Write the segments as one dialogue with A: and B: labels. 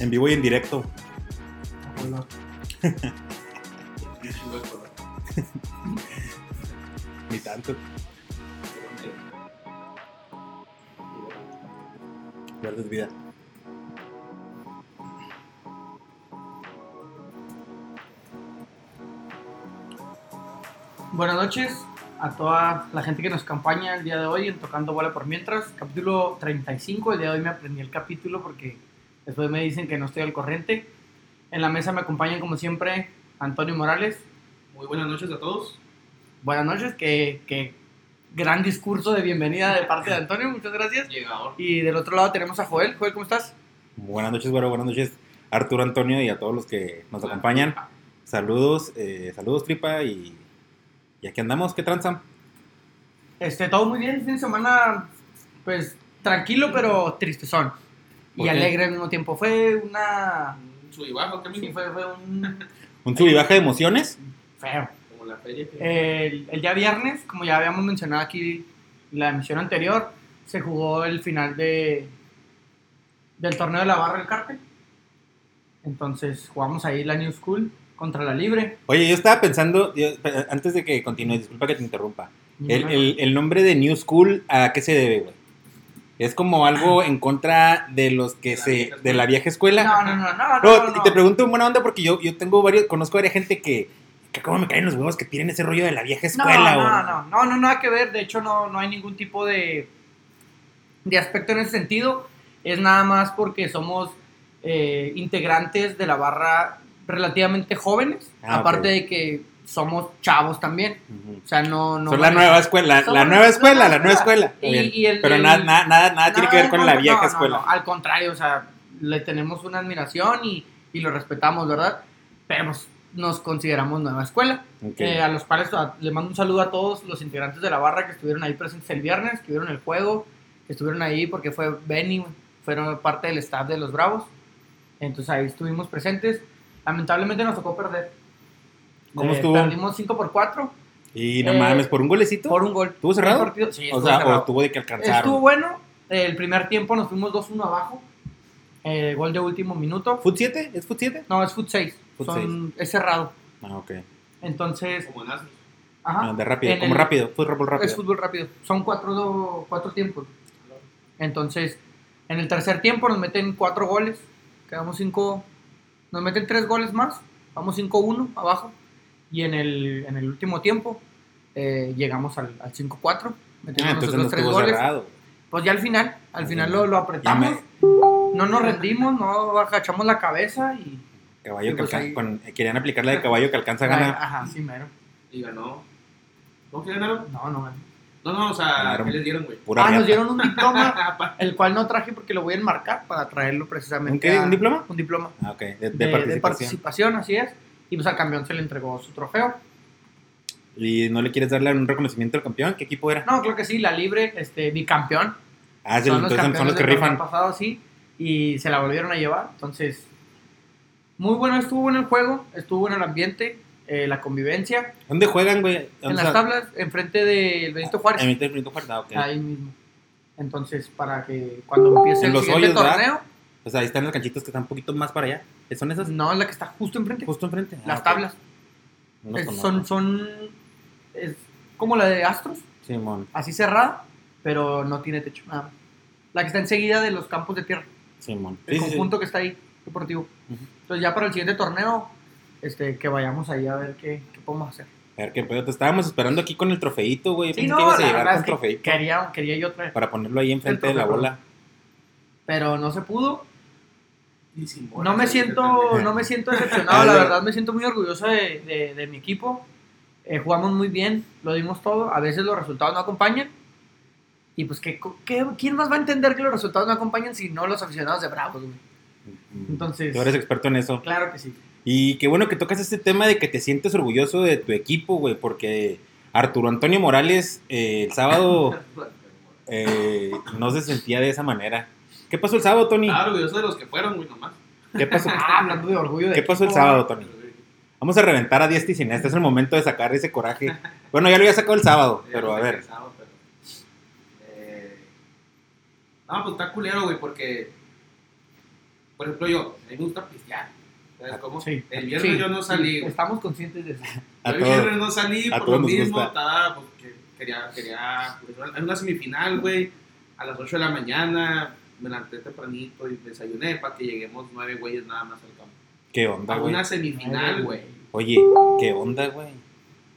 A: En vivo y en directo.
B: Hola.
A: Ni tanto. Verde es vida.
B: Buenas noches a toda la gente que nos acompaña el día de hoy en Tocando Bola por Mientras, capítulo 35. El día de hoy me aprendí el capítulo porque después me dicen que no estoy al corriente. En la mesa me acompañan como siempre Antonio Morales.
C: Muy buenas noches a todos.
B: Buenas noches, que, que gran discurso de bienvenida de parte de Antonio, muchas gracias.
C: Llegador.
B: Y del otro lado tenemos a Joel. Joel, ¿cómo estás?
A: Buenas noches, güero. Buenas noches, Arturo Antonio y a todos los que nos acompañan. Saludos, eh, saludos, tripa. Y, y aquí andamos, ¿qué tranza?
B: Este, todo muy bien, fin de semana, pues tranquilo, pero tristezón. Y
A: ¿Por qué?
B: alegre al mismo tiempo. Fue una.
C: Sub y bajo, ¿qué
B: Sí,
C: mismo?
B: fue, fue un.
A: Un sub y baja de emociones.
B: Feo.
C: Como la feria. que-
B: Eh. El, el día viernes, como ya habíamos mencionado aquí en la emisión anterior, se jugó el final de del torneo de la barra del cartel. Entonces jugamos ahí la New School contra la Libre.
A: Oye, yo estaba pensando, yo- pe- antes de que continúe, disculpa que te interrumpa. El, el- el nombre de New School, ¿a qué se debe, güey? ¿Es como algo en contra de los que
C: De la
A: se.
C: vieja
A: de la vieja escuela?
B: No, no, no, no,
A: No,
B: no,
A: y
B: no.
A: te pregunto en buena onda porque yo, yo tengo varios, conozco a varias gente que, que cómo me caen los huevos que tienen ese rollo de la vieja
B: No,
A: escuela, güey.
B: no, no, no, no, nada que ver. De hecho, no, no hay ningún tipo de, de aspecto en ese sentido. Es nada más porque somos eh, integrantes de la barra relativamente jóvenes.
A: Ah, ok.
B: aparte de que somos chavos también.
A: Ujú.
B: O sea, no. no
A: Son la nueva escuela, la,
B: Son
A: la
B: la-
A: nueva
B: la
A: escuela, la
B: nueva
A: nueva
B: escuela.
A: escuela.
B: Y-
A: Bien.
B: y el-
A: Pero
B: el-
A: nada, nada, nada, nada tiene que ver
B: no,
A: con
B: no,
A: la
B: no,
A: vieja
B: no,
A: escuela.
B: no, al contrario, o sea, le tenemos una admiración y, y lo respetamos, ¿verdad? Pero pues, nos consideramos nueva escuela.
A: Ok.
B: Eh, a los cuales a- le mando un saludo a todos los integrantes de la barra que estuvieron ahí presentes el viernes, que vieron el juego, que estuvieron ahí porque fue Benny, fueron parte del staff de los Bravos. Entonces ahí estuvimos presentes. Lamentablemente nos tocó perder.
A: ¿Cómo
B: Eh,
A: estuvo?
B: Perdimos 5 por 4
A: y no
B: eh,
A: mames, por un golecito.
B: por un gol.
A: ¿Estuvo cerrado?
B: El partido- sí,
A: o
B: estuvo
A: sea,
B: cerrado.
A: o tuvo de que alcanzar.
B: Estuvo bueno. El primer tiempo nos fuimos 2-1 abajo. Eh, gol de último minuto.
A: ¿Fut 7? ¿Es Fut 7?
B: No, es foot 6.
A: Fut
B: Es cerrado.
A: Ah, ok.
B: Entonces,
C: Como nazi.
B: ajá.
A: Ah, de rápido,
B: en
A: como
B: el-
A: rápido. Fut rápido,
B: Es
A: rápido.
B: fútbol rápido. Son cuatro, do- cuatro tiempos. Entonces, en el tercer tiempo nos meten cuatro goles. Quedamos cinco. Nos meten tres goles más. Vamos 5-1 abajo. Y en el, en el último tiempo eh, llegamos al, al 5-4. Metimos
A: Ah, entonces
B: nosotros
A: no
B: tres
A: estuvo
B: goles.
A: cerrado.
B: Pues ya al final, al final
A: Ya.
B: lo, lo
A: Ya
B: apretamos.
A: me,
B: No nos rendimos, no agachamos la cabeza y.
A: caballo
B: Sí,
A: que
B: pues
A: alcanza-
B: ahí-
A: con- eh, querían aplicar la de caballo que alcanza a ganar.
B: Ajá, sí, mero.
C: Y ganó. ¿Cómo que ganaron?
B: No, no, mero.
C: No, no, o sea,
A: Ganaron.
C: ¿qué les dieron, güey?
A: Pura
B: Ah, nos
A: riata.
B: dieron un diploma,
C: Ah, pa-
B: el cual no traje porque lo voy a enmarcar para traerlo precisamente.
A: ¿Un qué?
B: a-
A: ¿Un diploma?
B: Un diploma
A: Ah, ok. De, de
B: de, de participación.
A: participación.
B: así es. Y pues al campeón se le entregó su trofeo.
A: ¿Y no le quieres darle un reconocimiento al campeón? ¿Qué equipo era?
B: No, creo que sí, la libre, este, bicampeón.
A: Ah, es el- entonces son los que
B: del torneo
A: rifan.
B: pasado, sí, y se la volvieron a llevar. Entonces, muy bueno, estuvo bueno el juego, estuvo bueno el ambiente, eh, la convivencia.
A: ¿Dónde juegan, güey?
B: En las tablas, enfrente del Benito
A: En
B: Juárez.
A: el Benito Juárez, ah, ok.
B: Ahí mismo. Entonces, para que cuando empiece
A: En
B: el
A: los
B: siguiente
A: hoyos, ¿verdad?
B: torneo,
A: O sea, ahí están las canchitas que están un poquito más para allá. ¿Son esas?
B: no es la que está justo enfrente.
A: Justo enfrente. Ah,
B: Mm. las
A: ok.
B: tablas.
A: No
B: Es-
A: conozco.
B: son, son. Es como la de Astros,
A: Simón,
B: así cerrada, pero no tiene techo. Nada más. La que está enseguida de los campos de tierra.
A: Simón.
B: El
A: Sí, sí, sí.
B: conjunto que está ahí, deportivo.
A: Ujú.
B: Entonces, ya para el siguiente torneo, este, que vayamos ahí a ver qué, qué podemos hacer.
A: A ver qué pedo. Te estábamos esperando aquí con el trofeito, güey. Yo
B: Sí,
A: pensé
B: no,
A: que ibas a
B: la
A: llegar
B: verdad
A: con
B: es que
A: trofeito.
B: Quería, quería yo traer,
A: Para ponerlo ahí enfrente de
B: El
A: la
B: trofeo.
A: bola.
B: pero no se pudo.
C: y sin bola,
B: No me
C: sí,
B: siento,
A: también.
B: no me siento decepcionado, la verdad me siento muy orgulloso de, de- de mi equipo. Eh, jugamos muy bien, lo dimos todo. A veces los resultados no acompañan. Y pues, ¿qué, qué- quién más va a entender que los resultados no acompañan si no los aficionados de Bravos? güey? Entonces-
A: Tú eres experto en eso.
B: Claro que sí.
A: Y qué bueno que tocas este tema de que te sientes orgulloso de tu equipo, güey. Porque Arturo Antonio Morales eh, el sábado eh, no se sentía de esa manera. ¿Qué pasó el sábado, Tony? Ah.
C: Estaba orgulloso de los que fueron, güey, nomás.
A: ¿Qué pasó?
B: Ah, hablando de orgullo. De
A: ¿Qué pasó el
B: equipo,
A: sábado, Tony?
C: eh,
A: Vamos a reventar a diestra y siniestra. Es el momento de sacar ese coraje. Bueno, ya lo había sacado el sábado, pero a ver.
C: Sábado, pero, eh, no, pues está culero, güey, porque. Por ejemplo, yo, a mí me gusta pistear. ¿Sabes cómo?
B: Ah, sí.
C: El viernes
B: Sí,
C: yo no
B: sí,
C: salí, güey.
B: Estamos conscientes de eso.
A: A
C: el
A: todos.
C: viernes no salí
A: a
C: por
A: todos
C: lo
A: nos
C: mismo.
A: gusta.
C: Estaba porque quería. quería pues, en una semifinal, güey, a las 8 de la mañana. Me levanté tempranito y desayuné para que lleguemos nueve güeyes nada más al campo.
A: ¿Qué onda,
C: A
A: güey?
C: una semifinal, güey.
A: Oye, ¿qué onda, güey?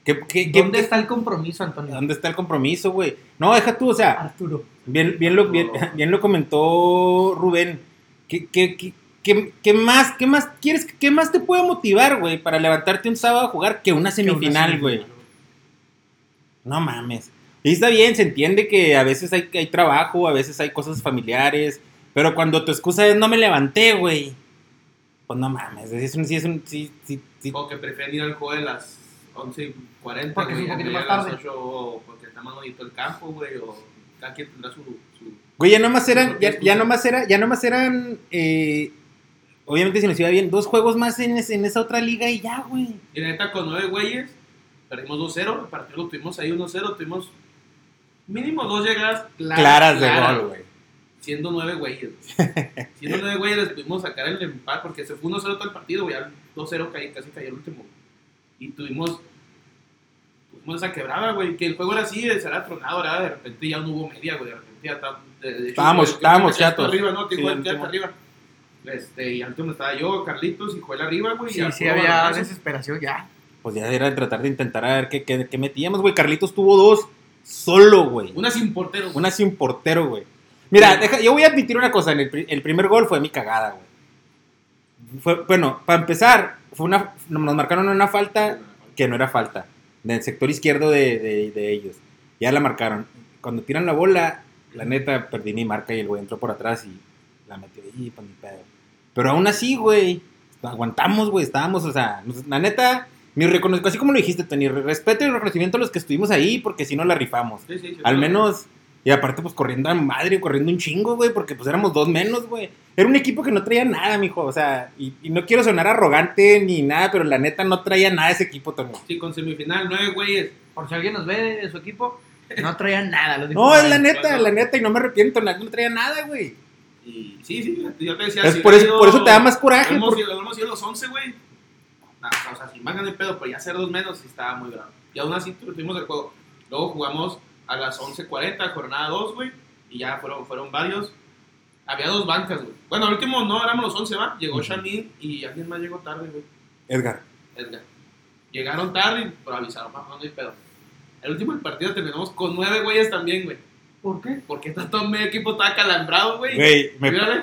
A: ¿Qué, qué, qué-
B: ¿Dónde está el compromiso, Antonio?
A: ¿Dónde está el compromiso, güey? No, deja tú, o sea,
B: Arturo.
A: Bien, bien, lo, bien, bien lo comentó Rubén. ¿Qué, qué, qué, qué- qué más, qué más quieres? ¿Qué más te puede motivar, güey, para levantarte un sábado a jugar que una semifinal, güey? No mames. Y está bien, se entiende que a veces hay, hay trabajo, a veces hay cosas familiares, pero cuando tu excusa es no me levanté, güey. Pues no mames, sí es un, sí es un, sí, sí, sí.
C: O que prefieren ir al juego de las 11.40,
B: Porque es un poquito
C: güey, o
B: más
C: ir a las
B: tarde.
C: 8, o porque está más bonito el campo, güey, o cada quien tendrá su... su-
A: Güey, ya nomás eran, ya, ya nomás era, ya nomás eran, eh, obviamente si nos iba bien, dos juegos más en, ese- en esa otra liga y ya, güey.
C: Y la neta, con nueve güeyes, perdimos 2-0, el partido lo tuvimos ahí 1-0, tuvimos mínimo dos llegadas claras,
A: claras de
C: claras,
A: gol, güey.
C: Siendo nueve güeyes. güey. siendo nueve güeyes les pudimos sacar el empate, porque se fue 1-0 todo el partido, güey, al 2-0 caí- casi cayó el último. Y tuvimos... Tuvimos esa quebrada, güey, que el juego era así, será tronado, era de repente ya no hubo media, güey, de repente ya está... de- de hecho,
A: Estábamos-
C: güey,
A: estábamos
C: que- que- que-
A: chatos.
C: Arriba, ¿no? Que
A: Sí,
C: igual
A: al
C: que hasta
A: último.
C: arriba. Este, y al último estaba yo, Carlitos y Joel arriba, güey. y
B: Sí,
C: al
B: sí,
C: puro
B: había
C: balonazo.
B: desesperación ya.
A: Pues ya era tratar de intentar a ver qué, qué- qué metíamos, güey. Carlitos tuvo dos solo, güey.
C: Una sin portero. güey.
A: Una sin portero, güey. Mira, deja- yo voy a admitir una cosa. En el, pri- el primer gol fue mi cagada, güey. Fue- bueno, para empezar, fue una, nos marcaron una falta que no era falta. Del sector izquierdo de, de- de ellos. Ya la marcaron. Cuando tiran la bola, la neta, perdí mi marca y el güey entró por atrás y la metió ahí, pa' mi pedo. Pero aún así, güey, aguantamos, güey, estábamos, o sea, nos- la neta, mi reconocimiento, así como lo dijiste, Tony, re- respeto y reconocimiento a los que estuvimos ahí porque si no la rifamos.
C: Sí, sí, sí,
A: Al
C: sí.
A: menos, y aparte, pues corriendo a madre, corriendo un chingo, güey, porque pues éramos dos menos, güey. Era un equipo que no traía nada, mijo, o sea, y, y no quiero sonar arrogante ni nada, pero la neta no traía nada ese equipo, Tony.
C: Sí, con semifinal, nueve güeyes.
B: Por si alguien nos ve de su equipo, no traían nada. Los
A: No, es la
B: diputados.
A: neta,
C: claro.
A: la neta, y no me arrepiento, la- no traía nada, güey.
C: Y sí, sí, yo te decía.
A: Es
C: si
A: por,
C: hubiera
A: eso,
C: ido-
A: por eso te da más coraje.
C: Hemos
A: porque-
C: ido, hemos ido los once, güey. Nah, o sea, sin mangan de pedo, pero ya hacer dos menos sí estaba muy grave. Y aún así tu- tuvimos el juego. Luego jugamos a las 11.40, jornada 2, güey. Y ya fueron, fueron varios. Había dos bancas, güey. Bueno, al último no éramos los 11, ¿va? Llegó
A: Ujú.
C: Shamin y alguien más llegó tarde, güey.
A: Edgar.
C: Edgar. Llegaron tarde, pero avisaron, más no hay pedo. El último del partido terminamos con nueve güeyes también, güey.
B: ¿Por qué?
C: Porque está todo medio equipo, está calambrado, güey.
A: Güey, me-
C: Mírale.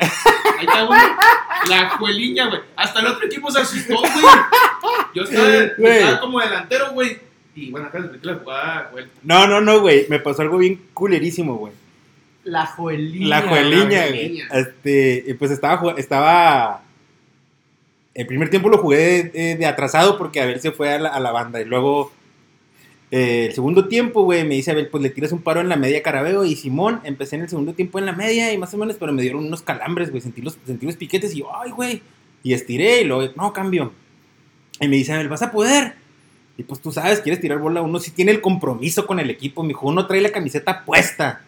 C: Ahí está, güey. La jueliña, güey. Hasta el otro equipo se asustó, güey. Yo estaba,
B: Eh,
C: yo
A: Güey.
C: estaba como delantero, güey. Y bueno, acá les expliqué la jugada, güey.
A: No, no, no, güey. Me pasó algo bien culerísimo, güey.
B: La jueliña.
A: La jueliña,
C: la
A: güey.
C: jueliña.
A: Este, y pues estaba, jug- estaba. El primer tiempo lo jugué de, de- de atrasado porque Abel se fue a la, a la banda. Y luego, eh, el segundo tiempo, güey, me dice Abel, pues le tiras un paro en la media Carabeo. Y Simón, empecé en el segundo tiempo en la media y más o menos, pero me dieron unos calambres, güey. Sentí los, sentí los piquetes y yo, ay, güey. Y estiré y luego, no, cambio. Y me dice Abel, vas a poder. Y pues tú sabes, quieres tirar bola, uno sí tiene el compromiso con el equipo, mijo. Uno trae la camiseta puesta.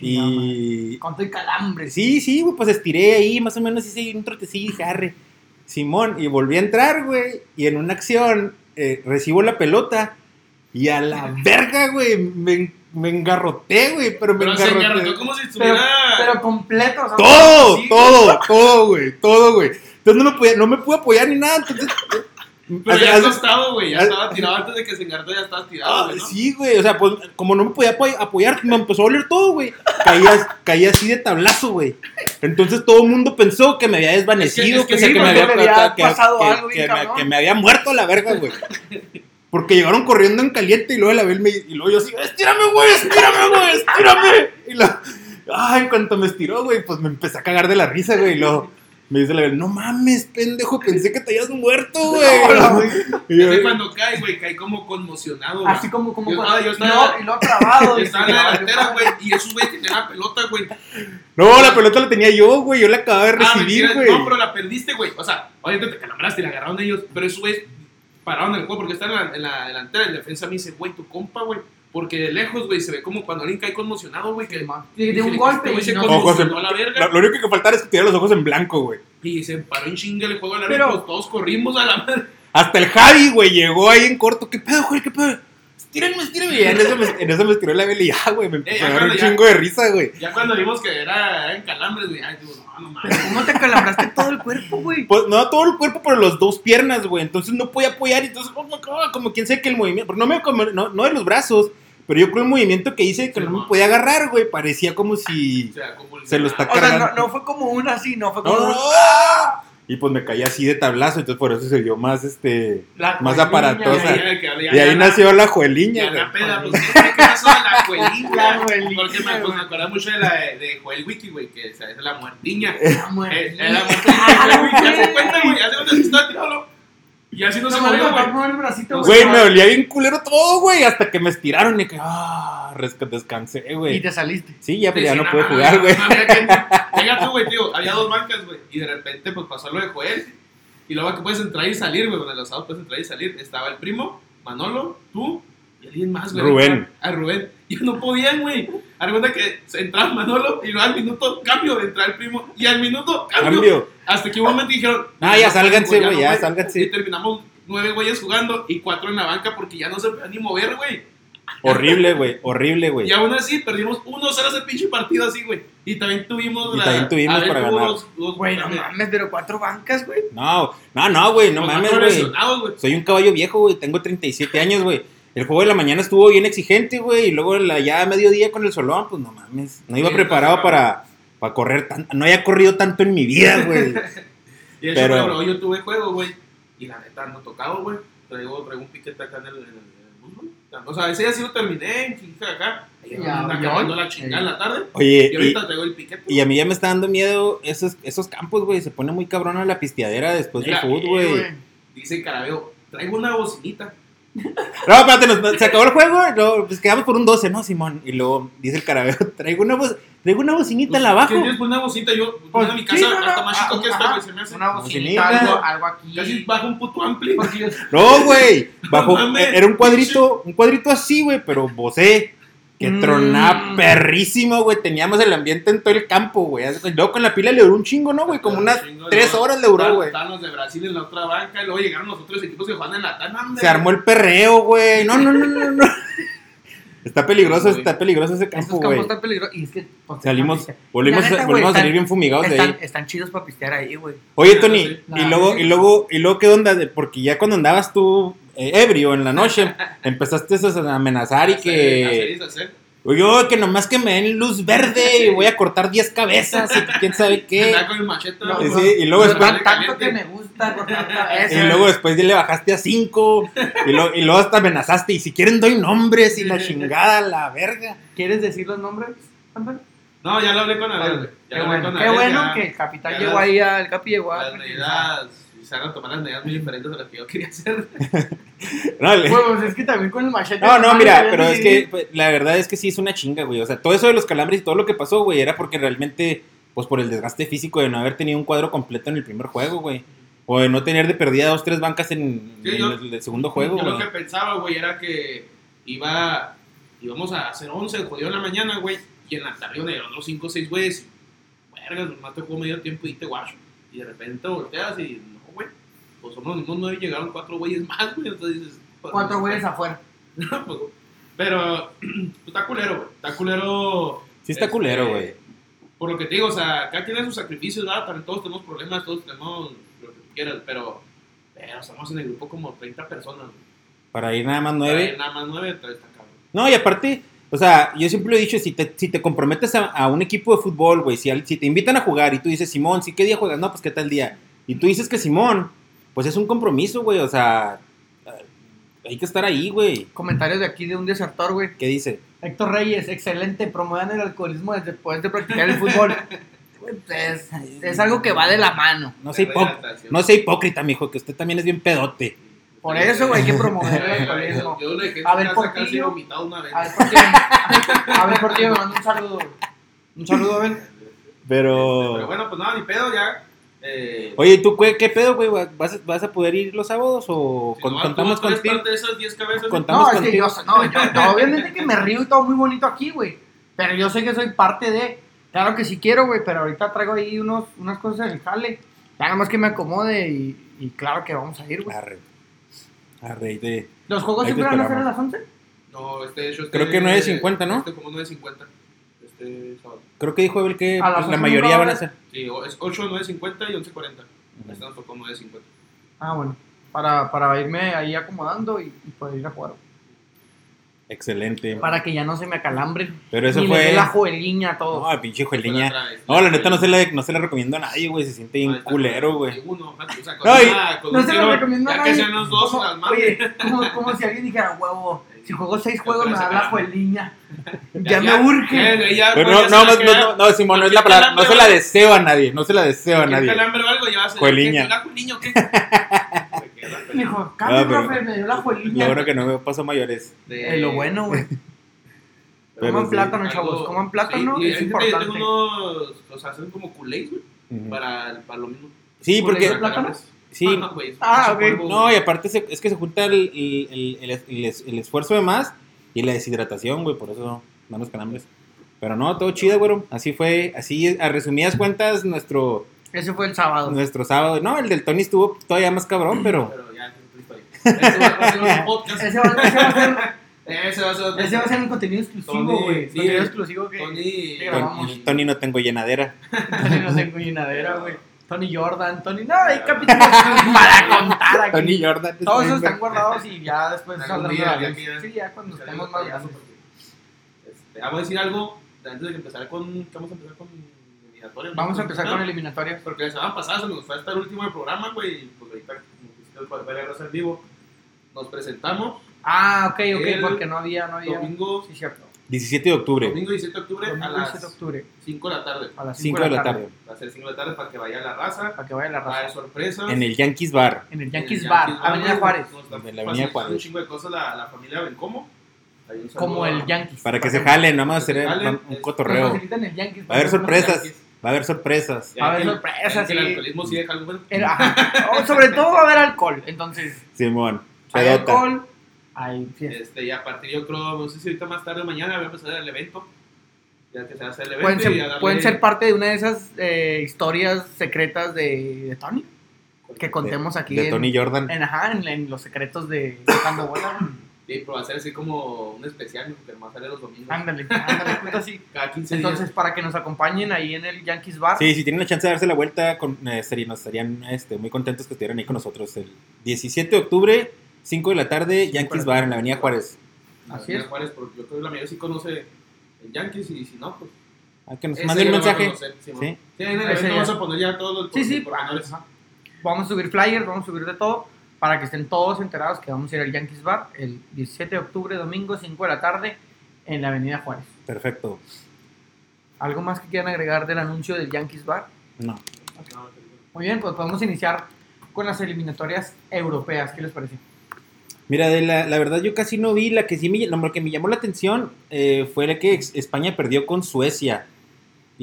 A: Y,
B: Con todo el calambre.
A: Sí, sí, güey, pues estiré ahí, más o menos hice un trotecillo y dije, arre, Simón, y volví a entrar, güey, y en una acción eh, recibo la pelota y a la verga, güey, me, me engarroté, güey, pero me
C: Pero se
A: engarroté.
C: engarrotó como si
B: Pero,
C: estuviera.
B: pero completo. o sea,
A: Todo,
C: Sí,
A: todo, todo, güey, todo, güey. Entonces no me, podía- no me pude apoyar ni nada, entonces...
C: Pero
A: Hace-
C: ya
A: hace-
C: acostado, güey. Ya
A: haz-
C: estaba tirado antes de que se engarrotó, ya estaba
B: Ah,
C: tirado, güey. ¿no?
A: Ah, Sí, güey, o sea, pues como no me podía apoy- apoyar, me empezó a oler todo, güey. Caía, caía así de tablazo, güey. Entonces todo el mundo pensó que me había desvanecido,
C: Es que- es
A: que,
C: que
A: o sea,
C: sí,
A: que me
B: porque
A: había,
B: le había
A: que-
B: pasado
A: que-
B: algo
A: que
B: bien
A: me-
B: cabrón.
A: que me había muerto a la verga, güey. Porque llegaron corriendo en caliente y luego el Abel me, y luego yo así, estírame, güey, estírame, güey, estírame. Y la, ah, en cuanto me estiró, güey, pues me empecé a cagar de la risa, güey. Y luego, Me dice la Abel, no mames, pendejo, pensé que te habías muerto, güey. Y yo,
C: Es que cuando cae, güey, cae como conmocionado, güey.
B: Así como, como
C: Yo-
B: cuando-
C: ah, yo
B: y
C: estaba-
B: luego- y luego trabado. y-
C: Estaba en la delantera, güey, y esos güey tenían la pelota, güey.
A: No, la pelota la tenía yo, güey. Yo la acababa de
C: Ah,
A: recibir,
C: mentira,
A: güey.
C: No, pero la perdiste, güey. O sea, obviamente te calambraste y la agarraron ellos, pero esos güeyes pararon el juego porque están en la, en la delantera. El defensa me dice, güey, tu compa, güey. Porque de lejos, güey, se ve como cuando alguien cae conmocionado, güey. Que
B: De, de un
C: Dije,
B: golpe.
C: este güey
B: y
C: se
B: no-
C: conoce.
A: Ojos en-
C: Soltó la verga.
A: Lo, lo único que faltaba es que tirara los ojos en blanco, güey.
C: Y se paró en chinga el juego al
B: Pero-
C: árbitro. pues, todos corrimos a la madre.
A: Hasta el Javi, güey, llegó ahí en corto. ¿Qué pedo, güey? ¿Qué pedo? Estírenme, estírenme. Y en eso me, en eso me estiró la Abel y ya, güey. Me empezó
C: ya
A: a dar un
C: cuando ya-
A: chingo de risa, güey.
C: Ya cuando vimos que era era en calambres, güey, ay, digo, no, no
B: Pero
C: mames.
B: ¿Cómo te calambraste todo el cuerpo, güey?
A: Pues no todo el cuerpo, pero las dos piernas, güey. Entonces no podía apoyar. Entonces, como, como, como quien sé que el movimiento. Pero no me como- no, no de los brazos. Pero yo creo el movimiento que hice que
C: Sí,
A: no
C: ma.
A: me podía agarrar, güey. Parecía como si.
C: O sea, como el-
A: Se lo está-
B: O sea, no,
A: cargando.
B: no fue como una así, no fue
A: No,
B: como
A: no,
B: un-
A: no. Y pues me caí así de tablazo, entonces por eso se vio más este.
B: la
A: Más
B: colilla,
C: Ya,
A: aparatosa.
B: güey.
C: ya, ya, ya,
A: y ahí
C: ya la-
A: nació la
C: Ya
A: jueliña, güey.
C: la peda, pues ¿qué caso de la
B: La
C: juelita?
B: juelita,
C: Porque me, pues,
B: güey.
C: me acuerdo mucho de la de, de Joel Wiki, güey, que o sea, es la muertiña.
B: La muerte.
C: Eh, Era muertiña, de Joel Wiki, ya se cuenta, güey, ya se cuenta si está tirándolo. Y así no se
B: Nomás
C: movió,
B: me
C: güey.
B: agarró el bracito,
A: Güey, me olía bien culero todo, güey. Hasta que me estiraron y que. ¡Ah! resca- descansé,
B: Y
A: güey.
B: te saliste.
A: Sí, ya, pero ya
C: Sí,
A: no
C: nada,
A: pude
C: nada,
A: jugar, güey.
C: nada, mira que- Venga tú, güey, tío. Había dos bancas, güey. Y de repente, pues pasó lo de Joel. Y luego que puedes entrar y salir, güey. Con el asado puedes entrar y salir. Estaba el primo, Manolo, tú y alguien más, güey.
A: Rubén.
C: A Rubén. Y no podían, güey. Haz de cuenta que se entraba Manolo y luego al minuto cambio de entrar el primo. Y al minuto cambio.
A: Cambio.
C: Hasta que un momento dijeron.
A: Ah, ya sálganse,
C: no, pues,
A: güey, ya
C: güey. Y
A: sálganse.
C: terminamos nueve güeyes jugando y cuatro en la banca porque ya no se podían ni mover, güey.
A: Horrible, güey. Horrible, güey.
C: Y aún así perdimos 1-0 ese pinche partido así, güey. Y también tuvimos
A: Y también tuvimos
C: a ver,
A: para
C: tuvo
A: ganar.
C: dos- dos-
B: Güey, no
C: también.
B: mames, pero cuatro bancas, güey.
A: No, no, no, güey. No
C: Los
A: mames,
C: cuatro
A: güey.
C: lesionados, güey.
A: Soy un caballo viejo, güey. Tengo 37 años, güey. El juego de la mañana estuvo bien exigente, güey. Y luego la, ya a mediodía con el solón, pues no mames. No iba
C: Sí,
A: preparado
C: no,
A: para, para correr tanto. No había corrido tanto en mi vida, güey.
C: Y de hecho,
A: Pero-
C: por ejemplo, hoy yo tuve juego, güey. Y la neta no tocado, güey. Traigo, traigo un piquete acá en el, en el, en el bus, güey. O sea, ese día sí lo terminé, chingada acá. Y
B: Ya,
C: anda
B: ya.
C: acabando la chingada en la tarde.
A: Oye,
C: Y
A: y,
C: ahorita traigo el piquete.
A: y a mí ya me está dando miedo esos, esos campos, güey. Se pone muy cabrona la pisteadera después del
C: Mira, eh,
A: fútbol,
B: Sí,
A: güey.
B: güey.
C: Dice Carabeo, traigo una bocinita.
A: No, espérate, nos- se acabó el juego. no, pues quedamos por un 12, ¿no, Simón? Y luego dice el carabeo, traigo una, bo- traigo una bocinita la
C: Pues,
A: abajo.
C: ¿Qué tienes por una bocinita? Yo,
B: Pues,
C: en mi
B: sí,
C: casa,
B: no, no,
C: hasta más
B: ah,
C: chico que esta,
B: ajá.
C: güey, se me hace.
B: Una
A: bocinita.
B: bocinita, algo, algo aquí.
C: Casi bajo un puto ampli.
B: Porque yo-
A: No, güey. Bajo,
C: No mames.
A: era un cuadrito, un cuadrito así, güey, pero bocé. Que
B: Mm.
A: tronaba perrísimo, güey. Teníamos el ambiente en todo el campo, güey. Así- Luego con la pila le duró un chingo, ¿no, güey? Como unas
C: Chingo,
A: tres
C: luego
A: horas le duró,
C: estaban-
A: güey.
C: Estaban los de Brasil en la otra banca y luego llegaron los otros equipos que jugaban en la tan
A: Se armó el perreo, güey. No, no, no, no, no. Está peligroso,
C: Sí, güey.
A: está peligroso ese campo,
B: Estos
A: güey.
B: campos están peligrosos. Y es que. pues,
A: Salimos,
B: están-
A: volvimos,
B: La neta,
A: a,
B: güey,
A: volvimos a
B: están-
A: salir bien fumigados de ahí.
B: Están, están chidos para pistear ahí, güey.
A: Oye, Tony,
C: Sí.
A: y luego, y luego, y luego, ¿qué onda? de- Porque ya cuando andabas tú eh, ebrio en la noche, empezaste a amenazar y que... Oye, oye, que nomás que me den luz verde y voy a cortar 10 cabezas y que quién sabe qué.
C: Andaba con el machete.
B: No,
C: güey.
A: sí, y luego
C: Con el
A: después-
B: Tan-
C: machete
B: tanto que
C: caliente.
B: me gusta cortar
A: Y
B: cabezas.
A: luego después ya le bajaste a 5 y, lo- y luego hasta amenazaste y si quieren doy nombres y la chingada, la verga.
B: ¿Quieres decir los nombres? Ángel?
C: No, ya lo hablé con
B: Qué
C: Abel. ya lo hablé
B: bueno,
C: con
B: qué
C: Abel,
B: bueno
C: ya
B: que el capitán
C: ya
B: llegó
C: las-
B: ahí, al- el capi llegó a.
C: Las medidas, se van a tomar las medidas muy diferentes de las que yo quería hacer.
A: No, le-
B: Bueno, pues es que también con el machete.
A: No, no,
B: hermano,
A: mira,
B: ya
A: pero es
B: decidí.
A: que pues, la verdad es que sí es una chinga, güey. O sea, todo eso de los calambres y todo lo que pasó, güey, era porque realmente, pues por el desgaste físico de no haber tenido un cuadro completo en el primer juego, güey. O de no tener de perdida dos, tres bancas en,
C: Sí,
A: en
C: yo-
A: el, el segundo juego,
C: Yo lo que
A: güey.
C: pensaba, güey, era que iba, íbamos a hacer 11, jodió en la mañana, güey, y en la tarde iban a llegar otros 5 o 6 güeyes. Verga, nomás te jugó medio tiempo y te guacho. Y de repente volteas y no, güey, pues somos los mismos 9 y llegaron 4 güeyes más, güey. Entonces dices, pues,
B: Cuatro güeyes afuera.
C: pues, Pero pues, está culero, güey. Está culero
A: Sí está
C: este,
A: culero, güey.
C: por lo que te digo, o sea, cada quien tiene sus sacrificios, ¿verdad? También todos tenemos problemas, todos tenemos lo que tú quieras, pero, pero estamos en el grupo como 30 personas. güey.
A: Para ir nada más nueve.
C: Nada más 9, está cabrón.
A: No, y aparte, o sea, yo siempre lo he dicho, si te, si te comprometes a, a un equipo de fútbol, güey, si, al- si te invitan a jugar y tú dices, Simón, ¿sí qué día juegas? No, pues qué tal día. Y tú dices que Simón, pues es un compromiso, güey, o sea, eh, hay que estar ahí, güey.
B: Comentarios de aquí de un desertor, güey.
A: ¿Qué dice?
B: Héctor Reyes, excelente, promuevan el alcoholismo desde después de practicar el fútbol. güey, pues, es, es algo que va de la mano.
A: No sea, hipó- no sea hipócrita, mijo, que usted también es bien pedote.
B: Por eso, güey, hay que promover el alcoholismo. A ver, por ti, yo- A ver, por ti, a ver, por ti, me mando un saludo. güey. Un saludo, Abel.
C: Pero bueno, pues nada, ni pedo ya. Eh,
A: Oye, ¿y ¿tú qué, qué pedo, güey? ¿Vas, a- ¿Vas a poder ir los sábados o
C: si
A: con-
C: nomás tú
A: contamos
C: eres
A: contigo?
C: parte de esas 10 cabezas.
A: Contamos
B: No, es que
A: contigo.
B: yo, no, yo, yo obviamente que me río y todo muy bonito aquí, güey. Pero yo sé que soy parte de. Claro que sí quiero, güey, pero ahorita traigo ahí unos, unas cosas en el jale. Ya nada más que me acomode y, y claro que vamos a ir, güey.
A: Arre. Arre, y de-
B: ¿Los juegos
A: Ahí te
B: siempre van a ser a
A: esperamos.
B: las 11?
C: No, este hecho
A: Creo que 9.50, ¿no?
C: Este como 9.50. Este sábado.
A: Creo que dijo Abel que
B: A las
A: pues, la
B: ocho
A: mayoría
B: nunca
A: van a
B: va a
A: ser.
C: Sí, o- es 8, 9.50 y 11.40. Este nos tocó 9.50.
B: Ah, bueno. Para, para irme ahí acomodando y, y poder ir a jugar.
A: Excelente.
B: Para que ya no se me acalambren.
A: Pero eso
B: ni me
A: fue.
B: dé la juelguiña todo.
A: No, pinche
C: Te la
A: jueliña.
C: traes,
A: Pues No, la
C: traes.
A: neta no se la, no se la recomiendo a nadie, güey. Se siente
C: Ahí
A: bien
C: está,
A: culero, güey.
C: Uno, o sea,
A: No,
C: con
A: y-
C: una- con
B: No
C: un
B: se lo
C: tiro,
B: recomiendo a
C: Ya
B: nadie.
C: que sean los dos,
B: Como-
C: las manos.
B: Oye, como, como si alguien dijera, huevo, si juego seis juegos me da la jueliña. Ya, me urge.
C: Ya, Eh. ya,
A: Pero
C: güey,
A: no, no,
C: ya se va
A: no,
C: a quedar.
A: no, no, Simón, no es la
C: Cualquier
A: palabra. No se la
C: calambre,
A: deseo a nadie. No se la deseo a
C: Cualquier
A: nadie.
C: calambre o algo, ya va a ser-
A: Jueliña.
C: que te da jueliño, ¿qué? Se queda
B: Me
C: feliz.
B: dijo, cambio,
A: No, pero-
B: profe, me dio la
A: Lo
B: jueliña.
A: bueno que no me pasó mayores.
C: De-
B: Eh, lo bueno, güey.
A: Pero
B: Coman
A: sí,
B: plátano,
C: algo-
B: chavos. Coman plátano,
C: sí, y
B: es
C: hay gente que
B: importante.
C: tiene unos, o sea, hacen como culés, güey,
A: Ujú.
C: para, para lo mismo.
A: Mm. Sí,
B: ¿Culé
A: porque.
B: de plátano?
A: Sí.
C: Ah, güey, es
B: Ah,
C: mucho
B: ok.
C: polvo,
A: No, y
C: güey.
A: aparte se- es que se junta el, el- el- el es- el es- el esfuerzo de más y la deshidratación, güey, por eso manos calambres. Pero no, todo chido, güero. Así fue, así, a resumidas cuentas, nuestro,
B: Ese fue el sábado.
A: nuestro sábado. No, el del Tony estuvo todavía más cabrón, pero
C: Pero ya, es otra historia. Ese va a ser otro podcast.
B: Ese va, ese va a ser,
C: Ese va a ser otro
B: ese va a ser un contenido exclusivo,
C: Tony,
B: güey.
C: sí,
B: contenido exclusivo que
C: Tony. este,
B: que grabamos.
A: Tony, Tony no tengo llenadera.
B: Tony no tengo llenadera, güey. Tony Jordan, Tony. No, hay capítulos para contar aquí.
A: Tony Jordan.
B: Todos esos
A: está
B: están guardados y ya después
C: Algún
B: saldrán
C: día,
B: a la
C: ya
B: luz.
C: que ya-
B: Sí, ya cuando estemos más grandes.
C: Este, vamos a decir algo de antes de que empezar con. ¿qué Vamos a empezar con eliminatorias.
B: Vamos a empezar con
C: el.
B: eliminatorias.
C: Porque la semana pasada se nos fue hasta el último del programa, güey. y Pues ahorita, como que se nos va a hacer vivo. Nos presentamos
B: Ah, ok, ok,
C: El
B: porque no había, no había.
C: domingo,
B: Ah, Sí, cierto.
A: 17 de octubre,
C: domingo 17 de octubre a
B: Domingo 17 de
C: las
B: octubre,
C: 5 de la tarde.
B: a las
A: 5 de la tarde,
C: Va a ser 5 de la tarde para que vaya la raza.
B: Para que vaya la
C: Va a haber
B: raza.
C: sorpresas.
A: en el Yankees Bar.
B: En el
C: En el
B: Yankees Bar,
C: Yankees
B: Avenida
C: güey,
B: Juárez.
C: nos está
A: De la Avenida
C: facilitando Un
A: Juárez.
C: chingo de cosas la, la familia Bencomo. Ahí un saludo
B: Como
C: a-
B: el Yankees.
A: Para que se jalen, nada más
C: Que se
A: hacer
C: jalen,
A: un
C: es-
B: Nos
A: cotorreo.
B: facilitan el Yankees.
A: Va a haber sorpresas,
C: Yankees.
A: va a haber sorpresas.
B: Va a haber
C: Ya que-
B: sorpresas,
C: ya que El
B: sí.
C: alcoholismo sí deja algo bueno.
B: Era- ajá. Oh, sobre todo va a haber alcohol. Entonces,
A: Simón,
B: hay
A: pedota.
B: alcohol, hay fiesta.
C: Este, y a partir, yo creo, no sé si ahorita más tarde o mañana va a empezar el evento. Ya que se hace el evento.
B: Pueden
C: y a
B: ser,
C: darle-
B: pueden ser parte de una de esas eh, historias secretas de, de Tony que contemos aquí
A: de
B: en,
A: Tony Jordan.
B: en, ajá, en- en los secretos de Tocando Bola.
C: Sí, pero va a ser así como un especial, que más sale los domingos.
B: ándale, ándale, cuenta así.
C: Cada 15
B: Ah, Entonces,
C: Entonces,
B: para que nos acompañen ahí en el Yankees Bar.
A: Sí, si tienen la chance de darse la vuelta, con, eh, sería- nos estarían este, muy contentos que estuvieran ahí con nosotros. El 17 de octubre, 5 de la tarde, Yankees Bar en la Avenida Juárez.
B: así
C: Avenida
B: es.
C: Juárez, porque yo creo que la mayoría sí conoce el Yankees y si no, pues.
A: Ah, que nos
C: ese
A: manden
C: ya
A: un
C: lo van a
A: mensaje.
C: conocer, Sí,
A: Sí.
C: bueno. Sí, en el
B: Ese
C: evento
B: ya.
C: vamos a poner ya todos los.
B: Sí, sí,
C: por- pormenores.
B: ajá. Vamos a subir flyers, vamos a subir de todo para que estén todos enterados que vamos a ir al Yankees Bar el 17 de octubre, domingo, 5 de la tarde, en la Avenida Juárez.
A: Perfecto.
B: ¿Algo más que quieran agregar del anuncio del Yankees Bar?
A: No.
C: No,
B: Muy bien, pues podemos iniciar con las eliminatorias europeas. ¿Qué les parece?
A: Mira, de la, la verdad yo casi no vi. La que sí me, lo que me llamó la atención eh, fue la que ex- España perdió con Suecia.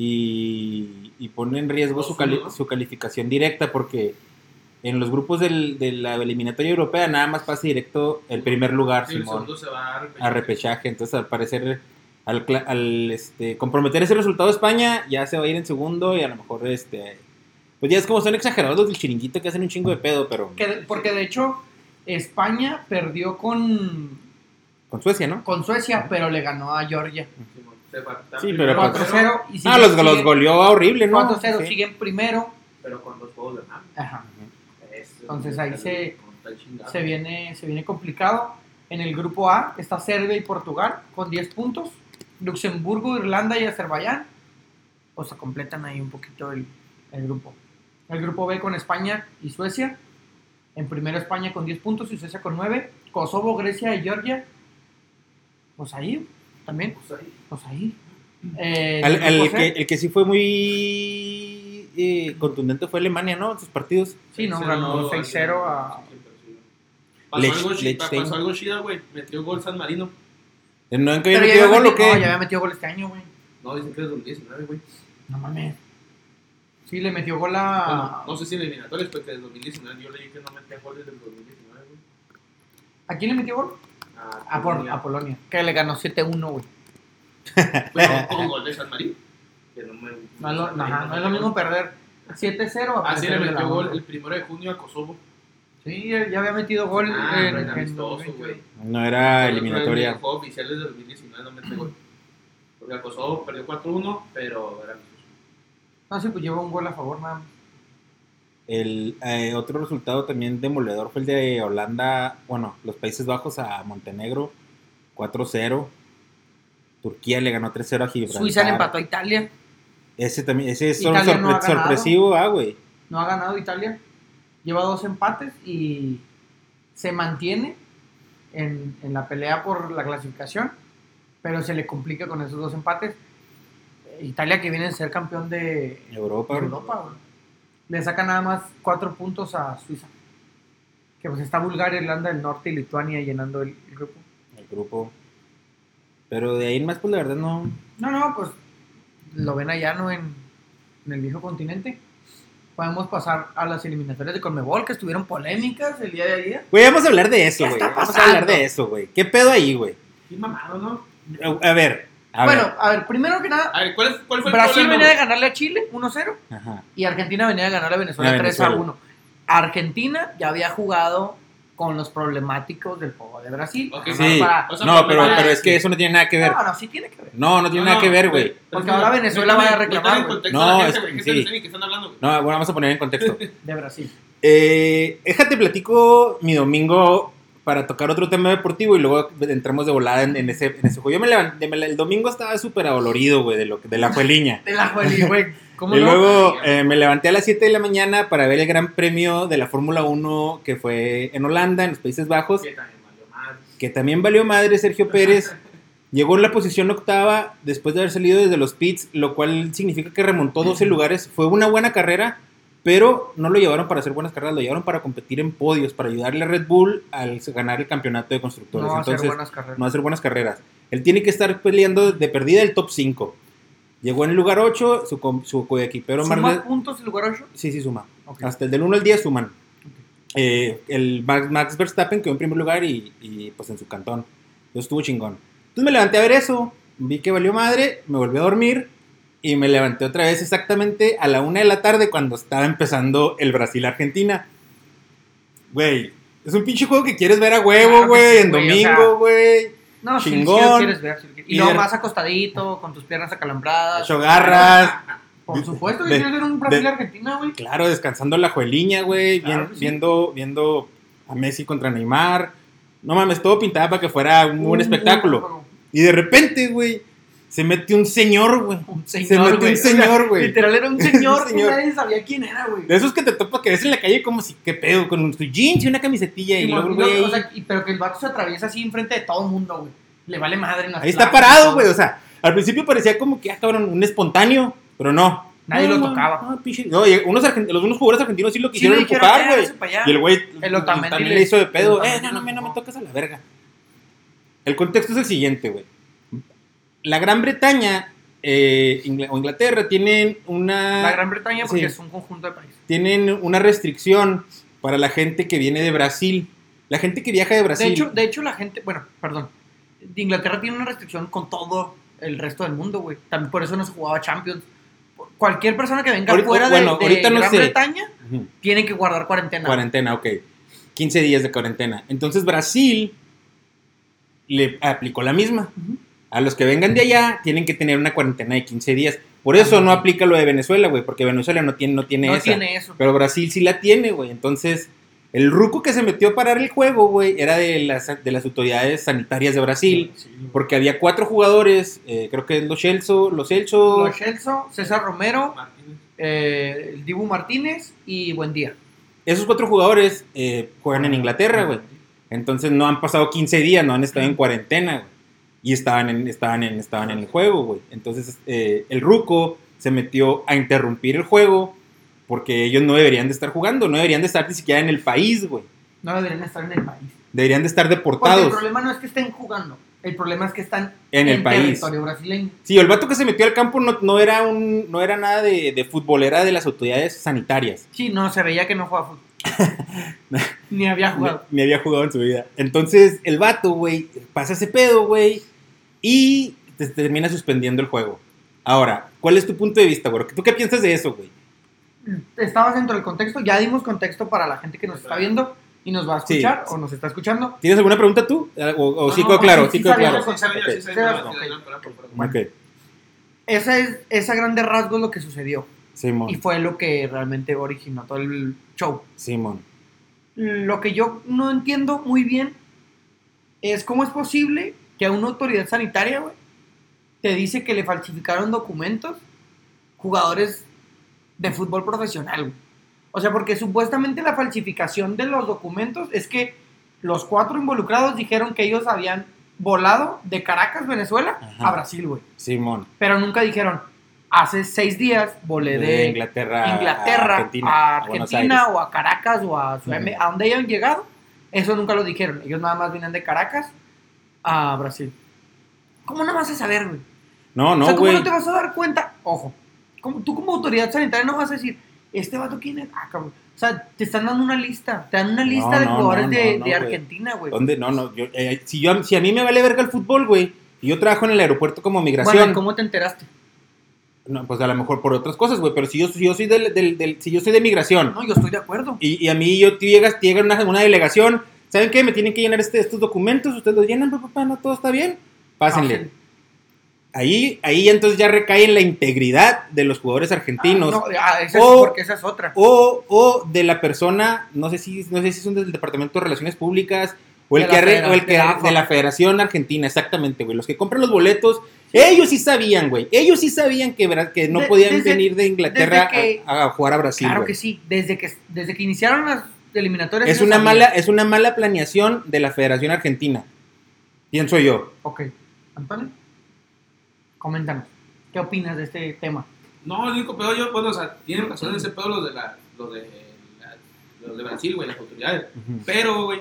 A: Y, y pone en riesgo su, cali- su calificación directa porque en los grupos del- de la eliminatoria europea nada más pasa directo el primer lugar,
C: sí, el
A: Ah, Simón.
C: segundo se va a repetir.
A: a repechaje. Entonces, al parecer, al, cla- al, este, comprometer ese resultado España, ya se va a ir en segundo y a lo mejor, este, pues ya es como son exagerados los del chiringuito que hacen un chingo de pedo, pero
B: Que de- porque de hecho España perdió con,
A: con Suecia, ¿no?
B: con Suecia, pero le ganó a Georgia
C: Simón, se va a-
A: Sí, pero
C: primero,
B: 4-0. y
A: Ah,
B: siguen-
A: los, los
B: siguen-
A: goleó horrible, ¿no?
B: 4-0,
A: Sí.
B: siguen primero.
C: Pero con los juegos de nada.
B: Ajá.
C: Eso,
B: Entonces, ahí se-
C: con tal
A: Ah,
C: chingada.
B: se viene, se viene complicado. En el grupo A está Serbia y Portugal con 10 puntos. Luxemburgo, Irlanda y Azerbaiyán. O sea, completan ahí un poquito el, el grupo. El grupo B con España y Suecia. En primero España con 10 puntos y Suecia con 9. Kosovo, Grecia y Georgia. Pues ahí, también,
C: Pues ahí,
B: pues ahí. Eh,
A: Al- al
B: José.
A: que, el que sí fue muy eh, contundente fue Alemania, ¿no? En sus partidos.
B: Sí, no, ganó 6-0 a...
C: Pasó,
A: Lech-
C: algo, chi-
A: Lechstein.
C: pasó algo chida, güey. Metió gol San Marino.
A: Eh, ¿No han
B: Pero ya
A: caído metido
B: había
A: gol o
B: metido-
A: qué?
B: No, ya había metido gol este año, güey.
C: No, dicen que es 2019, güey.
B: No mames. Sí, le metió gol
C: Bueno,
B: a...
C: no sé si eliminatorios, porque desde 2019 yo leí que no metía goles del 2019, güey.
B: ¿A quién le metió gol?
C: Ah,
B: A, Pol- a Polonia. Que le ganó 7-1, güey.
C: Pero con gol de San Marino. Que no, me,
B: No, es lo-
C: San Marino
B: ajá, no es
C: metió
B: lo mismo
C: gol.
B: perder 7-0 a
C: Ah, sí,
B: perder
C: le
B: de la
C: metió gol
B: onda.
C: el primero de junio a Kosovo.
B: Sí, ya había metido gol
C: Ah,
B: en,
C: no
B: en
C: era amistoso, güey.
A: No era
C: Pero En
A: eliminatoria.
C: el juego oficial de 2019 no mete gol. Porque a Kosovo perdió 4-1, pero era amistoso.
B: No, sí, pues lleva un gol a favor nada más.
A: El eh, otro resultado también demoledor fue el de Holanda, bueno, los Países Bajos a Montenegro, 4-0. Turquía le ganó 3-0 a Gibraltar.
B: Suiza le empató a Italia.
A: Ese también, ese es sor-
B: Italia no
A: sorpre-
B: ha ganado.
A: sorpresivo, ah, güey.
B: No ha ganado Italia. Lleva dos empates y se mantiene en, en la pelea por la clasificación. Pero se le complica con esos dos empates. Italia que viene a ser campeón de
A: Europa, güey.
B: Europa. güey. Le saca nada más cuatro puntos a Suiza. Que pues está Bulgaria, Irlanda del Norte y Lituania llenando el- el grupo.
A: el grupo. Pero de ahí en más, pues la verdad no.
B: No, no, pues lo ven allá, ¿no? En, en el viejo continente. Podemos pasar a las eliminatorias de Conmebol que estuvieron polémicas el día de ayer.
A: Güey, vamos a hablar de eso,
B: ¿Qué
A: güey.
B: está
A: Vamos a hablar
B: pasando?
A: de eso, güey. ¿Qué pedo ahí, güey?
C: Qué mamado, ¿no?
A: A, a ver, a
B: bueno,
A: ver.
B: a ver, primero que nada,
C: A ver, ¿cuál, es- cuál fue
B: Brasil
C: el problema?
B: venía de
C: güey?
B: ganarle a Chile 1-0
A: Ajá.
B: y Argentina venía de ganarle a Venezuela
A: A
B: 3
A: Venezuela.
B: 1. Argentina ya había jugado con los problemáticos del juego de Brasil.
C: Ok,
A: Sí,
B: Para-
C: o sea,
A: no, pero,
C: para-
A: pero es
B: este.
A: que eso no tiene nada que ver.
B: No, no, sí tiene que ver.
A: No, no tiene nada que ver, güey.
C: pero
B: Porque
C: es que
B: ahora
C: no-
B: Venezuela
C: no
B: va a
C: están-
B: reclamar,
C: No, están en
A: güey.
C: contexto
A: No,
C: la gente, güey.
A: es-
C: ¿Qué se les
A: sí.
C: dice ni que están hablando, güey?
A: No, bueno, vamos a poner en contexto.
B: De Brasil.
A: Eh, déjate platico mi domingo para tocar otro tema deportivo y luego entramos de volada en, en ese, en ese juego. Yo me levanté, me la- el domingo estaba súper adolorido, güey, de, lo, que- de la jueliña.
B: De la Jueli, güey. ¿Cómo
A: Y
B: no?
A: luego eh, me levanté a las 7 de la mañana para ver el gran premio de la Fórmula 1 que fue en Holanda, en los Países Bajos,
C: Que también valió madres.
A: que también valió madre Sergio Pérez. Llegó en la posición octava después de haber salido desde los pits, lo cual significa que remontó 12 lugares. Fue una buena carrera, pero no lo llevaron para hacer buenas carreras, lo llevaron para competir en podios, para ayudarle a Red Bull al ganar el campeonato de constructores.
B: no va a hacer
A: pues, Entonces,
B: buenas carreras.
A: no hacer buenas carreras. Él tiene que estar peleando de perdida el top 5. Llegó en el lugar 8, su, com- su coequipero
B: ¿Suma
A: Marley.
B: puntos el lugar 8?
A: Sí, sí, suma. Hasta el del 1 al 10 suman. Eh, el Max, Max Verstappen quedó en primer lugar y, y, pues en su cantón. Yo estuvo chingón. Entonces me levanté a ver eso, vi que valió madre, me volví a dormir y me levanté otra vez exactamente a la 1 de la tarde cuando estaba empezando el Brasil-Argentina. Güey, es un pinche juego que quieres ver a huevo,
B: Claro que
A: güey,
B: sí,
A: en
B: güey, o sea,
A: domingo, güey.
B: No, pues, sí,
A: Chingón.
B: sí lo quieres ver, sí lo quieres- Y
A: Y
B: luego
A: de-
B: vas acostadito, con tus piernas acalambradas.
A: Ocho garras.
B: Por supuesto que
A: de-
B: quieres ver un Brasil-Argentina, güey.
A: Claro, descansando la jueliña, güey.
B: Claro
A: vien-
B: que sí.
A: viendo, viendo a Messi contra Neymar. No mames, todo pintaba para que fuera un buen espectáculo. Y de repente, güey, se mete un señor, güey.
B: Un
A: se
B: señor,
A: mete
B: güey.
A: un señor, güey.
B: Literal era un señor,
A: Un
B: que
A: señor.
B: nadie sabía quién era, güey.
A: De esos que te topas que ves en la calle como si, qué pedo, con sus jeans y una camisetilla y
B: Y
A: luego,
B: no,
A: güey.
B: o sea, y- pero que el vato se atraviesa así enfrente de todo el mundo, güey. Le vale madre en las
A: Ahí está
B: plazas,
A: parado,
B: todo.
A: güey. O sea, al principio parecía como que, ah, cabrón, un espontáneo, pero no.
B: Nadie
A: No,
B: lo
A: no,
B: tocaba.
A: no, pinche- no, y unos, argent- los unos jugadores argentinos sí
B: Sí,
A: lo
B: le
A: quisieron
B: dijeron,
A: empujar,
B: "Eh,
A: güey.
B: vete pa' allá".
A: Y el güey
B: El Otamendi
A: también
B: le-
A: le hizo de
B: el
A: pedo. Eh,
B: Otamendi
A: no,
B: lo
A: no, me- no me
B: empujó.
A: toques a la verga. El contexto es el siguiente, güey. La Gran Bretaña eh, Ingl- o Inglaterra tienen una,
B: La Gran Bretaña, porque
A: Sí.
B: es un conjunto de países.
A: tienen una restricción para la gente que viene de Brasil. La gente que viaja de Brasil.
B: De hecho, de hecho, la gente, bueno, perdón. Inglaterra tiene una restricción con todo el resto del mundo, güey. También por eso no se jugaba Champions. Cualquier persona que venga
A: Ahorita-
B: fuera de,
A: bueno,
B: de
A: ahorita no
B: Gran
A: sé.
B: Bretaña
A: Ujú.
B: tiene que guardar cuarentena.
A: Cuarentena, ok. 15 días de cuarentena. Entonces Brasil le aplicó la misma.
B: Ujú.
A: A los que vengan de allá tienen que tener una cuarentena de 15 días. Por eso no aplica lo de Venezuela, güey, porque Venezuela no tiene, no tiene
B: no
A: esa.
B: tiene eso.
A: Pero Brasil sí la tiene, güey. Entonces, el ruco que se metió a parar el juego, güey, era de las, de las autoridades sanitarias de Brasil. Porque había cuatro jugadores, eh, creo que es los Celso, los Celso,
B: Lo Celso, César Romero,
C: Martínez.
B: eh, el Dibu Martínez y Buendía.
A: esos cuatro jugadores eh, juegan en Inglaterra, güey. Entonces no han pasado 15 días, no han estado en cuarentena, güey. y estaban en, estaban en, estaban en el juego, güey. Entonces eh, el ruco se metió a interrumpir el juego porque ellos no deberían de estar jugando, no deberían de estar ni siquiera en el país, güey.
B: No deberían estar en el país.
A: Deberían de estar
B: Porque el
A: deportados
B: problema no es que estén jugando. El problema es que están
A: en el país.
B: territorio brasileño.
A: Sí, el vato que se metió al campo no, no era, un, no era nada de, de fútbol, era de las autoridades sanitarias.
B: Sí, no, se veía que no jugaba fútbol. Ni había
A: ni,
B: jugado.
A: ni había jugado en su vida. Entonces, el vato, güey, pasa ese pedo, güey, y te te termina suspendiendo el juego. Ahora, ¿cuál es tu punto de vista, güey? ¿Tú qué piensas de eso, güey?
B: Estabas dentro del contexto, ya dimos contexto para la gente que nos está viendo y nos va a
A: Sí.
B: escuchar o nos está escuchando.
A: ¿Tienes alguna pregunta tú? ¿O, o
C: No,
A: sí
C: no,
A: quedó
C: no,
A: claro?
B: sí,
A: Sí,
B: sí
A: quedó
B: sabía,
A: claro.
B: sí sabía, sí
A: Ok,
B: Esa es, esa grande rasgo es lo que sucedió y
A: Simón,
B: fue lo que realmente originó todo el show.
A: Simón.
B: Lo que yo no entiendo muy bien es cómo es posible que a una autoridad sanitaria, güey, te dice que le falsificaron documentos jugadores de fútbol profesional, güey. O sea, porque supuestamente la falsificación de los documentos es que los cuatro involucrados dijeron que ellos habían volado de Caracas, Venezuela,
A: Ajá.
B: a Brasil, güey.
A: Simón.
B: Pero nunca dijeron, hace seis días volé
A: De
B: de Inglaterra,
A: Inglaterra,
B: a Argentina,
A: a Buenos Aires.
B: o a Caracas o a su-
A: Ujú.
B: a donde hayan llegado. Eso nunca lo dijeron. Ellos nada más vienen de Caracas a Brasil. ¿Cómo no vas a saber, güey?
A: No,
B: o sea,
A: no,
B: ¿cómo
A: güey.
B: no te vas a dar cuenta? Ojo, ¿cómo- tú como autoridad sanitaria no vas a decir, este vato quién es? Ah, cabrón. O sea, te están dando una lista. Te dan una lista de
A: no,
B: jugadores
A: no,
B: de,
A: no,
B: de
A: güey.
B: Argentina, güey.
A: ¿Dónde? No, no. yo- eh, si, yo, si a mí me vale verga el fútbol, güey, y yo trabajo en el aeropuerto como migración.
B: Bueno, ¿cómo te enteraste?
A: No, pues a lo mejor por otras cosas, güey, pero si yo, si yo soy del, del- del- si yo soy de migración
B: No, yo estoy de acuerdo.
A: y, y a mí yo tú llegas, te llega una, una delegación, ¿saben qué? Me tienen que llenar este, estos documentos, ustedes los llenan, papá, papá, no todo está bien, pásenle.
B: Pásenle.
A: Ahí, ahí ya entonces ya recae en la integridad de los jugadores argentinos. Oh.
B: No, ah, esa es-
A: O-
B: porque esa es otra.
A: O, o de la persona, no sé si, no sé si son del Departamento de Relaciones Públicas o el
B: De
A: que,
B: la
A: arre- o el
B: federación,
A: que
B: de la
A: de,
B: AFA.
A: la Federación Argentina, exactamente, güey. Los que compran los boletos, ellos sí sabían, güey. Ellos sí sabían que, Bra- que no
B: De-
A: podían
B: desde-
A: venir de Inglaterra
B: desde que-
A: a, a jugar a Brasil.
B: Claro
A: güey.
B: que sí, desde que, desde que iniciaron las eliminatorias.
A: es
B: ellos
A: una
B: sabían.
A: mala, es una mala planeación de la Federación Argentina. Pienso yo.
B: Ok, Antonio, coméntanos, ¿qué opinas de este tema?
C: No, el único pedo yo, bueno, o sea, tienen razón en ese pedo los de, la, los de, la- los de Brasil, güey, las autoridades. Pero, güey,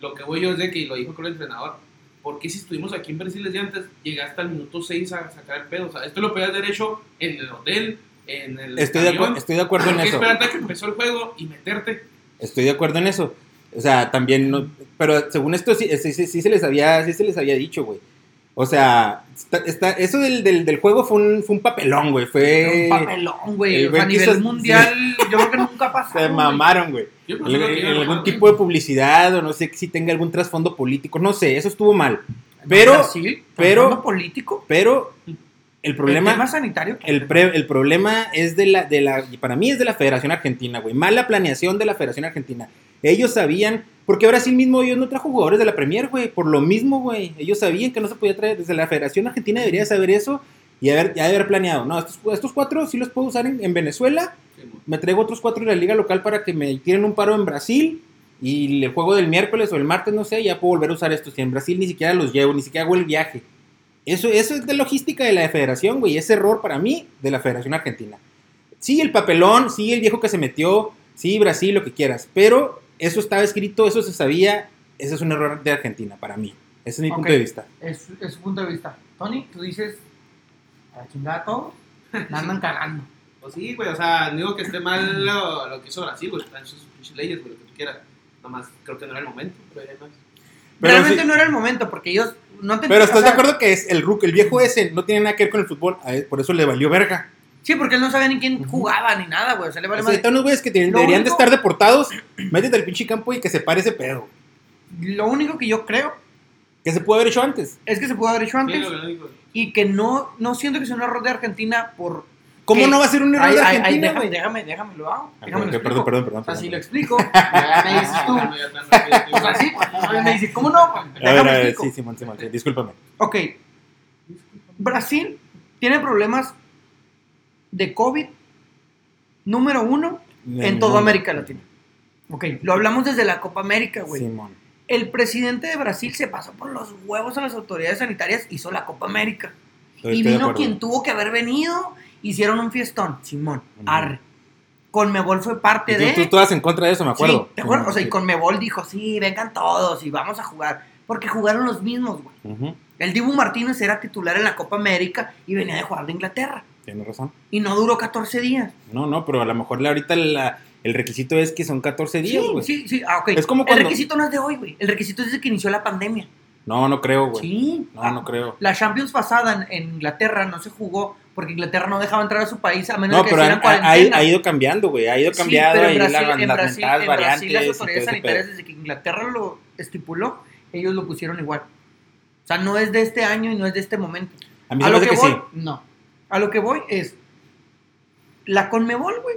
C: lo que voy yo es de que, y lo dijo con el entrenador, ¿por qué si estuvimos aquí en Brasil desde antes, llegaste al minuto 6 a sacar el pedo? O sea, esto lo podías haber hecho en el hotel, en el
A: Estoy de, acu-
C: avión.
A: estoy de acuerdo en
B: Ah,
C: ¿Por qué
A: eso.
C: esperarte a que empezó el juego y meterte?
A: Estoy de acuerdo en eso. O sea, también no, pero según esto sí, sí- sí- sí se les había, sí se les había dicho, güey. O sea, está, está- eso del, del, del juego fue un, fue un papelón, güey. Fue.
B: un papelón, güey,
A: el
B: o sea,
A: Eh, güey
B: a nivel
A: quiso-
B: mundial, yo creo que nunca ha pasado.
A: Se
B: güey.
A: mamaron, güey.
C: Yo creo que
A: El-
C: no tiene
A: el- algún
C: razón,
A: tipo de publicidad o no sé si tenga algún trasfondo político. No sé, eso estuvo mal. Pero,
B: Brasil,
A: pero-
B: trasfondo político,
A: pero el
B: el tema
A: problema,
B: sanitario, que-
A: el, pre- el problema es de la, de la, y para mí es de la Federación Argentina, güey. Mala planeación de la Federación Argentina. Ellos sabían, porque Brasil mismo ellos no trajo jugadores de la Premier, güey, por lo mismo, güey. Ellos sabían que no se podía traer, desde la Federación Argentina debería saber eso y haber, y haber planeado. No, estos, estos cuatro sí los puedo usar en, en Venezuela,
C: Sí, mo-
A: me traigo otros cuatro de la liga local para que me tiren un paro en Brasil y el juego del miércoles o el martes, no sé, ya puedo volver a usar estos. Y en Brasil ni siquiera los llevo, ni siquiera hago el viaje. Eso, eso es de logística de la federación, güey. Es error para mí de la Federación Argentina. Sí, el papelón, sí, el viejo que se metió, sí, Brasil, lo que quieras. Pero eso estaba escrito, eso se sabía. Ese es un error de Argentina para mí. Ese es mi punto
B: Ok.
A: de vista.
B: es, es su punto de vista. Tony, tú dices, a la chingada todo, la andan cagando.
C: Pues sí, güey, o sea, no digo que esté mal lo, lo que hizo Brasil, güey, están sus pinches leyes, güey, lo que tú quieras. Nomás creo que no era el momento, pero ya no es.
A: Pero
B: Realmente
A: sí-
B: no era el momento, porque ellos no te
A: Pero
B: o
A: estás
B: sea,
A: de acuerdo que es el ruco, el viejo ese, no tiene nada que ver con el fútbol. a él, Por eso le valió verga.
B: Sí, porque él no sabía ni quién
A: Ujú.
B: jugaba ni nada, güey, o sea, le vale
A: O sea,
B: madre.
A: están unos güeyes que tienen-
B: Lo
A: deberían
B: único-
A: de estar deportados, métete al pinche campo y que se pare ese pedo.
B: Lo único que yo creo
A: Que se pudo haber hecho antes.
B: es que se pudo haber hecho
C: Sí,
B: antes
C: lo que digo.
B: y que no, no siento que sea un error de Argentina por...
A: ¿Cómo
B: ¿Qué?
A: no va a ser un error
B: Ay,
A: de
B: ay, ay,
A: Argentina,
B: déjame,
A: güey?
B: déjame, déjame, lo hago.
A: Ah,
B: Déjame, lo
A: ok,
B: explico.
A: perdón, perdón, perdón,
B: O sea, si
A: perdón.
B: lo explico, ya me dices tú.
C: No, ya tan rápido,
B: O sea, sí, pues, me dice, ¿cómo no? Pues,
A: A ver,
B: Déjame
A: a ver,
B: explico.
A: sí, Simón, Simón, sí, discúlpame.
B: Ok, Brasil tiene problemas de COVID número uno en toda América Latina. Ok, lo hablamos desde la Copa América, güey.
A: Simón.
B: El presidente de Brasil se pasó por los huevos a las autoridades sanitarias, hizo la Copa América.
A: Estoy
B: y
A: de
B: vino
A: acuerdo.
B: quien tuvo que haber venido, hicieron un fiestón, Simón,
A: Ujú.
B: arre. Conmebol fue parte
A: Y
B: de...
A: tú, tú estabas en contra de eso, me acuerdo.
B: Sí, ¿te acuerdas? O sea, y
A: Sí.
B: Conmebol dijo, sí, vengan todos y vamos a jugar. Porque jugaron los mismos, güey.
A: Ujú,
B: El Dibu Martínez era titular en la Copa América y venía de jugar de Inglaterra.
A: Tienes razón.
B: Y no duró 14 días.
A: No, no, pero a lo mejor la- ahorita la- el requisito es que son 14 días, güey.
B: sí, sí, sí. Ah, ok.
A: Es como
B: El
A: cuando-
B: requisito no es de hoy, güey. El requisito es de que inició la pandemia.
A: No, no creo, güey.
B: Sí.
A: No, no creo.
B: La Champions pasada en, en Inglaterra no se jugó porque Inglaterra no dejaba entrar a su país a menos
A: No,
B: de que
A: pero
B: hicieran
A: ha, ha- ha
B: cuarentena.
A: ido cambiando, güey. Ha ido
B: Sí,
A: cambiando
B: pero
A: ahí
B: en Brasil,
A: la-
B: en
A: las
B: Brasil,
A: mentadas
B: en
A: variantes.
B: Brasil las
A: y
B: autoridades
A: todo ese
B: sanitarias
A: pedo.
B: desde que Inglaterra lo estipuló, ellos lo pusieron igual. O sea, no es de este año y no es de este momento.
A: A mí
B: a
A: se me
B: lo
A: hace
B: que,
A: que
B: voy,
A: sí.
B: no. A lo que voy es, la Conmebol, güey,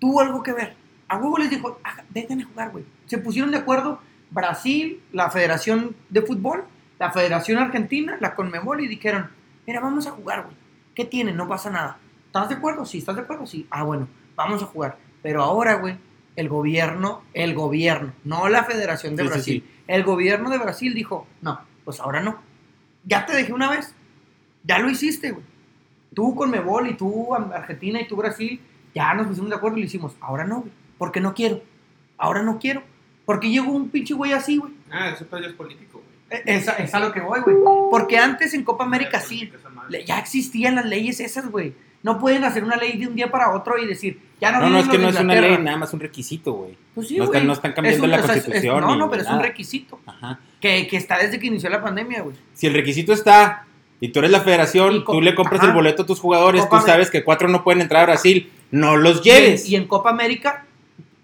B: tuvo algo que ver. A huevo les dijo, "Ah, vengan a jugar, güey. Se pusieron de acuerdo Brasil, la Federación de Fútbol, la Federación Argentina, la Conmebol, y dijeron, mira, vamos a jugar, güey. ¿Qué tienen? No pasa nada. ¿Estás de acuerdo? Sí, ¿estás de acuerdo? Sí. Ah, bueno, vamos a jugar. Pero ahora, güey, el gobierno, el gobierno, no la Federación de
A: Sí, sí,
B: Brasil, el gobierno de Brasil dijo, no, pues ahora no. Ya te dejé una vez. Ya lo hiciste, güey. Tú con Mebol y tú am- Argentina y tú Brasil, ya nos pusimos de acuerdo y lo hicimos. Ahora no, güey. Porque no quiero. Ahora no quiero. Porque llegó un pinche güey así, güey.
C: Ah, eso todavía es político, güey.
B: Eh, Es, a- es a lo que voy, güey. Porque antes en Copa América
C: Era
B: sí,
C: política esa madre.
B: le- ya existían las leyes esas, güey. No pueden hacer una ley de un día para otro y decir, ya no
A: No, no,
B: vienen
A: es que
B: los
A: no
B: de
A: es una
B: Inglaterra.
A: ley, nada más un requisito, güey.
B: Pues sí,
A: no, están,
B: güey.
A: no están cambiando
B: Es un-
A: la
B: o sea, es- es-
A: constitución.
B: no,
A: ni
B: no, pero es un
A: nada.
B: requisito.
A: Ajá.
B: Que, que está desde que inició la pandemia, güey.
A: Si el requisito está y tú eres la
B: Y
A: federación,
B: co-
A: tú le compras
B: ajá.
A: el boleto a tus jugadores,
B: Copa
A: tú
B: América.
A: sabes que cuatro no pueden entrar a Brasil, no los
B: Y en,
A: lleves.
B: y en Copa América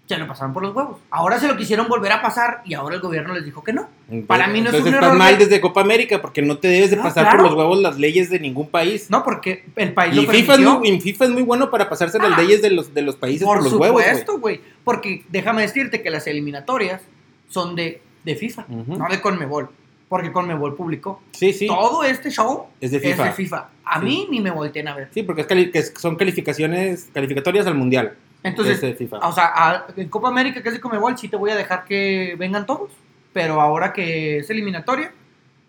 B: se lo pasaron por los huevos. Ahora se lo quisieron volver a pasar y ahora el gobierno les dijo que no.
A: Entonces-
B: para mí no es
A: entonces
B: un
A: estás
B: error,
A: mal
B: güey.
A: desde Copa América porque no te debes de
B: No,
A: pasar
B: claro.
A: por los huevos las leyes de ningún país.
B: No, porque el país
A: Y
B: lo
A: FIFA, es
B: permitió.
A: muy, y FIFA es muy bueno para pasarse las
B: Ah,
A: leyes de los, de los países por,
B: por
A: los huevos. güey.
B: supuesto, güey. Porque déjame decirte que las eliminatorias son de, de FIFA,
A: Ujú.
B: no de Conmebol. Porque Conmebol publicó.
A: Sí, sí.
B: Todo este show
A: Es de FIFA.
B: A
A: Sí.
B: mí ni me volteen a ver.
A: Sí, porque es cali- que es- son calificaciones calificatorias al mundial.
B: Entonces, ah,
A: Ese de FIFA.
B: o sea, a- en Copa América que es de Conmebol sí te voy a dejar que vengan todos. Pero ahora que es eliminatoria,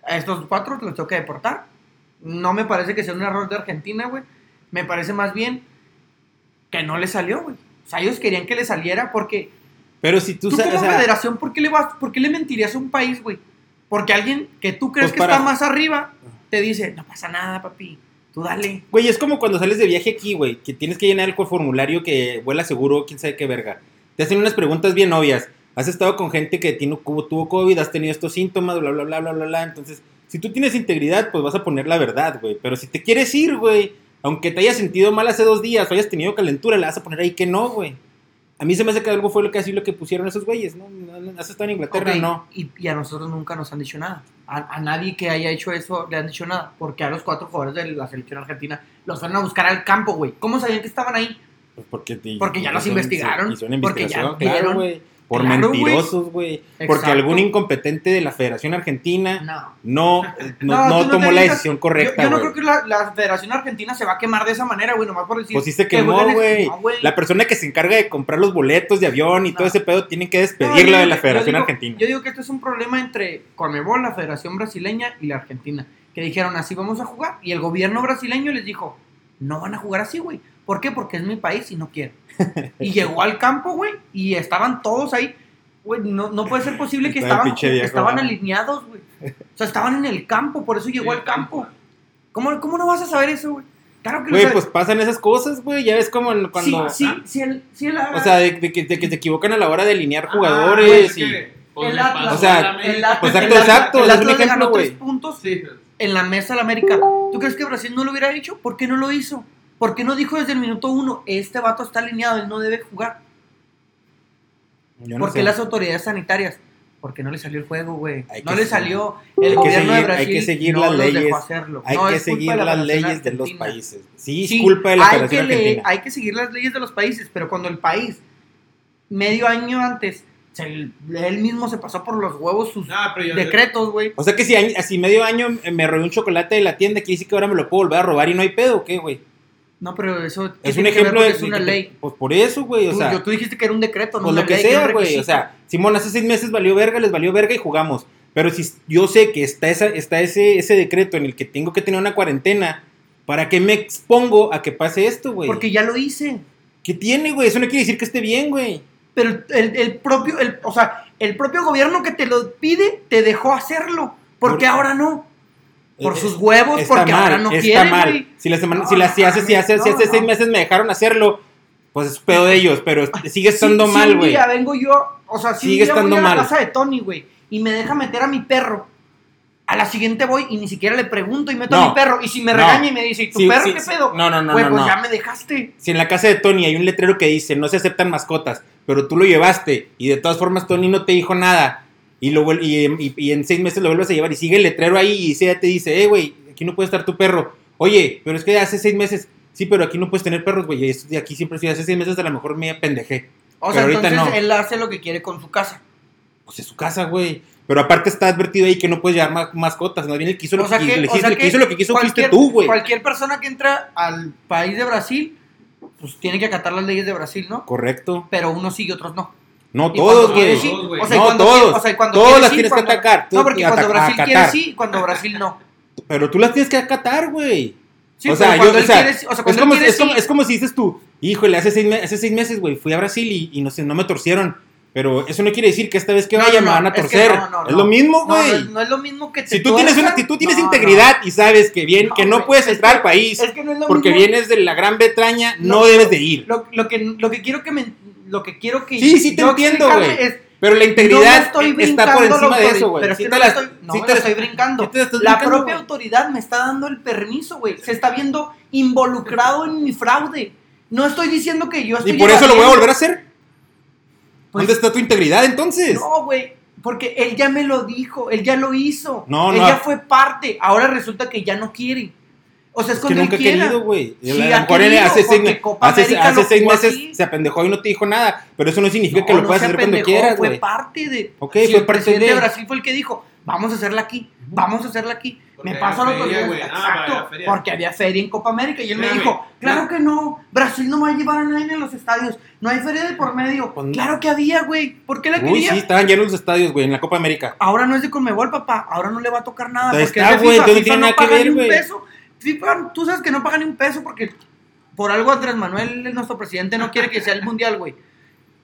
B: a estos cuatro los tengo que deportar. No me parece que sea un error de Argentina, güey. Me parece más bien que no le salió, güey. O sea, ellos querían que le saliera porque
A: Pero si tú,
B: Tú,
A: sa-
B: como
A: o sea,
B: federación, ¿por qué le vas, por qué le mentirías a un país, güey? Porque alguien que tú crees
A: Pues
B: que
A: para-
B: está más arriba te dice, no pasa nada, papi, tú dale.
A: Güey, es como cuando sales de viaje aquí, güey, que tienes que llenar el formulario que vuela seguro, quién sabe qué verga. Te hacen unas preguntas bien obvias. Has estado con gente que tiene, tuvo, tuvo COVID, has tenido estos síntomas, bla, bla, bla, bla, bla, bla. Entonces, si tú tienes integridad, pues vas a poner la verdad, güey. Pero si te quieres ir, güey, aunque te hayas sentido mal hace dos días o hayas tenido calentura, le vas a poner ahí que no, güey. A mí se me hace que algo fue lo que así lo que pusieron esos güeyes, ¿no? No, no, Has estado en Inglaterra,
B: Ok,
A: no.
B: Y, y a nosotros nunca nos han dicho nada. A, a nadie que haya hecho eso le han dicho nada. Porque a los cuatro jugadores de la selección argentina los fueron a buscar al campo, güey. ¿Cómo sabían que estaban ahí?
A: Pues porque, te-
B: Porque ya los
A: hizo-
B: investigaron,
A: hizo una
B: porque ya
A: investigación,
B: vieron.
A: claro, güey. Por
B: Claro, güey.
A: mentirosos, güey. Porque
B: Exacto.
A: algún incompetente de la Federación Argentina
B: No.
A: no, eh, no,
B: No,
A: no
B: tú no te
A: tomó la
B: digas.
A: decisión
B: Yo-
A: correcta,
B: yo, no
A: güey.
B: creo que la, la Federación Argentina se va a quemar de esa manera, güey, nomás por decir.
A: Pues sí se
B: que
A: quemó,
B: vuelven a-
A: güey.
B: No, güey.
A: La persona que se encarga de comprar los boletos de avión y
B: No.
A: todo ese pedo tienen que
B: No, yo
A: despedirla de
B: digo
A: la
B: que-
A: Federación
B: yo digo-
A: Argentina.
B: Yo digo que esto es un problema entre Conmebol, la Federación Brasileña y la Argentina. Que dijeron, así vamos a jugar. Y el gobierno brasileño les dijo, no van a jugar así, güey. ¿Por qué? Porque es mi país y no quiero. y llegó al campo, güey, y estaban todos ahí. Güey, no, no puede ser posible que
A: Estaba el
B: estaban,
A: pinche viejo,
B: estaban
A: ¿no?
B: alineados, güey. O sea, estaban en el campo, por eso llegó al campo. ¿Cómo, ¿Cómo no vas a saber eso, güey? Claro que lo
A: Güey,
B: sabes.
A: pues pasan esas cosas, güey. Ya ves como en- cuando.
B: Sí, sí, sí, el, sí el-
A: O sea, de, de que, de que se equivocan a la hora de alinear
C: Ah,
A: jugadores
C: es
A: y.
C: que, pues,
B: El
C: le
B: Atlas.
C: pasó
A: O sea,
C: a la
B: el
C: América.
B: Atlas-
A: Pues
B: el
A: exacto,
B: Atlas-
A: exacto,
B: el
A: ese es un
B: Atlas le ganó
A: ejemplo,
B: tres
A: güey.
B: puntos
C: Sí,
B: en la mesa de la América. ¿Tú crees que Brasil no lo hubiera hecho? ¿Por qué no lo hizo? ¿Por qué no dijo desde el minuto uno, este vato está alineado, él no debe jugar?
A: Yo no
B: ¿Por qué
A: sé.
B: las autoridades sanitarias? Porque no le salió el juego, güey.
A: Hay
B: No
A: que
B: le
A: se-
B: salió
A: hay
B: el
A: que
B: gobierno de
A: seguir- hay
B: Brasil.
A: que seguir
B: no
A: las
B: los
A: leyes.
B: dejó hacerlo.
A: Hay
B: No,
A: que
B: es culpa
A: seguir
B: de la
A: las
B: Federación
A: leyes de los
B: Argentina.
A: países. Sí, es
B: Sí,
A: culpa de la
B: hay que,
A: Federación
B: leer-
A: Argentina.
B: hay que seguir las leyes de los países, pero cuando el país, medio año antes, se- él mismo se pasó por los huevos sus
C: Ah, pero yo-
B: decretos, güey.
A: O sea que si año- así medio año eh, me robé un chocolate de la tienda, que dice que ahora me lo puedo volver a robar y no hay pedo, ¿o ¿qué, güey?
B: No, pero eso
A: Es un
B: tiene que ver
A: ejemplo
B: porque
A: de.
B: es una
A: de-
B: ley.
A: Pues por eso, güey. O
B: tú,
A: sea,
B: yo- tú dijiste que era un decreto, no
A: Pues
B: una
A: lo que
B: ley, era un
A: sea, güey. O
B: requisito.
A: sea, Simón, hace seis meses valió verga, les valió verga y jugamos. Pero si yo sé que está, esa, está ese, ese decreto en el que tengo que tener una cuarentena, ¿para qué me expongo a que pase esto, güey?
B: porque ya lo hice.
A: ¿Qué tiene, güey? Eso no quiere decir que esté bien, güey.
B: Pero el, el propio, el, o sea, el propio gobierno que te lo pide te dejó hacerlo. ¿Por
A: Por-
B: qué ahora no? Por
A: Eh,
B: sus huevos, Pues, porque ahora no quieren, güey.
A: Si, la semana,
B: No,
A: si, la- si hace, si hace, si
B: no,
A: hace
B: no.
A: seis meses me dejaron hacerlo, pues es pedo de ellos, pero sigue estando
B: Si- si
A: mal,
B: un
A: güey.
B: día vengo yo, o sea, si
A: Sigue
B: un día voy
A: estando
B: a la
A: mal.
B: casa de Tony, güey, y me deja meter a mi perro. A la siguiente voy y ni siquiera le pregunto y meto a
A: No,
B: mi perro. Y si me
A: no.
B: regaña y me dice, ¿y tu
A: Sí,
B: perro
A: sí,
B: qué
A: sí.
B: pedo?
A: No, no, no,
B: Güey,
A: no,
B: pues
A: no.
B: ya me dejaste.
A: Si en la casa de Tony hay un letrero que dice no se aceptan mascotas, pero tú lo llevaste y de todas formas Tony no te dijo nada y, lo, vuel- y, y- y en seis meses lo vuelves a llevar y sigue el letrero ahí y ese ya te dice, eh, güey, aquí no puede estar tu perro. Oye, pero es que hace seis meses, sí, pero aquí no puedes tener perros, güey, y esto de aquí siempre, si hace seis meses a lo mejor me pendejé.
B: O
A: Pero
B: sea,
A: ahorita
B: entonces
A: no.
B: él hace lo que quiere con su casa.
A: Pues es su casa, güey. Pero aparte está advertido ahí que no puedes llevar ma- mascotas, más bien el que hizo lo
B: O sea
A: que
B: que-
A: el
B: o sea
A: que
B: que
A: hizo lo que quiso fuiste
B: cualquier-
A: tú, güey.
B: Cualquier persona que entra al país de Brasil, pues tiene que acatar las leyes de Brasil, ¿no?
A: Correcto.
B: Pero unos sí y otros no.
A: No
B: Y cuando
A: todos, güey.
B: quieres sí,
C: Todos, güey.
B: O sea, y
A: No,
B: cuando
A: todos.
B: quieres- o sea, y cuando
A: Todas
B: quieres
A: las
B: sí,
A: tienes que
B: cuando-
A: acatar.
B: No, porque
A: Ataca-
B: cuando Brasil quiere
A: acatar.
B: sí y cuando Brasil no.
A: Pero tú las tienes que acatar, güey.
B: Sí,
A: o
B: pero
A: sea, yo,
B: cuando
A: o
B: él
A: sea,
B: quiere sí- o sea,
A: es,
B: cuando él
A: como,
B: quiere
A: es, como,
B: sí.
A: es como si dices tú, híjole, hace seis, me- hace seis meses, güey, fui a Brasil y, y no sé, no me torcieron. Pero eso no quiere decir que esta vez que
B: No,
A: vaya
B: no,
A: me
B: no,
A: van a
B: es que
A: torcer. Es,
B: no, no, no.
A: lo mismo,
B: No, no,
A: güey.
B: es- no es lo mismo que te
A: si tú tienes, una,
B: tuerzan.
A: si tú tienes
B: No, no.
A: integridad y sabes que, bien,
B: No,
A: que no
B: güey,
A: puedes
B: es
A: entrar
B: que-
A: al país
B: Es que no es lo
A: porque
B: mismo.
A: vienes de la Gran Bretaña, no,
B: No,
A: debes de ir.
B: Lo, lo que, lo que quiero que me. Lo que quiero que.
A: Sí, sí te
B: yo
A: entiendo,
B: explicarle
A: güey.
B: es,
A: Pero la
B: no me
A: integridad
B: estoy
A: está
B: brincando
A: por
B: la
A: encima de
B: autoridad,
A: eso, güey.
B: Pero es
A: Sí
B: que
A: te
B: no
A: la-
B: me estoy, no
A: sí
B: me
A: te
B: la
A: la-
B: estoy
A: sí
B: brincando.
A: te la estás
B: La
A: brincando,
B: propia
A: güey.
B: autoridad me está dando el permiso, güey. Se está viendo involucrado en mi fraude. No estoy diciendo que yo estoy.
A: Y por eso lo voy a
B: evadiendo.
A: volver a hacer.
B: Pues-
A: ¿Dónde está tu integridad entonces?
B: No, güey. Porque él ya me lo dijo, él ya lo hizo.
A: No,
B: él
A: no.
B: ya fue parte. Ahora resulta que ya no quiere. O sea, es,
A: Es que
B: cuando
A: nunca ha
B: él quiera.
A: querido, güey. Y a
B: Sí,
A: lo
B: ha
A: mejor él
B: querido,
A: hace seis,
B: porque
A: me-
B: Copa
A: hace-
B: América
A: hace
B: lo
A: seis
B: jugó
A: meses
B: así.
A: se apendejó y no te dijo nada. Pero eso no significa
B: No,
A: que lo
B: no
A: puedas
B: se
A: hacer cuando
B: apendejó,
A: quieras,
B: Fue
A: güey.
B: parte de.
A: Ok,
B: si
A: fue
B: el
A: parte
B: presidente
A: de-
B: de Brasil fue el que dijo, vamos a hacerla aquí, vamos a hacerla aquí.
C: Porque
B: me
C: había
B: pasó los
C: feria,
B: días.
C: güey. Ah,
B: Exacto,
C: había feria.
B: porque había feria en Copa América y él me
C: Espérame,
B: dijo, claro
C: no.
B: que no, Brasil no va a llevar a nadie en los estadios, no hay feria de por medio.
A: Pues no.
B: claro que había, güey, ¿por qué la
A: Uy,
B: quería?
A: sí, estaban llenos los estadios, güey, en la Copa América.
B: Ahora no es de Conmebol, papá, ahora no le va a tocar nada.
A: Ahí
B: porque
A: está,
B: es de
A: güey,
B: FIFA.
A: entonces
B: FIFA
A: no tiene nada que
B: paga
A: ver,
B: ni un
A: güey.
B: peso. FIFA, tú sabes que no paga ni un peso porque por algo Andrés Manuel, nuestro presidente, no quiere que sea el mundial, güey.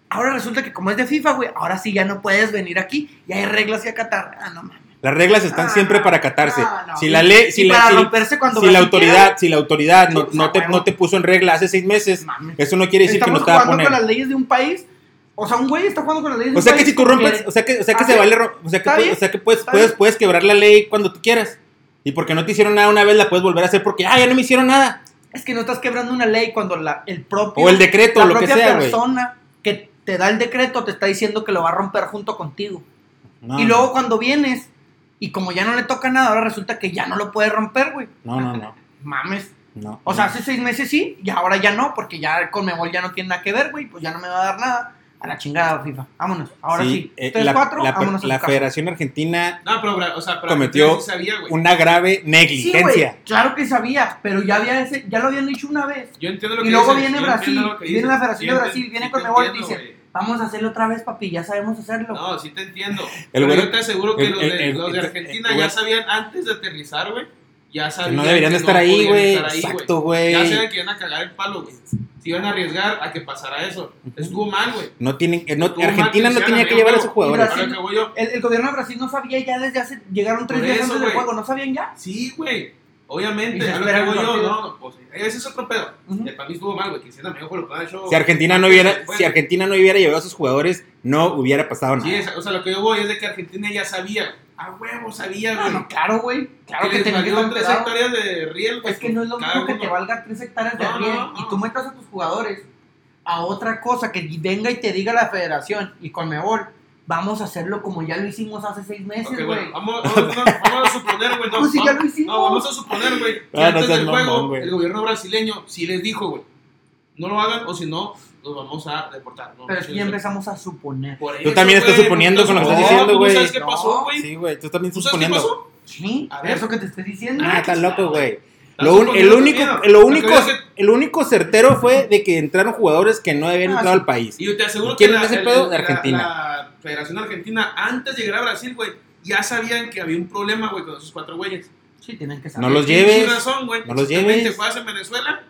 B: Ahora resulta que como es de FIFA, güey, ahora sí ya no puedes venir aquí y hay reglas que acatar. Ah, no mames.
A: Las reglas están
B: Ah,
A: siempre para acatarse.
B: no, no.
A: Si la ley, si
B: Y
A: la,
B: para
A: si-
B: romperse cuando
A: si la
B: Brasil
A: autoridad, si la autoridad no,
B: Sí,
A: no
B: a
A: te,
B: huevo.
A: no te puso en regla hace seis meses,
B: Mames.
A: eso no quiere decir que
B: Estamos
A: no te va a
B: jugando
A: poner.
B: con las leyes de un país. O sea, un güey está jugando con las leyes de
A: O
B: un
A: sea que
B: país.
A: si tú
B: porque-
A: rompes, o sea que, o sea que
B: Ah,
A: se
B: sí.
A: vale, rom- o sea que,
B: Está
A: puedes,
B: bien,
A: o sea que puedes,
B: está
A: puedes,
B: bien.
A: puedes quebrar la ley cuando tú quieras. Y porque no te hicieron nada una vez, la puedes volver a hacer porque, ah, ya no me hicieron nada.
B: Es que no estás quebrando una ley cuando la, el propio.
A: O el decreto,
B: la
A: lo que
B: propia
A: sea, güey.
B: persona que te da el decreto te está diciendo que lo va a romper junto contigo.
A: Ah, No,
B: y luego cuando vienes, y como ya no le toca nada, ahora resulta que ya no lo puede romper, güey.
A: No, no, no.
B: Mames.
A: no
B: O sea,
A: no.
B: hace seis meses sí, y ahora ya no, porque ya el Conmebol ya no tiene nada que ver, güey. Pues ya no me va a dar nada. A la chingada, FIFA. Vámonos. Ahora sí.
A: eh,
B: Tres,
A: la,
B: cuatro,
A: la-
B: vámonos a
A: la
B: tu casa.
A: Federación Argentina
C: No, pero, bra- o sea, pero
A: Cometió
C: sí sabía, güey.
A: una grave
B: Sí, güey.
A: negligencia.
B: Claro que sabía, pero ya, había ese, ya lo habían hecho una vez.
C: Yo entiendo lo
B: Y
C: que
B: luego
C: dices,
B: viene
C: yo
B: Brasil,
C: entiendo lo que
B: viene
C: dices,
B: la Federación
C: yo
B: de
C: ent-
B: Brasil, viene
C: sí
B: con
C: te
B: Mebol y
C: entiendo,
B: dice,
C: güey.
B: Vamos a hacerlo otra vez, papi. Ya sabemos hacerlo.
C: No, sí te entiendo.
A: El
C: Pero
A: güey-
C: yo te aseguro que
A: el-
C: los,
A: el-
C: de,
A: el-
C: los de
A: el-
C: Argentina
A: el güey-
C: ya sabían antes de aterrizar, güey. Ya
A: Que
C: sabían.
A: no deberían
C: que
A: estar
C: no
A: ahí,
C: podían
A: güey.
C: estar ahí,
A: Exacto,
C: Ya
A: güey.
C: sabían que iban a cagar el palo, güey. Se iban a arriesgar a que pasara eso. Estuvo mal, güey.
A: No tienen, eh, no-
C: Estuvo mal
A: Argentina no
C: se
A: tenía
C: hicieran
A: que
C: ahí,
A: llevar a
C: güey.
A: sus jugadores.
C: Y Brasil- Ahora que voy yo,
B: El, el gobierno de Brasil no sabía ya desde hace. Llegaron tres
C: Por
B: días
C: eso,
B: antes del
C: güey.
B: juego, ¿no sabían ya?
C: Sí, güey.
B: Y se
C: Obviamente, a lo que
B: espera
C: voy
B: el
C: yo,
B: partido.
C: no, no, pues ese es otro pedo.
B: Ujú.
C: Eh, Para mí estuvo mal, güey, que hicieran mejor lo que han hecho.
A: Si Argentina no hubiera,
C: Bueno,
A: si Argentina no hubiera llevado a sus jugadores, no hubiera pasado
C: Sí,
A: nada.
C: es- o sea, lo que yo voy es de que Argentina ya sabía. A huevo sabía,
B: No,
C: güey.
B: Ah, no, claro, güey. Claro que
C: les
B: tenía que
C: valió
B: estar
C: tres
B: enterado.
C: hectáreas de riel, güey,
B: Es que no es lo
C: cada
B: mismo que
C: uno.
B: te valga tres hectáreas de
C: No, no,
B: riel
C: no.
B: y tú metas a tus jugadores a otra cosa que venga y te diga la federación y Conmebol, vamos a hacerlo como ya lo hicimos hace seis meses,
C: Ok,
B: güey.
C: bueno, vamos, vamos, no, vamos a suponer, güey. No,
B: Pues si ya lo
C: vamos,
B: hicimos.
C: no, vamos a suponer, güey. que
A: Ah, no
C: antes
A: seas
C: del
A: mamón,
C: juego,
A: güey.
C: el gobierno brasileño sí les dijo, güey. No lo hagan o si no, los vamos a deportar. ¿no?
B: Pero es
C: Sí,
B: que ya
C: sí.
B: empezamos a suponer.
C: Por
A: Tú
C: eso,
A: también estás
C: güey,
A: suponiendo
C: porque
A: con lo que
C: no,
A: estás diciendo,
C: ¿tú
A: güey.
C: ¿Sabes qué
B: No,
C: pasó, güey?
A: Sí, güey, tú también estás
C: ¿Tú sabes qué
A: suponiendo.
C: pasó?
B: ¿Sí?
C: A
B: A
C: ver.
B: ver, eso que te estoy diciendo.
A: Ah, estás Ah, loco, güey. Lo, un- el, único, lo, único, el único certero fue de que entraron jugadores que no habían
B: Ah,
A: entrado
B: sí.
A: al país.
C: Y yo te aseguro
A: ¿Quién
C: que
A: es ese pedo? De Argentina.
C: La, Federación Argentina, antes de llegar a Brasil, güey, ya sabían que había un problema, güey, con esos cuatro güeyes.
B: Sí, tienen que
A: No
B: saber.
A: los
C: Tienen su
A: lleves.
C: razón, güey.
A: no los
C: Exactamente,
A: lleves.
C: juegas en Venezuela,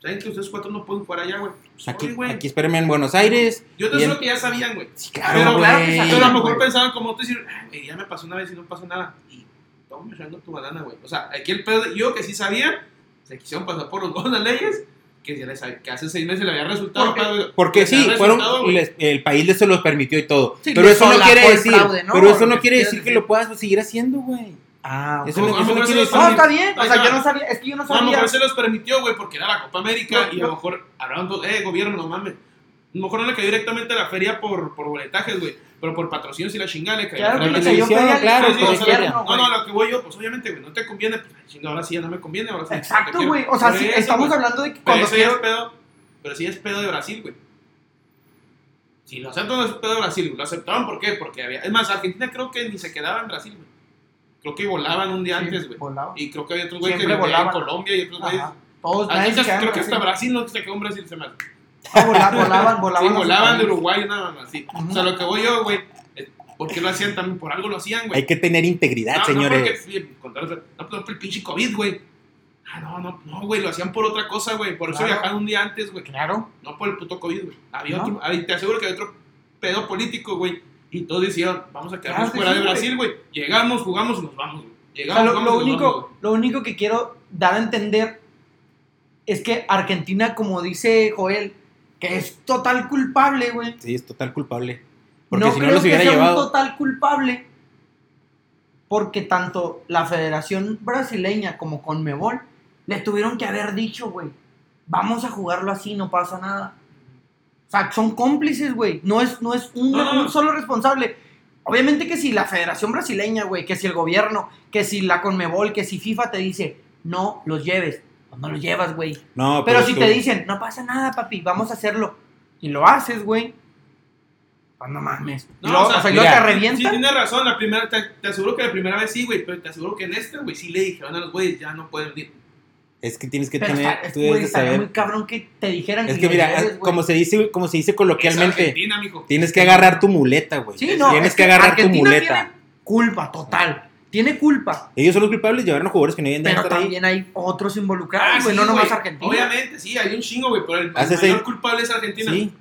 C: saben que ustedes cuatro no pueden jugar allá, güey.
A: Pues Aquí,
C: Sorry, güey.
A: aquí espérenme en Buenos Aires.
C: Yo te
A: y en-
C: aseguro que ya sabían, güey.
A: Sí,
C: Pero,
A: claro,
C: claro
B: que
A: güey.
B: sí,
C: Pero a lo mejor
B: güey.
C: pensaban como tú decir, "Ay, güey, ya me pasó una vez y no pasó nada. Y toma me tu banana, güey. O sea, aquí el pedo, de- yo que sí sabía, se quisieron pasar por los dos las leyes, que, ya les, que hace seis meses le había resultado.
B: Porque-
C: pedo, güey.
A: Porque
C: Les
A: sí,
C: había
A: fueron,
C: resultado, güey.
A: les- el país les se los permitió y todo.
B: Sí,
A: pero
B: les
A: eso no
B: solapó
A: quiere
B: el
A: decir,
B: fraude, ¿no?
A: pero eso
B: Lo
A: no
B: que
A: quiere
B: quieras
A: decir que
B: decir.
A: lo puedas seguir haciendo, güey.
B: Ah,
A: Eso
C: No,
A: no,
C: a lo
A: eso no
C: mejor
A: quiere decir.
C: eso es
B: No, está bien. O sea, yo no sabía. Es que yo no
C: No, a lo
B: sabía.
C: mejor se los permitió, güey, porque era la Copa América
B: No,
C: y a
B: no.
C: lo mejor hablaron todos, eh, gobierno, no mames. A lo mejor no le cayó directamente la feria por, por boletajes, güey, pero por patrocinios y la chingada le cayó.
B: Claro
C: Pero
B: que
A: la
B: le
C: le cayó.
B: cayó
A: televisión,
B: feria al-
A: claro,
B: al
C: Sí, o sea,
B: gobierno,
C: No,
B: güey.
C: no, lo que voy yo, pues obviamente, güey, no te conviene, pues, ay, chinga, ahora sí ya no me conviene, ahora sí.
B: Exacto,
C: te
B: güey.
C: quiero.
B: O sea,
C: Por
B: sí,
C: eso,
B: estamos
C: güey.
B: hablando de que
C: Pero
B: cuando
C: eso ya es
B: quiero.
C: pedo, pero sí es pedo de Brasil, güey. Si lo aceptan, no es pedo de Brasil, güey. Lo aceptaron, ¿por qué? Porque había... Es más, Argentina creo que ni se quedaba en Brasil, güey. Creo que volaban un día antes, güey.
B: volaba.
C: Y creo que había otros güeyes que
B: Siempre
C: vivían en
B: volaban.
C: Colombia y otros güeyes.
B: Ajá. Todos
C: Ah,
B: nadie se
C: entonces,
B: quedaba en
C: creo que hasta
B: Brasil.
C: Brasil no se quedó en Brasil, se me hace.
B: Ah, vola- Volaban,
C: Sí,
B: volaban. los
C: volaban de
B: aviones.
C: Uruguay nada más, sí.
B: Ujú.
C: O sea, lo que voy yo, güey, eh, ¿por qué lo hacían también? Por algo lo hacían, güey.
A: Hay que tener integridad,
C: no, No, porque,
A: señores.
C: sí, contra otra- no, no, por el pinche COVID, güey. Ah, no, no, no, güey, lo hacían por otra cosa, güey. Por eso
B: Claro.
C: viajaron un día antes, güey.
B: Claro.
C: No por el puto COVID, güey. Había
B: No.
C: otro, ay, te aseguro que había otro pedo político, güey. Y todos decían, vamos a
B: Claro
C: quedarnos
B: que
C: fuera
B: sí,
C: de
B: güey.
C: Brasil, güey. Llegamos, jugamos y nos vamos, güey.
B: O sea, lo,
C: Llegamos,
B: lo
C: jugamos y nos vamos,
B: único, lo único que quiero dar a entender es que Argentina, como dice Joel, que es total culpable, güey.
A: Sí, es total culpable. Porque si no
B: creo
A: los
B: que
A: hubiera
B: sea un
A: llevado.
B: total culpable porque tanto la Federación Brasileña como Conmebol le tuvieron que haber dicho, güey, vamos a jugarlo así, no pasa nada. O sea, son cómplices, güey. No es, no es un,
C: No, no, no.
B: un solo responsable. Obviamente que si la Federación Brasileña, güey, que si el gobierno, que si la Conmebol, que si FIFA te dice, no los lleves, pues no los llevas, güey.
A: No,
B: Pero si
A: tú-
B: te dicen, no pasa nada, papi, vamos a hacerlo. Y lo haces, güey. Pues no mames.
C: No,
B: Y luego,
C: o
B: o
C: sea,
B: sea,
A: mira,
B: yo te
C: Sí,
B: revienta.
C: tienes razón, la primera, te, te aseguro que la primera vez sí, güey, pero te aseguro que en esta, güey, sí le dijeron a los güeyes, ya no pueden ir.
A: Es que tienes que
B: pero
A: tener.
B: está, es,
A: tú
B: güey,
A: debes de
B: estaría muy
A: saber.
B: cabrón que te dijeran
A: Es
B: y
A: que
B: lo
A: mira,
B: lleves,
A: es-
B: güey.
A: como se dice, como se dice
C: Es
A: coloquialmente,
C: Argentina, mijo.
A: tienes que agarrar tu muleta, güey.
B: Sí, no,
A: tienes
B: es
A: que agarrar tu
B: Argentina
A: muleta.
B: Tiene culpa, total. Tiene culpa.
A: Ellos son los culpables, llevaron a jugadores que no habían de
B: Pero
A: estar ahí.
B: también hay otros
C: Ah,
B: involucrados,
C: sí,
B: güey, no nomás
C: güey.
B: Argentina.
C: Obviamente, sí, hay un chingo, güey, pero el, el
A: Hace
C: mayor
A: seis-
C: culpable es Argentina.
A: Sí.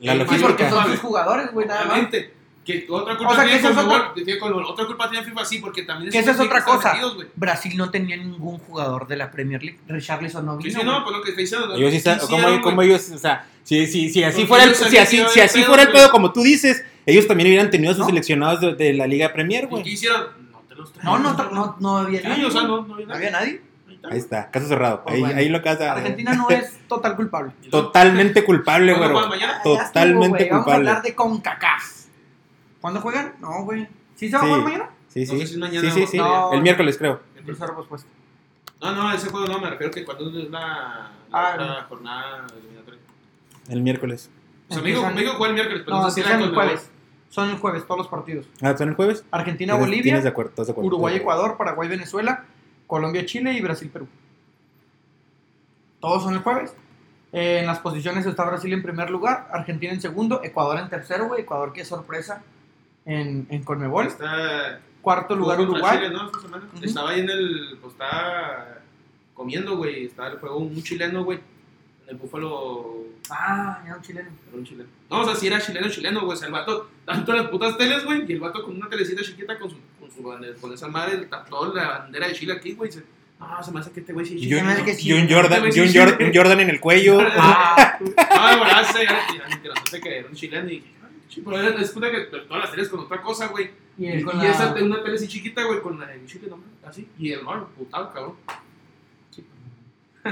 A: La
C: Sí,
B: Sí, porque
A: logística.
B: son sus jugadores, güey, nada más.
C: Obviamente. Que otra culpa
B: O sea, que
C: tiene
B: esa es
C: Conmebol,
B: otra-
C: que tiene Conmebol. Otra culpa tiene FIFA, sí, porque también
B: Que esa es
C: tiene
B: otra
C: estar
B: cosa.
C: metidos, güey.
B: Brasil no tenía ningún jugador de la Premier League. Richarlison no
C: Sí,
B: vino.
C: sí,
B: güey.
C: no, pues lo que está diciendo. ¿no?
A: Ellos sí sa-
C: Hicieron,
A: ¿cómo,
C: güey.
A: cómo ellos, o sea, si, si, si así
C: Porque
A: fuera el,
C: ellos
A: si
C: sabían
A: así,
C: que iba a
A: si
C: haber
A: así
C: pedo,
A: fuera el
C: güey.
A: pedo como tú dices, ellos también hubieran tenido a sus
B: No.
A: seleccionados de, de la Liga Premier,
C: ¿Y ¿Qué
A: güey.
C: hicieron? No te los
B: No,
C: trajeron.
B: no, tra- no, no había
C: Sí,
B: nadie.
C: o sea,
B: güey.
C: no, no había
B: No había
C: nadie.
B: nadie.
C: Ahí está.
A: Ahí está, caso cerrado.
B: Pues
A: ahí,
B: bueno.
A: ahí lo casa.
B: Argentina no es total culpable.
A: Totalmente culpable,
C: ¿Cuándo
A: güey.
C: juegan mañana?
B: Ya estuvo,
A: Totalmente
B: güey. Vamos a
A: culpable.
B: hablar de CONCACAF. ¿Cuándo juegan? No, güey. ¿Sí se va
A: Sí.
B: a jugar mañana?
A: Sí,
C: No
A: sí.
C: sé si mañana
A: sí, sí,
C: o-
A: sí.
B: no.
A: El miércoles creo.
B: Esa
C: pues,
B: era respuesta.
C: No, no, ese juego no, me refiero que cuando es la,
B: Ah,
C: la otra jornada eliminatoria.
A: El miércoles.
C: O sea, amigo,
B: Empiezan-
C: conmigo juega el miércoles, pero
B: No,
C: no sé si
B: empiezan
C: la
B: el
C: Conmebol.
B: jueves. Son el jueves todos los partidos.
A: Ah, ¿son el jueves?
B: Argentina,
A: Tienes-
B: Bolivia,
A: tienes de acuerdo, estás de acuerdo.
B: Uruguay, Ecuador, Paraguay, Venezuela, Colombia, Chile y Brasil, Perú. Todos son el jueves. Eh, en las posiciones está Brasil en primer lugar, Argentina en segundo, Ecuador en tercero, güey. Ecuador, qué sorpresa en, en Conmebol.
C: Está
B: Cuarto lugar,
C: jugó contra
B: Uruguay.
C: Chile, ¿no? Esta semana.
B: Ujú.
C: Estaba ahí en el. Pues estaba comiendo, güey. Estaba el juego un chileno, güey. En el búfalo.
B: Ah, ya un chileno.
C: Era un chileno. No, o sea, si era chileno, chileno, güey. O sea, el vato, tanto las putas teles, güey. Y el vato con una telecita chiquita con su, con su bandera, con esa madre, tapó la bandera de Chile aquí, güey. Dice, no, se me hace que este güey sí es
A: Y un,
B: Sí, es que sí.
A: y un Jordan, y un Jordan, un Jordan en el cuello.
B: Ah,
C: No, de verdad, se ya mentira, no sé que era un chileno y dije, ay, chi- pero era- es puta que todas las series con otra cosa, güey.
B: y
C: Y,
B: él con
C: y
B: la-
C: esa te- una tele así chiquita, güey, con la de Chile, no, mames, así. Y el mar, putado, cabrón.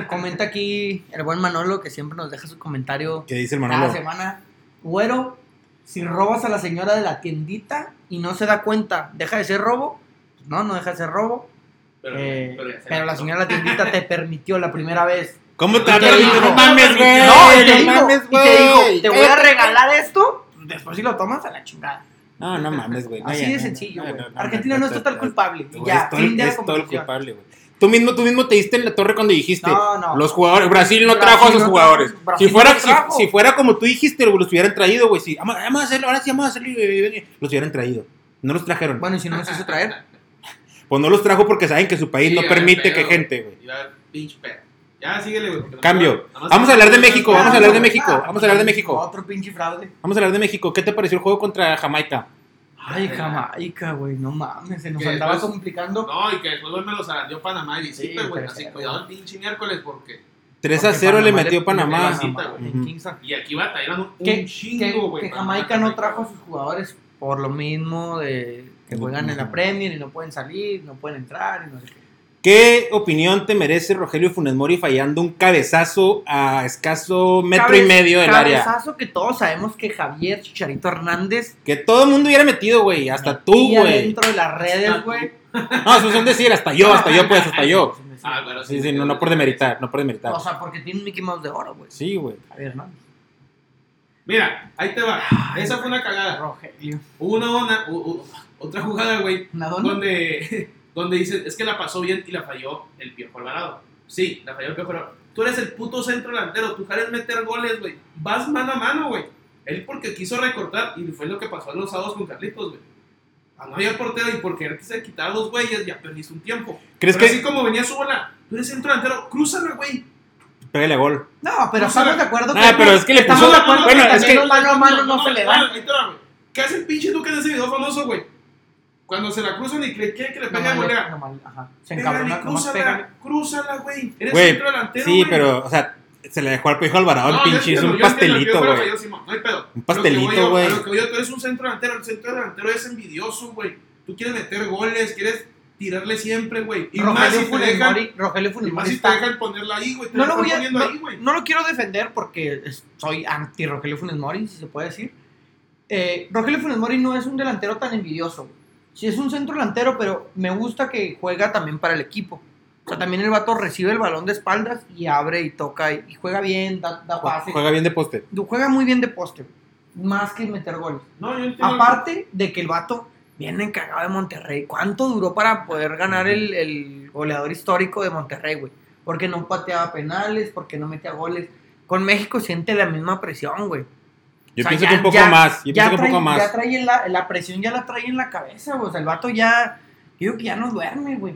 B: Comenta aquí el buen Manolo que siempre nos deja su comentario
A: Que dice el
B: cada
A: Manolo.
B: semana. Güero, si robas a la señora de la tiendita y no se da cuenta, ¿deja de ser robo? Pues No, no deja de ser robo.
C: Pero,
B: Eh,
C: pero, ya se
B: Pero la
C: mató.
B: señora de la tiendita te permitió la primera vez.
A: ¿Cómo te
C: Te
A: hablas?
C: digo.
A: No mames, güey.
B: No, y te dijo,
A: Eh, mames,
B: y te dijo, te voy a
A: güey. Eh,
B: regalar esto. pues Después si lo tomas a la chingada.
A: No, no mames, güey. No,
B: Así
A: ya,
B: de
A: no,
B: sencillo,
A: no,
B: güey.
A: no, no,
B: Argentina no es total culpable.
A: Güey,
B: Ya,
A: es todo,
B: fin de la
A: es todo el
B: conversación.
A: culpable, güey. Tú mismo, tú mismo te diste en la torre cuando dijiste.
B: No, no.
A: Los jugadores, Brasil no
B: Brasil
A: trajo a sus
B: no
A: jugadores.
B: trajo, Brasil
A: Si fuera,
B: no
A: si,
B: trajo.
A: si fuera como tú dijiste, los hubieran traído, güey. Sí, vamos, vamos a hacerlo, ahora sí vamos a hacerlo. y- y- y- Los hubieran traído. No los trajeron.
B: Bueno, y si no los hizo traer.
A: Pues no los trajo porque saben que su país
C: Sí,
A: no
C: ya,
A: permite
C: pedo,
A: que
C: güey.
A: gente, güey.
C: Y va, pinche pedo. Ya, síguele, güey. porque no-
A: Cambio.
C: nada más-
A: Vamos a hablar de México, vamos a hablar de
B: Ah,
A: México, vamos a hablar de México.
B: Otro pinche fraude.
A: Vamos a hablar de México. ¿Qué te pareció el juego contra Jamaica?
B: Ay, Jamaica, güey, no mames, se nos
C: Que
B: andaba
C: después-
B: complicando.
C: No, y que después me los zarandeó Panamá y visita,
B: Sí,
C: güey.
B: tercero.
C: Así, cuidado el pinche miércoles porque.
A: 3 a
B: Porque
A: 0 le
B: Panamá
A: metió Panamá.
C: metió
B: Panamá, güey,
A: Ujú.
B: Kingston.
C: Y aquí batallaron un
B: Que-
C: chingo,
B: que
C: güey. Panamá,
B: Jamaica no trajo a sus jugadores por lo mismo de que juegan en la Premier y no pueden salir, no pueden entrar y no sé qué.
A: ¿Qué opinión te merece Rogelio Funes Mori fallando un cabezazo a escaso metro y
B: Cabe-
A: medio del área?
B: Cabezazo que todos sabemos que Javier Chicharito Hernández
A: Que todo el mundo hubiera metido, güey. Hasta tú,
B: metía
A: güey.
B: dentro de las redes,
C: Hasta
B: güey.
A: No, eso es un decir. Hasta yo, hasta yo, pues, hasta yo.
C: Ah, pero
A: Sí, sí, no, no por demeritar, no por demeritar.
B: O sea, porque tiene un Mickey Mouse de oro, güey.
A: Sí, güey.
B: Javier Hernández.
C: Mira, ahí te va. Esa fue una cagada.
B: Rogelio.
C: Hubo una, una u- u- otra jugada, güey,
B: ¿Una dona?
C: donde, donde dicen, es que la pasó bien y la falló el Piojo Alvarado. Sí, la falló el Piojo Alvarado. Tú eres el puto centro delantero, tú quieres meter goles, güey. Vas mano a mano, güey. Él porque quiso recortar y fue lo que pasó a los sábados con Carlitos, güey. Ah, No había portero y por quererse quitar a los güeyes ya perdiste un tiempo.
A: ¿Crees
C: Pero
A: que.?
C: así como venía su bola, tú eres centro delantero, crúzala, güey.
A: Pégale gol.
B: No, pero
C: No,
B: estamos
C: sí.
B: de acuerdo
A: Ah, pero es que le
B: Estamos
A: puso.
B: de acuerdo
A: Bueno,
B: que
A: es que.
B: también mano a mano no se le da.
C: Ahí te va, güey. ¿Qué hace el pinche Duque en ese video famoso, güey? Cuando se la cruzan y cree quiere que le pegue a
B: Nomás le-
C: golea.
B: nomás- ajá. Se encabrona,
C: Pégale,
B: nomás pégale.
C: crúzala, crúzala, güey. Eres
A: Güey,
C: centro delantero,
A: Sí,
C: güey.
A: pero, o sea, se le dejó al Pejo Alvarado el
C: No, yo
A: pinche. Es
C: entiendo,
A: un
C: yo entiendo, yo
A: pastelito,
C: creo que
A: güey.
C: yo sí, no hay pedo.
A: Un pastelito,
C: Lo que voy yo-
A: güey.
C: a Lo que voy yo, tú eres un centro delantero. El centro delantero es envidioso, güey. Tú quieres meter goles, quieres tirarle siempre, güey. Y más
B: Rogelio
C: si te
B: Funes
C: dejan,
B: Mori- Rogelio
C: y
B: Funes
C: más
B: Mori
C: si te
B: está
C: dejan ponerla ahí, güey. Te
B: no
C: la
B: lo
C: están
B: voy a,
C: poniendo
B: no,
C: ahí, güey.
B: no lo quiero defender porque es- soy anti Rogelio Funes Mori, si se puede decir. Eh, Rogelio Funes Mori no es un delantero tan envidioso. Sí es un centro delantero, pero me gusta que juega también para el equipo. O sea, también el vato recibe el balón de espaldas y abre y toca y, y juega bien, da, da pases. Juega.
A: Juega bien de poste.
B: muy bien de poste, más que meter goles.
C: No, yo entiendo.
B: Aparte de que el vato viene encargado de Monterrey. ¿Cuánto duró para poder ganar el, el goleador histórico de Monterrey, güey? Porque no pateaba penales, porque no metía goles. Con México siente la misma presión, güey. O
A: Yo
B: sea,
A: pienso
B: ya-
A: que un poco
B: ya-
A: más. Yo
B: ya
A: pienso que un
B: trae-
A: poco
B: Ya
A: más.
B: trae la, la presión, ya la trae en la cabeza, güey. O sea, el vato ya. Yo digo que ya no duerme, güey.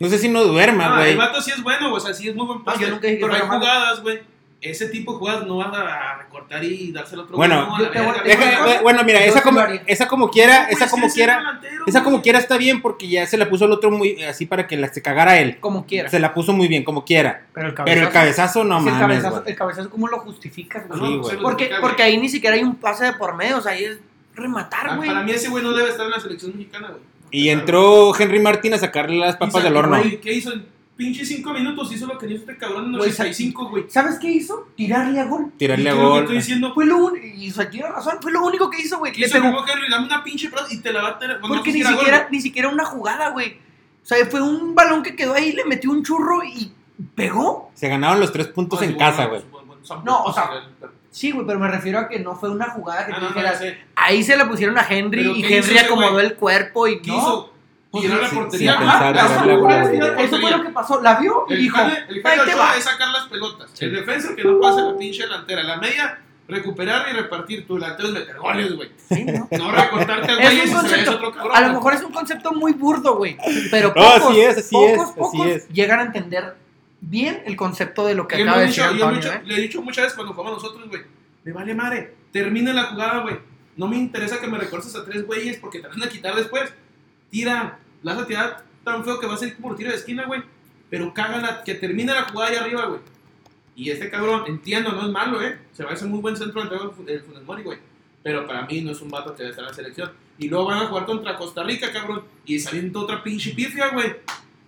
A: No sé si no duerma,
C: Ah,
A: güey.
C: el vato sí es bueno, güey, o sea, sí es muy buen pase.
B: Ah, yo nunca dije que
C: pero hay
B: fuera malo.
C: jugadas, güey. Ese tipo de jugadas no vas a recortar y dárselo a otro
A: Bueno,
C: güey, no,
B: yo
C: la
B: te
C: verga,
B: voy-
C: güey.
A: Deja-
B: Yo-
A: bueno, bueno, mira,
B: yo
A: esa
B: sí
A: como,
B: lo haría.
A: esa como quiera,
C: Güey,
A: esa
C: sí
A: como
C: es
A: quiera,
C: delantero,
A: esa como
C: güey.
A: quiera está bien porque ya se la puso el otro muy así para que la, se cagara él.
B: Como quiera.
A: Se la puso muy bien, como quiera.
B: Pero el
A: Pero el cabezazo no
B: es que el
A: mames,
B: cabezazo,
A: güey.
B: el cabezazo, ¿cómo lo justificas,
C: No,
B: güey?
A: Sí,
C: no,
A: güey.
C: se lo
B: porque,
C: justifica,
B: porque
C: güey.
B: ahí ni siquiera hay un pase de por medio. O sea, ahí es rematar,
C: Ah,
B: güey.
C: Para mí ese güey no debe estar en la selección mexicana, güey.
A: Y entró Henry Martín a sacarle las papas
C: Y
A: del
C: sacó,
A: horno.
C: güey, ¿Qué hizo? En pinche cinco minutos hizo lo que hizo este cabrón en
B: Güey,
C: 85, güey.
B: ¿Sabes qué hizo? Tirarle a gol.
C: Y
A: Tirarle a
C: creo que
A: gol.
C: Estoy diciendo,
B: Fue lo único, y o sea, tiene razón, fue lo único que hizo, güey. Le
C: hizo
B: pegó.
C: como Henry, dame una pinche pelota y te la va a tener. bueno, no
B: Porque
C: sé si
B: ni
C: era gol,
B: siquiera, ni siquiera una jugada, güey. O sea, fue un balón que quedó ahí, le metió un churro y pegó.
A: Se ganaron los tres puntos
C: güey.
A: en casa, güey.
B: No, o sea, Sí, güey, pero me refiero a que no fue una jugada que
C: Ah,
B: tú
C: no, no,
B: dijeras.
C: sé.
B: Ahí se la pusieron a
C: Pero
B: Henry y
C: ¿qué hizo
B: Henry
C: ese
B: acomodó
C: güey?
B: el cuerpo y
C: ¿Qué
B: no.
C: hizo?
B: Pues
C: Tiró
B: sí,
C: la
A: sí,
C: portería.
A: sin
C: Ajá,
A: pensar,
C: eso
A: tirarle a
C: fue lo
A: gol.
C: que hizo, tiró la
B: Eso fue
C: portería.
B: lo que pasó. La vio y
C: El
B: dijo,
C: jale, el jale
B: ahí te
C: Ochoa
B: va.
C: es sacar las pelotas.
A: Sí.
C: El defensa que no pase la pinche delantera. La media, recuperar y repartir. Tu delantero es meter goles, güey.
B: Sí, ¿no?
C: No recortarte a
B: Es
C: güey
B: un
C: y se ve
B: concepto.
C: otro cabrón.
B: A lo mejor es un concepto muy burdo, güey. Pero
A: No,
B: pocos,
A: así es, así
B: pocos,
A: es, así
B: pocos
A: es.
B: llegan a entender bien el concepto de lo que
C: Yo
B: acaba
C: le
B: de
C: he
B: decir
C: dicho- yo le he
B: Antonio,
C: dicho-
B: ¿eh?
C: le he dicho muchas veces cuando jugamos nosotros, güey. Me vale madre. Termina la jugada, güey. No me interesa que me recortes a tres güeyes porque te van a quitar después. Tira. La vas a tirar tan feo que va a ser como tiro de esquina, güey. Pero cágala, que termine la jugada ahí arriba, güey. Y este cabrón, entiendo, no es malo, ¿eh? Se va a hacer muy buen centro ante el Funes Mori, güey. Pero para mí no es un vato que debe estar en la selección. Y luego van a jugar contra Costa Rica, cabrón. Y saliendo otra pinche pifia, güey.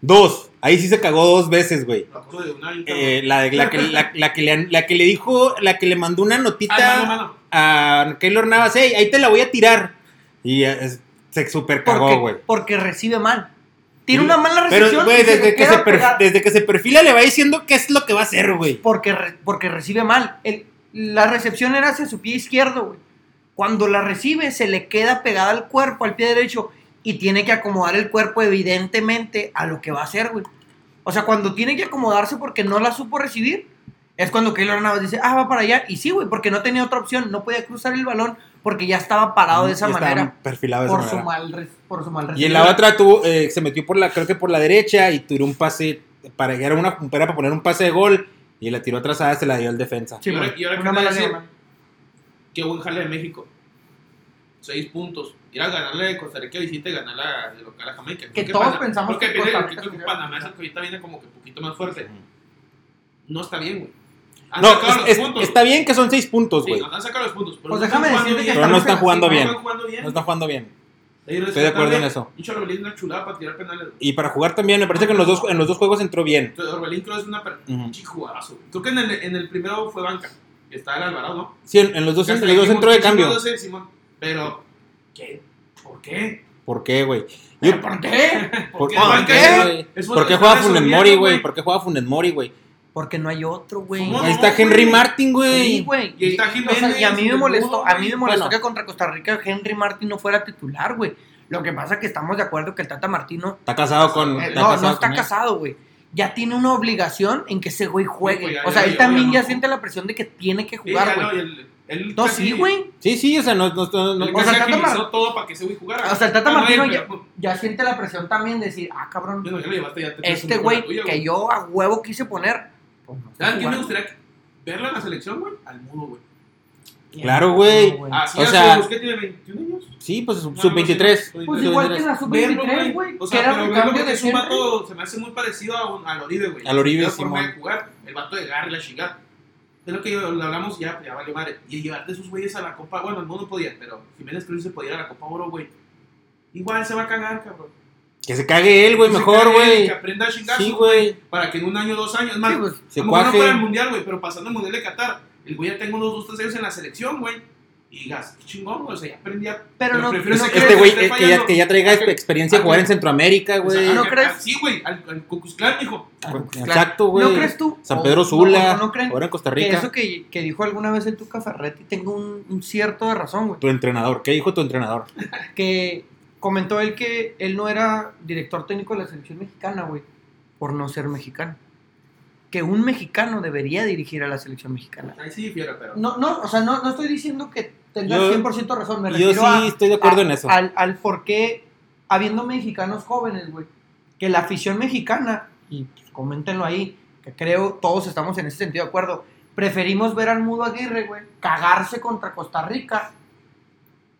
A: Dos. Ahí sí se cagó dos veces, güey.
C: Me acuerdo de un año, cabrón.
A: Eh, la, la que, la- la que le, la que le dijo, la que le mandó una notita.
C: Ah, mano, mano.
A: a Keylor Navas, "Ey, ahí te la voy a tirar. Y eh, es- se super cagó, güey.
B: Porque, porque recibe mal. Tiene
A: Sí.
B: una mala recepción.
A: Pero, güey,
B: y se
A: desde,
B: le
A: que
B: queda
A: se per-
B: pegada.
A: desde que se perfila le va diciendo qué es lo que va a hacer, güey.
B: porque, re- porque recibe mal. El- la recepción era hacia su pie izquierdo, güey. Cuando la recibe, se le queda pegada al cuerpo, al pie derecho, y tiene que acomodar el cuerpo, evidentemente, a lo que va a hacer, güey. O sea, cuando tiene que acomodarse porque no la supo recibir, es cuando Keylor Navas dice, ah, va para allá. Y sí, güey, porque no tenía otra opción, no podía cruzar el balón porque ya estaba parado de esa
A: Mm, Ya estaban
B: manera.
A: perfilados de
B: Por
A: esa
B: su,
A: manera.
B: mal, re- por su mal
A: Y en
B: recibido.
A: la otra tuvo, eh, se metió por la, creo que por la derecha y tiró un pase para era una era para poner un pase de gol y la tiró atrasada, se la dio al defensa.
B: Sí,
C: Y ahora-
B: güey,
C: y ahora
B: una
C: que
B: mala
C: decir-
B: gama.
C: Qué buen jale de México. Seis puntos. Ir a ganarle a Costa Rica de visita y ganarle a- de local a Jamaica.
B: Que
C: Porque
B: todos
C: Pana-
B: pensamos
C: porque
B: que
C: viene-
B: Costa
C: porque
B: Rica
C: creo que
B: sería-
C: Panamá es el que ahorita viene como que un poquito más fuerte. No está bien, güey. Han
A: No,
C: sacado Ah, los
A: es- es-
C: puntos.
A: está bien que son seis puntos,
C: Sí,
A: güey.
C: nos han sacado los puntos. Pero
B: Pues
C: no
B: déjame
C: están jugando
B: decirte que
C: bien.
A: Pero no están jugando
C: No
A: bien.
C: están jugando bien.
A: No están jugando bien.
C: Ahí lo
A: Estoy de acuerdo en
C: rescatan.
A: eso.
C: Pinche Orbelín es una chulada para tirar penales. güey.
A: Y para jugar también, me parece que en los dos, en los dos juegos entró bien.
C: Entonces, Orbelín creo es una per-
A: Ujú.
C: pinche jugadazo. güey. Creo que en el, en el primero fue banca. que Está el Alvarado, ¿no?
A: Sí, en, en los dos,
C: Que hasta
A: en los dos
C: dijimos,
A: entró de
C: "Pinche
A: cambio.
C: no sé, Simón". Pero, ¿qué? ¿Por qué?
A: ¿Por qué, güey? Yo-
B: ¿Por qué?
A: ¿Por
C: Eh, qué?
A: qué,
C: ¿Por qué?
A: güey?
C: Es
A: ¿Por qué juega
C: otro- están
A: Funes
C: resolviendo,
A: Mori,
C: güey.
A: güey? ¿Por qué juega Funes Mori, güey?
B: Porque no hay otro, güey.
C: ¿Cómo? No,
A: Ahí está
C: güey.
A: Henry Martin, güey.
B: Sí, güey.
C: Y ahí está
B: O sea, y a mí
C: Jiménez,
B: me molestó, a mí me
C: Bueno.
B: molestó que contra Costa Rica Henry Martin no fuera titular, güey. Lo que pasa es que estamos de acuerdo que el Tata Martino
A: Está casado con.
B: eh,
A: está
B: no, no
A: casado
B: está
A: con él.
B: casado, güey. Ya tiene una obligación en que ese güey
C: Sí, güey,
B: juegue.
C: ya,
B: O sea,
C: ya,
B: él
C: ya,
B: también
C: ya,
B: ya
C: no.
B: siente la presión de que tiene que
C: Sí, ya,
B: jugar,
C: no,
B: güey.
C: y el- él
B: No,
C: casi-
B: sí, güey.
A: Sí, sí, o sea, no. no, no, no-
C: él
B: O sea,
C: casi
B: el Tata Mar-
C: agilizó todo para que ese güey jugara.
B: O sea, el Tata
C: Ah, no,
B: Martino
C: ya-
B: ya- Ya siente la presión también de decir, ah,
C: Ya
B: cabrón,
C: no, ya lo llevaste, ya te tienes
B: este
C: un poco la
B: güey
C: tuya,
B: que yo a huevo quise poner. pues, no está
C: ¿Saben quién me
B: jugando.
C: gustaría verla en la selección, güey? Al mudo, güey.
A: Claro, güey.
C: Así
A: O
C: es,
A: sea-
C: güey, ¿qué tiene 21 años?
A: Sí, pues sub-
C: No,
A: sub-23.
C: no, sí,
B: Pues
C: sí,
B: igual
A: Sub-23.
B: que en la
C: Verlo,
B: sub-23, güey.
C: O
B: que
C: sea,
B: era
C: pero
B: un
C: verlo
B: cambio
C: que
B: de
C: es un
B: Henry.
C: vato, se me hace muy parecido a un- al Oribe, güey.
A: Al Oribe,
C: La forma
A: Simón.
C: de jugar, el vato de garra y la chingada. Es lo que yo- lo hablamos ya, ya vale madre. Y llevarte esos güeyes a la Copa, bueno, el mundo podía, pero Jiménez Cruz se podía ir a la Copa Oro, güey. Igual se va a cagar, cabrón.
A: Que se cague él, güey,
C: Que se
A: mejor,
C: cague,
A: güey.
C: Que aprenda a chingarse,
A: Sí, güey.
C: Para que en un año, dos años, más,
B: Sí, pues,
A: Se
C: a lo mejor no
A: cuaje.
C: para el mundial, güey, pero pasando el mundial de Qatar, el güey ya tengo unos dos, tres años en la selección, güey. Y digas, qué chingón, güey, o sea, ya aprendí a.
B: Pero no-
C: prefiero
A: Es-
B: no
C: ese
B: creo
A: Este güey,
C: esté
A: eh, que ya,
C: fallando.
A: que ya traiga
C: Ah, que-
A: experiencia de
C: ah,
A: jugar
C: que-
A: en Centroamérica,
C: o sea,
A: güey.
C: ah,
B: ¿no
C: que-
B: crees?
C: Sí, güey, al, al Cucuzclán, hijo.
A: Exacto, güey.
B: ¿No crees tú?
A: San
B: O-
A: Pedro
B: no,
A: Sula,
B: o ¿No creen
A: ahora en Costa
B: que
A: Rica.
B: eso que, que dijo alguna vez el Tuca Ferretti tengo un, un cierto de razón, güey?
A: Tu entrenador, ¿qué dijo tu entrenador?
B: Que comentó él que él no era director técnico de la selección mexicana, güey, por no ser mexicano. Que un mexicano debería dirigir a la selección mexicana.
C: Ahí sí, fiera, pero.
B: No, no, o sea, no, no estoy diciendo que tengas
A: Yo-
B: 100% razón, me
A: Yo
B: refiero
A: sí
B: a-
A: estoy de acuerdo
B: a-
A: en eso.
B: Al, al por qué, habiendo mexicanos jóvenes, güey, que la afición mexicana, y pues, coméntenlo ahí, que creo todos estamos en ese sentido de acuerdo, preferimos ver al Mudo Aguirre, güey, cagarse contra Costa Rica,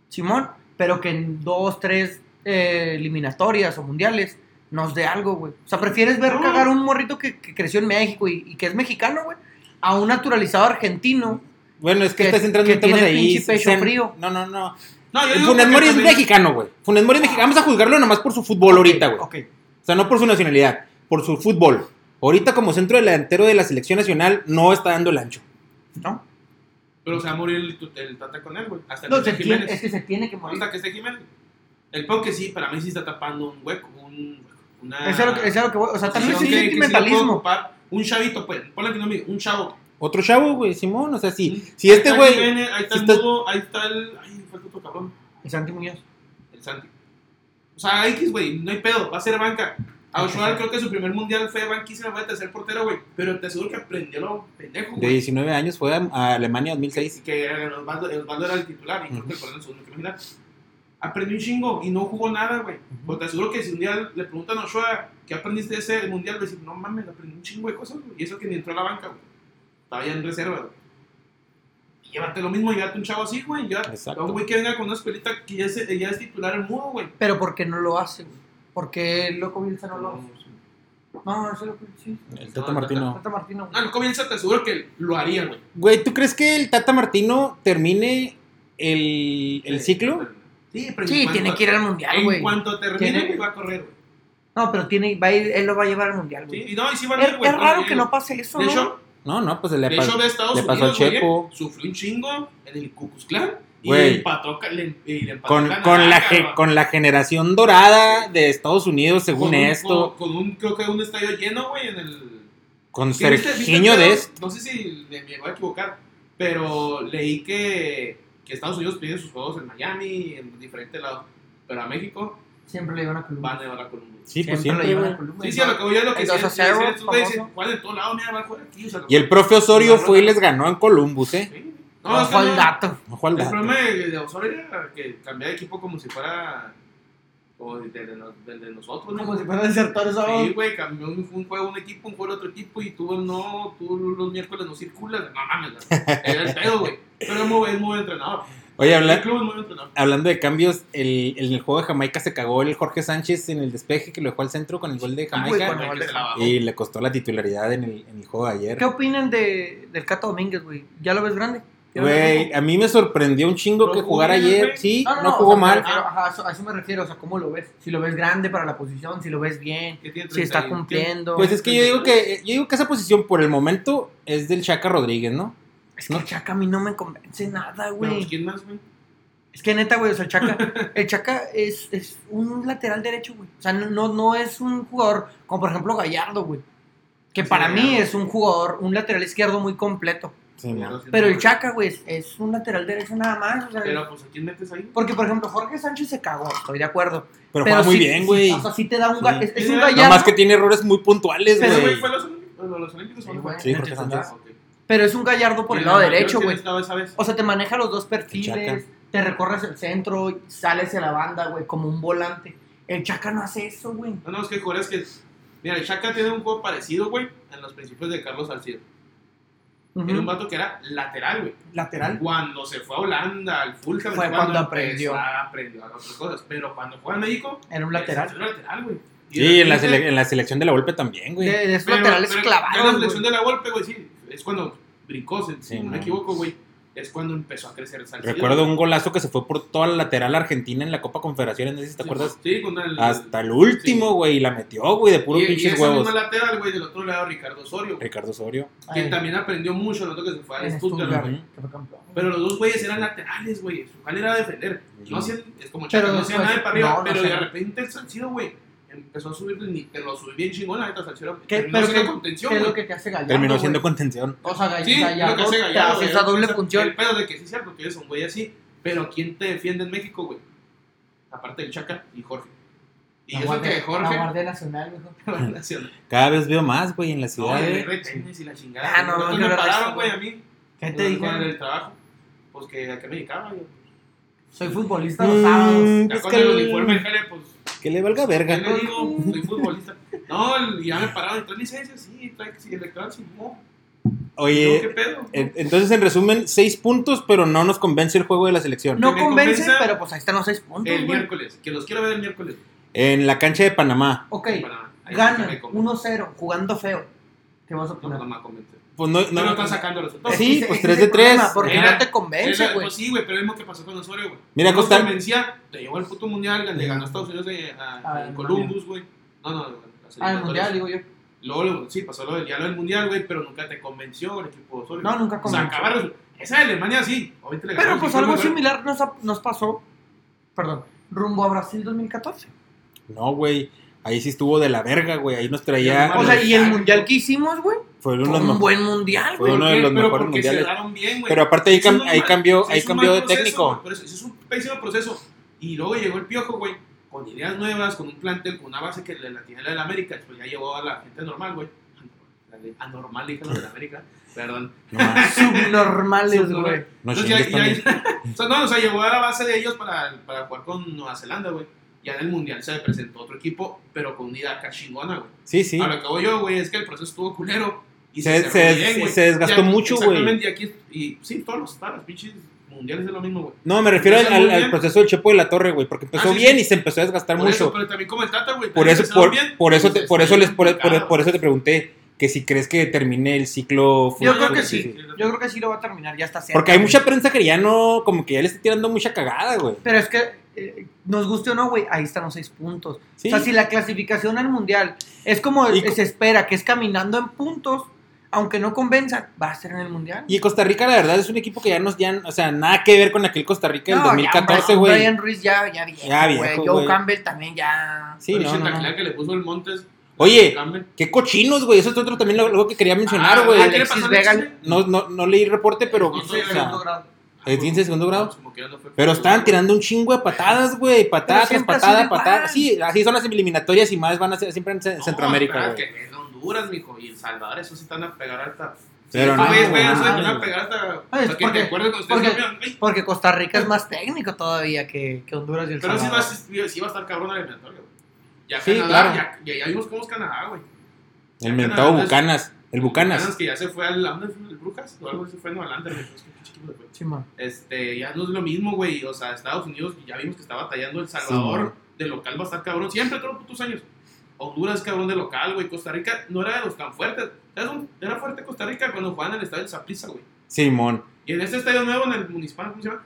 B: Simón, pero que en dos, tres eh, eliminatorias o mundiales nos dé algo, güey. O sea, prefieres ver
C: No.
B: cagar a un morrito que, que creció en México y, y que es mexicano, güey, a un naturalizado argentino.
A: Bueno, es que,
B: que-
A: estás entrando
B: que
A: en temas
B: tiene
A: ahí.
B: pinche pecho
A: sen-
B: frío.
A: No, no, no.
C: No, yo digo.
A: Funes
C: porque
A: Mori es
C: también-
A: mexicano, güey. Funes Mori es mexicano. Vamos a juzgarlo nomás por su fútbol ahorita, güey.
B: Ok,
A: O sea, no por su nacionalidad, por su fútbol. Ahorita como centro delantero de la selección nacional no está dando el ancho.
B: ¿no?
C: Pero se va a morir el, el Tata con él, güey. Hasta
B: No,
C: que
B: se
C: esté
B: tiene- es
C: Jiménez.
B: que se tiene que morir.
C: Hasta que esté Jiménez. El pau que sí, para mí sí está tapando un hueco. Un, una.
B: Eso es lo que, eso es lo que voy. O sea, también
C: posición
B: es
C: que- que sí la puede
B: sentimentalismo.
C: ocupar. Un chavito, pues. Ponle que no me. Un chavo.
A: Otro chavo, güey, Simón. O sea, si,
C: Mm.
A: si este
C: Ahí está
A: güey...
C: Jiménez, Ahí está
A: si
C: el
A: estás-
C: mudo, ahí está el. Ay, fue el puto cabrón.
B: El Santi Muñoz.
C: el Santi. O sea, X, güey, no hay pedo, va a ser banca. A Ochoa creo que su primer mundial fue banquísima, fue tercer portero, güey. Pero te aseguro que aprendió lo pendejo,
A: De
C: güey.
A: 19 años fue a- a Alemania 2006.
C: Y que el Osvaldo, el Osvaldo era el titular y creo que por el segundo criminal. Aprendió un chingo y no jugó nada, güey. Pero te aseguro que si un día le preguntan a Ochoa ¿qué aprendiste de ese mundial? Va a decir, no mames, aprendí un chingo de cosas, güey. Y eso que ni entró a la banca, güey. Estaba ya en reserva, güey. Y llévate lo mismo, llévate un chavo así, güey. Llévate a
A: Exacto.
C: un güey que venga con una escuelita que ya es, ya es titular en mudo, güey.
B: Pero ¿por qué no lo hace, güey? ¿Por qué el loco Bielsa no lo hace? No, eso es lo que sí.
A: El Tata Martino.
B: Tata Martino, güey.
C: Ah, No, el comienzo te aseguro que lo haría, güey.
A: Güey, ¿tú crees que el Tata Martino termine el, el ciclo?
C: Sí, pero en
B: Sí,
C: cuanto-
B: tiene que ir al mundial,
C: En
B: güey.
C: cuanto termine,
B: Tiene-
C: güey, va a correr, güey.
B: No, pero tiene, va a ir, él lo va a llevar al mundial, güey.
C: Sí, y no, y sí va a
B: Es,
C: ir, güey.
B: es raro que no pase eso,
C: De
B: ¿no?
C: hecho,
A: No, no, pues le
C: de
A: pas-
C: hecho ve a Estados
A: le pasó
C: Unidos,
A: al
C: güey,
A: Chepo.
C: Sufrió un chingo en el Cucus Clan. Y
A: Güey.
C: le empató, ca- le, y le empató
A: Con,
C: Canadá,
A: con, la ge-
C: cabrón.
A: con la generación dorada de Estados Unidos, según
C: Con un-
A: esto.
C: Con, con un, creo que un estadio lleno, güey, en el...
A: Con
C: Sí, ¿viste-
A: Serginho
C: viste el
A: Pues, de este.
C: pedo? No sé si me, me voy a equivocar, pero leí que, que Estados Unidos pide sus juegos en Miami, en diferentes lados, pero a México
B: Siempre le iban a Columbus.
C: Van a llevar a Columbus.
A: Sí, pues
B: siempre le
A: siempre,
B: iban
A: güey.
B: a Columbus.
C: Sí, sí, a lo que voy yo es lo que
B: El
C: sí.
B: 2 a 0,
C: Tú güeyes dicen,
B: famoso.
C: ¿cuál de todos lados? Mira, va a jugar aquí. o sea,
A: Y el profe Osorio fue y les ganó en Columbus, ¿eh?
C: Sí.
B: No,
C: es que
B: fue el dato.
A: Ojo al
C: El
A: dato.
C: problema de, de Osorio era que cambiar de equipo como si fuera. O de, de, de nos- de- de nosotros, ¿no?
B: Como si fueran desertores ahora.
C: Sí, güey, cambió un, un juego un equipo, un juego el otro equipo y tú no, tú los miércoles no circulas. No mames, era el pedo, güey. Pero es muy, buen- muy buen entrenador.
A: Oye,
C: El
A: habla-
C: club es muy buen entrenador.
A: hablando de cambios, el, en el juego de Jamaica se cagó el Jorge Sánchez en el despeje que lo dejó al centro con el gol de
B: Ah, güey,
A: Jamaica.
B: cuando-
C: Hay que se la bajó.
A: Y le costó la titularidad en el, en el juego de ayer.
B: ¿Qué opinan de, del Cata Domínguez, güey? ¿Ya lo ves grande? ¿Ya lo ves
A: Güey,
B: viejo?
A: a mí me sorprendió un chingo
C: No
A: que
C: jugó
A: jugara
C: bien,
A: ayer.
C: güey.
A: Sí,
B: No, no,
A: no
B: no,
A: jugó
B: o sea, ah, me
A: mal.
B: refiero- ajá, a eso- a eso me refiero, o sea, ¿cómo lo ves? Si lo ves grande para la posición, si lo ves bien,
C: Que tiene
B: si está
C: 31.
B: cumpliendo.
A: Pues es que yo digo que yo digo que esa posición por el momento es del Chaca Rodríguez, ¿no?
B: Es que el Chaca a mí no me convence nada,
C: Pero,
B: güey.
C: ¿Quién más, güey?
B: Es que neta, güey, o sea, el Chaca, el Chaca es, es un lateral derecho, güey. O sea, no- no, no es un jugador como, por ejemplo, Gallardo, güey. Que
C: Sí,
B: para mí
C: Gallardo.
B: es un jugador, un lateral izquierdo muy completo.
A: Sí, no.
B: Pero el Chaca, güey, es, es un lateral derecho nada más. o sea,
C: Pero, pues, ¿a quién metes ahí?
B: porque, por ejemplo, Jorge Sánchez se cagó, estoy de acuerdo.
A: Pero juega muy
B: sí-
A: bien, güey.
B: O sea, sí te da un... ga-
A: Sí.
B: Es, es un
C: Sí,
B: Gallardo,
A: Nomás que tiene errores muy puntuales,
B: Pero,
C: ¿Ese güey fue
A: güey.
C: a los Olímpicos? ¿A los Olímpicos?
B: Sí,
C: o no?
B: güey.
A: Sí, Jorge Sánchez.
C: Ok.
B: pero es un Gallardo por el
C: Sí,
B: lado
C: no,
B: derecho,
C: creo que
B: güey.
C: estaba esa vez.
B: O sea, te maneja los dos
A: Chaca.
B: perfiles, te recorres el centro, sales hacia la banda, güey, como un volante. El Chaca no hace eso, güey.
C: No, no, es que el es que. Mira, el Chaca tiene un juego parecido, güey, en los principios de Carlos Salcido.
B: Ujú.
C: Era un vato que era lateral, güey.
B: Lateral.
C: Cuando se fue a Holanda, al Fulham,
B: Fue
C: es
B: cuando
C: empezó
B: aprendió.
C: a aprender otras cosas. Pero cuando fue a México,
B: Era un
C: es
B: lateral.
C: un lateral, güey. Y
A: Sí, en la,
C: repente-
A: sele- en la selección de la Volpe también,
B: De,
A: güey.
B: de esos
C: pero-
B: laterales
C: pero En la
B: clavados,
C: selección
B: güey.
C: de la golpe, güey, sí. Es cuando brincó, si si
A: Sí,
C: no
A: no.
C: me equivoco, güey. Es cuando empezó a crecer Salcido.
A: Recuerdo
C: güey.
A: un golazo que se fue por toda la lateral argentina en la Copa Confederaciones, no sé si te
C: Sí,
A: acuerdas.
C: Sí, con el.
A: Hasta el último, güey, y la metió, güey, de puro
C: y, y
A: pinches
C: esa
A: huevos.
C: misma lateral, güey, del otro lado, Ricardo Osorio. güey,
A: Ricardo Osorio.
B: Ay,
C: Que también aprendió mucho, noto que se fue a
B: en
C: Stuttgart,
B: Stuttgart,
C: güey.
A: güey.
B: que fue campeón.
C: Pero los dos güeyes eran laterales, güey. Su jale era defender. No
A: Sí.
C: hacían, es como Chaca,
B: Pero
C: no hacían
B: después-
C: nada de para arriba.
B: no, no
C: pero de
B: hacían.
C: repente el Salcido, güey, empezó a subir, ni- pero lo subí bien chingón, la neta, Salcido.
B: ¿Qué-
C: Terminó
B: pero
C: siendo
B: qué-
C: contención,
B: ¿Qué es lo
C: güey.
B: que te hace Gallardo?
A: Terminó
B: güey?
A: siendo contención.
B: O sea, Gall-
C: Sí, lo que
B: Gallardo
C: hace
B: te
C: Gallardo.
B: hace
C: güey,
B: esa doble
C: el- El
B: función.
C: pedo de que sí es cierto que es un güey así. Pero ¿quién te defiende en México, güey? Aparte del Chaca y Jorge. Y
B: La
C: eso
B: Guardia-
C: que Jorge.
B: La Guardia Nacional, güey.
A: Cada vez veo más, güey, en la
C: No,
A: ciudad.
C: el
A: güey.
C: retenes y la chingada.
B: Ah, no,
C: Nosotros
B: no,
C: me
B: no, no,
C: pararon,
B: no,
C: güey, a mí.
B: ¿Qué
C: en
B: te
C: el-
B: dije?
C: En el trabajo. Pues que a qué me dedicaba, güey.
B: Soy futbolista los sábados.
A: Mm,
C: Ya
A: pues
C: con
A: que,
C: el uniforme,
A: el-
C: jale, pues.
A: que le valga
C: ¿Qué
A: verga.
C: le digo? pues, Soy futbolista. No, el- y ya me pararon. ¿Y traes licencia? Sí, trae sí, electoral, sí, no.
A: Oye,
C: ¿Qué pedo?
A: En- Entonces, en resumen, seis puntos, pero no nos convence el juego de la selección.
B: No
C: me
B: convence,
C: convence-
B: pero pues ahí están los seis puntos,
C: El
B: güey.
C: miércoles, que los quiero ver el miércoles.
A: En la cancha de Panamá.
B: Ok,
C: Para- ahí sí que
B: ganan
C: me convence.
B: 1-0, jugando feo. ¿Qué vas a
C: No,
B: poner?
C: no me convence.
A: Pues no,
C: No,
A: no-
C: lo están sacando los resultados.
A: Sí,
B: Ese-
A: pues,
B: ese
A: tres
B: es el
A: de tres.
B: problema, Porque
C: Era-
B: no te convence,
C: Era-
B: güey.
C: Pues sí, güey, pero es lo mismo que pasó con Osorio, güey.
A: Mira,
C: no
A: Costa-
C: nos convencía, te llevó al puto mundial, le ganó a Estados Unidos eh, a,
B: Ah,
C: a
B: el
C: Columbus, güey. No, no, no. las
B: Ah, el mundial,
C: eliminatorias.
B: digo yo.
C: Luego, luego, sí, pasó lo del, ya lo del mundial, güey, pero nunca te convenció el equipo de Osorio.
B: No, nunca
C: o sea,
B: convence.
C: acabar los- Esa de Alemania sí. Ahorita le
B: Pero
C: ganaron,
B: pues
C: sí,
B: algo
C: güey,
B: similar nos, ha- nos pasó, perdón, rumbo a Brasil 2014.
A: No, güey. Ahí sí estuvo de la verga, güey. Ahí nos traía.
C: Ah,
B: O sea, y el
C: exacto.
B: mundial que hicimos, güey,
A: fue uno
B: fue
A: de los
B: un
A: mejores.
B: buen mundial,
A: Fue
B: güey.
A: uno de
C: Porque-
A: los
C: pero
A: mejores
C: porque
A: mundiales.
C: cerraron bien, güey.
A: Pero aparte ahí,
C: Ese es
A: cam-
C: un
A: ahí
C: mal-
A: cambió,
C: ese
A: ahí
C: es un
A: cambió
C: mal
A: de
C: proceso, güey,
A: técnico.
C: Por eso, ese es un pésimo proceso. Y luego llegó el piojo, güey, con ideas nuevas, con un plantel, con una base que le la tiene la del América. Pues ya llevó a la gente normal, güey. Anormal, dije la del América. Perdón.
A: No, más.
B: Subnormales,
C: Subnormal.
B: güey.
A: no
C: Entonces, ya-
A: chingues
C: ya-
A: también.
C: o sea, no, o sea, llegó a la base de ellos para, para jugar con Nueva Zelanda, güey. Ya en el mundial se le presentó otro equipo, pero con una idea acá chingona, güey.
A: Sí, sí.
C: A lo que voy yo, güey, es que el proceso estuvo culero. Y
A: Se-
C: cerró
A: se-
C: bien, güey.
A: se desgastó
C: Y aquí-
A: mucho, güey.
C: Exactamente, y aquí, y sí, todos los, todas las pinches mundiales es lo mismo, güey.
A: No, me refiero al,
C: Empezó muy
A: al- al
C: bien.
A: proceso del Chepo de la Torre, güey. Porque empezó
C: Ah, sí,
A: bien
C: sí.
A: y se empezó a desgastar
C: Por
A: mucho.
C: eso, pero también como el Tata, güey.
A: por
C: también
A: eso,
C: empezaron
A: por,
C: bien,
A: por eso,
C: pues,
A: te- por
C: está
A: eso les,
C: bien
A: por, por-
C: complicado.
A: por eso te pregunté que si crees que termine el
B: Yo
A: ciclo futbolero,
B: creo que
A: güey,
B: sí, yo creo que sí lo va a terminar, ya está cerca.
A: Porque hay
B: güey.
A: mucha prensa que ya no, como que ya le está tirando mucha cagada, güey.
B: Pero es que, eh, nos guste o no, güey, ahí están los seis puntos.
A: Sí.
B: O sea, si la clasificación al mundial es como
A: Y-
B: se espera, que es caminando en puntos, aunque no convenza, va a ser en el mundial.
A: Y Costa Rica, la verdad, es un equipo que ya nos, ya, o sea, nada que ver con aquel Costa Rica del
B: No, ya,
A: 2014,
B: Brian-
A: güey.
B: Brian Ruiz ya, ya viejo,
A: Ya viejo,
B: güey.
A: güey.
B: Joe Campbell también ya.
A: Sí,
C: Pinche
A: no, no, no.
C: tacleada que le puso el Montes.
A: Oye,
C: Campbell.
A: qué cochinos, güey. Eso es otro también lo, algo que quería
C: Ah,
A: mencionar,
C: ah,
A: güey.
C: ¿qué le pasó
B: Alexis
C: a Alexis?
B: Vega?
A: No, no, no leí reporte, pero.
C: No
A: o
C: soy
A: sea,
C: Alejandro
A: ¿Es 15 de segundo grado?
C: Como que ya no fue
A: Pero
C: fútbol,
A: estaban
C: güey.
A: tirando un chingo de patadas, güey. Patada tras
B: siempre
A: patada,
B: así les
A: patada.
B: van.
A: Sí, así son las eliminatorias y más van a ser siempre en Ce-
C: No,
A: Centroamérica,
C: claro
A: güey.
C: que es Honduras, mijo, y El Salvador, esos se están a pegar hasta.
A: Pero
C: Sí,
A: no,
C: güey, güey,
A: no,
C: esos se van
A: no.
C: a pegar hasta.
B: Ah, es
C: Para que
B: porque-
C: te acuerdes cuando ustedes
B: porque-
C: campeón, güey.
B: Porque Costa Rica es más técnico todavía que, que Honduras y El
C: Pero sí va, a
B: Salvador.
C: ser- sí va a estar cabrón la eliminatoria, güey. Ya
A: Sí,
C: Canadá,
A: claro.
C: ya, ya, ya vimos cómo es Canadá, güey.
A: El mentado
C: Canadá es-
A: Bucanas. El Bucanas.
C: que ya se fue al. ¿a ¿Dónde fue? ¿El Brujas? O algo así fue en Nueva Zelanda, güey, no sé qué pinche equipo le fue.
B: Sí, man.
C: Este, ya no es lo mismo, güey. O sea, Estados Unidos ya vimos que está batallando El Salvador. de local va a estar cabrón. Siempre, todos los putos años. Honduras, cabrón de local, güey. Costa Rica no era de los tan fuertes. ¿Sabes dónde Era fuerte Costa Rica cuando jugaban en el estadio de Zaprisa, güey.
A: Simón.
C: Y en este estadio nuevo, en el Municipal, ¿cómo se llama?